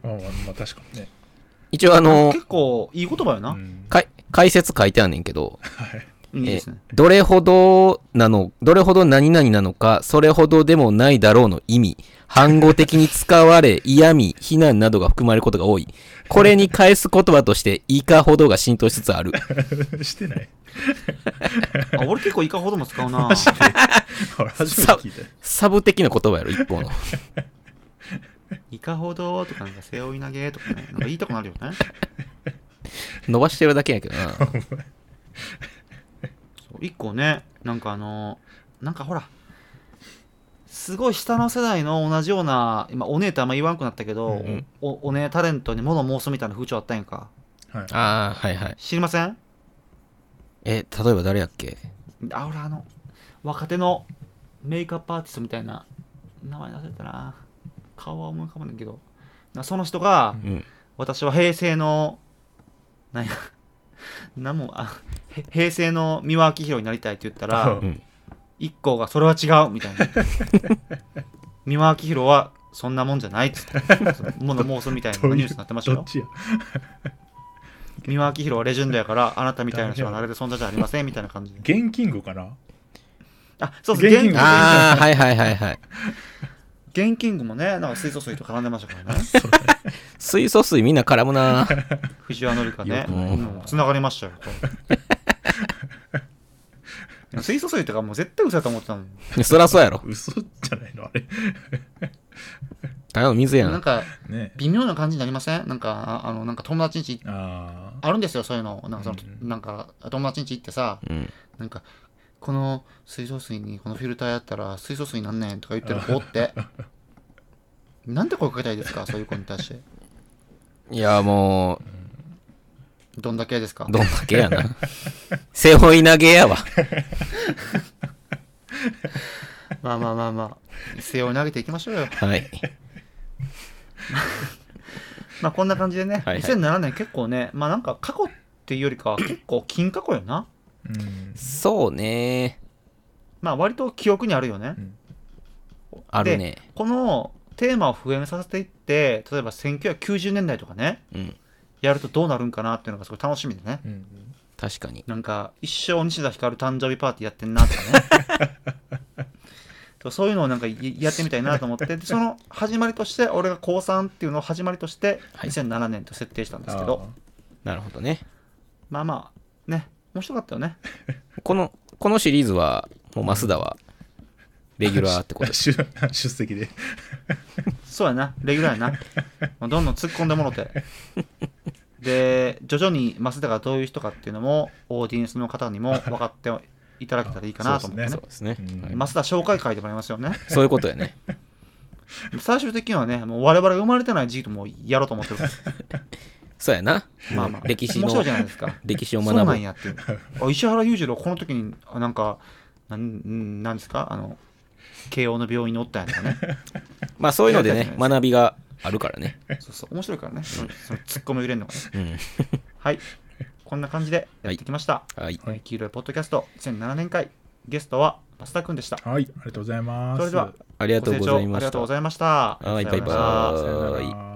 [SPEAKER 4] まあまあ確かにね。
[SPEAKER 3] 一応、あの、
[SPEAKER 2] 結構いい言葉よ
[SPEAKER 4] う
[SPEAKER 2] な、
[SPEAKER 4] ん
[SPEAKER 3] かい解説書いてあんねんけど、
[SPEAKER 4] はい。
[SPEAKER 2] いいですね
[SPEAKER 3] えどれほどなの、どれほど何々なのか、それほどでもないだろうの意味、反語的に使われ、 嫌味、非難などが含まれることが多い。これに返す言葉として、いかほどが浸透しつつある。
[SPEAKER 4] してない。
[SPEAKER 2] あ俺結構いかほども使うな
[SPEAKER 4] マジで。 俺初めて聞いたよ。
[SPEAKER 3] サブ的な言葉やろ、一方の。
[SPEAKER 2] いかほどとかなんか背負い投げとかねなんか言いたくなるよね
[SPEAKER 3] 伸ばしてるだけやけどな。
[SPEAKER 2] そう一個ねなんかあのなんかほらすごい下の世代の同じような今お姉ってあんま言わんくなったけど、
[SPEAKER 4] うんうん
[SPEAKER 2] おお姉タレントに物申すみたいな風潮あったんやんか
[SPEAKER 4] はい。
[SPEAKER 3] ああ、はいはい。
[SPEAKER 2] 知りません
[SPEAKER 3] え、例えば誰やっけ
[SPEAKER 2] あ、俺あの、若手のメイクアップアーティストみたいな、名前忘れたな。顔は思い浮かばないけど、なその人が、
[SPEAKER 3] うん。
[SPEAKER 2] 私は平成の、なんや、 なんも、あ、へ平成の三輪明宏になりたいって言ったら
[SPEAKER 4] う、
[SPEAKER 3] ん
[SPEAKER 2] 一行がそれは違うみたい な。三輪明宏はそんなもんじゃないっつって、もの妄想みたいな
[SPEAKER 4] どういう
[SPEAKER 2] ニュースになってました
[SPEAKER 4] どっ
[SPEAKER 2] よ。
[SPEAKER 4] ちや。
[SPEAKER 2] 三輪明宏はレジェンドやから、あなたみたいな人はなれる存在じゃありませんみたいな感じで。
[SPEAKER 4] 現金語かな
[SPEAKER 2] あ、そうそう、
[SPEAKER 4] 現金
[SPEAKER 2] 現金
[SPEAKER 3] ああ、はいはいはいはい。
[SPEAKER 2] 現金具もね、なんか水素水と絡んでましたからね。
[SPEAKER 3] 水素水みんな絡む な。
[SPEAKER 2] 藤原紀香ね。
[SPEAKER 3] よくないな
[SPEAKER 2] うん繋がりましたよ。これ でも水素水とかもう絶対嘘だと思ってたのよ。
[SPEAKER 3] そらそうやろ。
[SPEAKER 4] 嘘じゃないのあれ。
[SPEAKER 3] ただの水や
[SPEAKER 2] なん
[SPEAKER 3] ん。
[SPEAKER 2] か、
[SPEAKER 4] ね。
[SPEAKER 2] 微妙な感じになりませんなんか、ああの、なんか友達ん家
[SPEAKER 4] ああ。
[SPEAKER 2] あるんですよ、そういうの。なんかその、
[SPEAKER 4] う
[SPEAKER 2] なんか友達ん家行ってさ、
[SPEAKER 3] うん。
[SPEAKER 2] なんか、この水素水にこのフィルターやったら水素水なんねんとか言ってる 子って。なんで声かけたいですかそういう子に対して。
[SPEAKER 3] いや、も
[SPEAKER 2] どんだけですか
[SPEAKER 3] う、どんだけやな。 背負い投げ やわ。
[SPEAKER 2] まあまあまあまあ。背負い投げていきましょうよ。
[SPEAKER 3] はい。
[SPEAKER 2] まあこんな感じでね、
[SPEAKER 3] はいはい
[SPEAKER 2] 2007年結構ね、まあなんか過去っていうよりかは結構近過去よな。
[SPEAKER 4] うん
[SPEAKER 3] そうね。
[SPEAKER 2] まあ割と記憶にあるよね。
[SPEAKER 3] あるね。
[SPEAKER 2] このテーマを復元させていって、例えば1990年代とかね、
[SPEAKER 3] うん。
[SPEAKER 2] やるとどうなるんかなっていうのがすごい楽しみでね。
[SPEAKER 4] うん
[SPEAKER 3] 確かに。
[SPEAKER 2] なんか一生西田ひかる誕生日パーティーやってんなとかねと そういうのをなんかややってみたいなと思ってでその始まりとして俺が高3っていうのを始まりとして
[SPEAKER 3] はい
[SPEAKER 2] 2007年と設定したんですけど、
[SPEAKER 4] あ
[SPEAKER 3] なるほどね。
[SPEAKER 2] まあまあね面白かったよね
[SPEAKER 3] この、このシリーズは、もう増田は、レギュラーってこと
[SPEAKER 4] ー
[SPEAKER 3] です。
[SPEAKER 4] 出 出席で
[SPEAKER 2] そうやなレギュラーや なもうどんどん突っ込んでもろてで徐々に増田がどういう人かっていうのもオーディエンスの方にも分かっていただけたらいいかなと思ってね
[SPEAKER 3] そうですね。
[SPEAKER 4] うん
[SPEAKER 3] はい
[SPEAKER 2] 増田紹介会でもありますよね
[SPEAKER 3] そういうことやね。
[SPEAKER 2] 最終的にはねもう我々が生まれてない時期ともやろうと思ってるから
[SPEAKER 3] そうやな。
[SPEAKER 2] まあまあ、
[SPEAKER 3] 歴史の
[SPEAKER 2] 面白いじゃないですか。
[SPEAKER 3] 歴史
[SPEAKER 2] そ
[SPEAKER 3] を
[SPEAKER 2] う
[SPEAKER 3] 学
[SPEAKER 2] な
[SPEAKER 3] ぶ
[SPEAKER 2] ん。やっていう。あ石原裕次郎、この時に、あなんか、なんなんですか、あの、慶応の病院におったんやとかね。
[SPEAKER 3] まあそういうので
[SPEAKER 2] やりた
[SPEAKER 3] ね
[SPEAKER 2] い、じゃ
[SPEAKER 3] 学びがあるからね。
[SPEAKER 2] そうそう、面白いからね。そのそのツッコミを入れるのがね。
[SPEAKER 3] うん。
[SPEAKER 2] はい。こんな感じでやってきました。
[SPEAKER 3] はい。
[SPEAKER 4] はい
[SPEAKER 2] 黄色いポッドキャスト2007年会。ゲストは増田くんでした。
[SPEAKER 4] はいありがとうございます
[SPEAKER 2] それでは
[SPEAKER 3] ありがとうござい
[SPEAKER 2] ご清聴あ
[SPEAKER 3] ま
[SPEAKER 2] り
[SPEAKER 3] し
[SPEAKER 2] がと
[SPEAKER 3] た
[SPEAKER 2] うご。ざいました。
[SPEAKER 3] はい
[SPEAKER 2] さようなら
[SPEAKER 3] バイバーイ
[SPEAKER 4] さよなら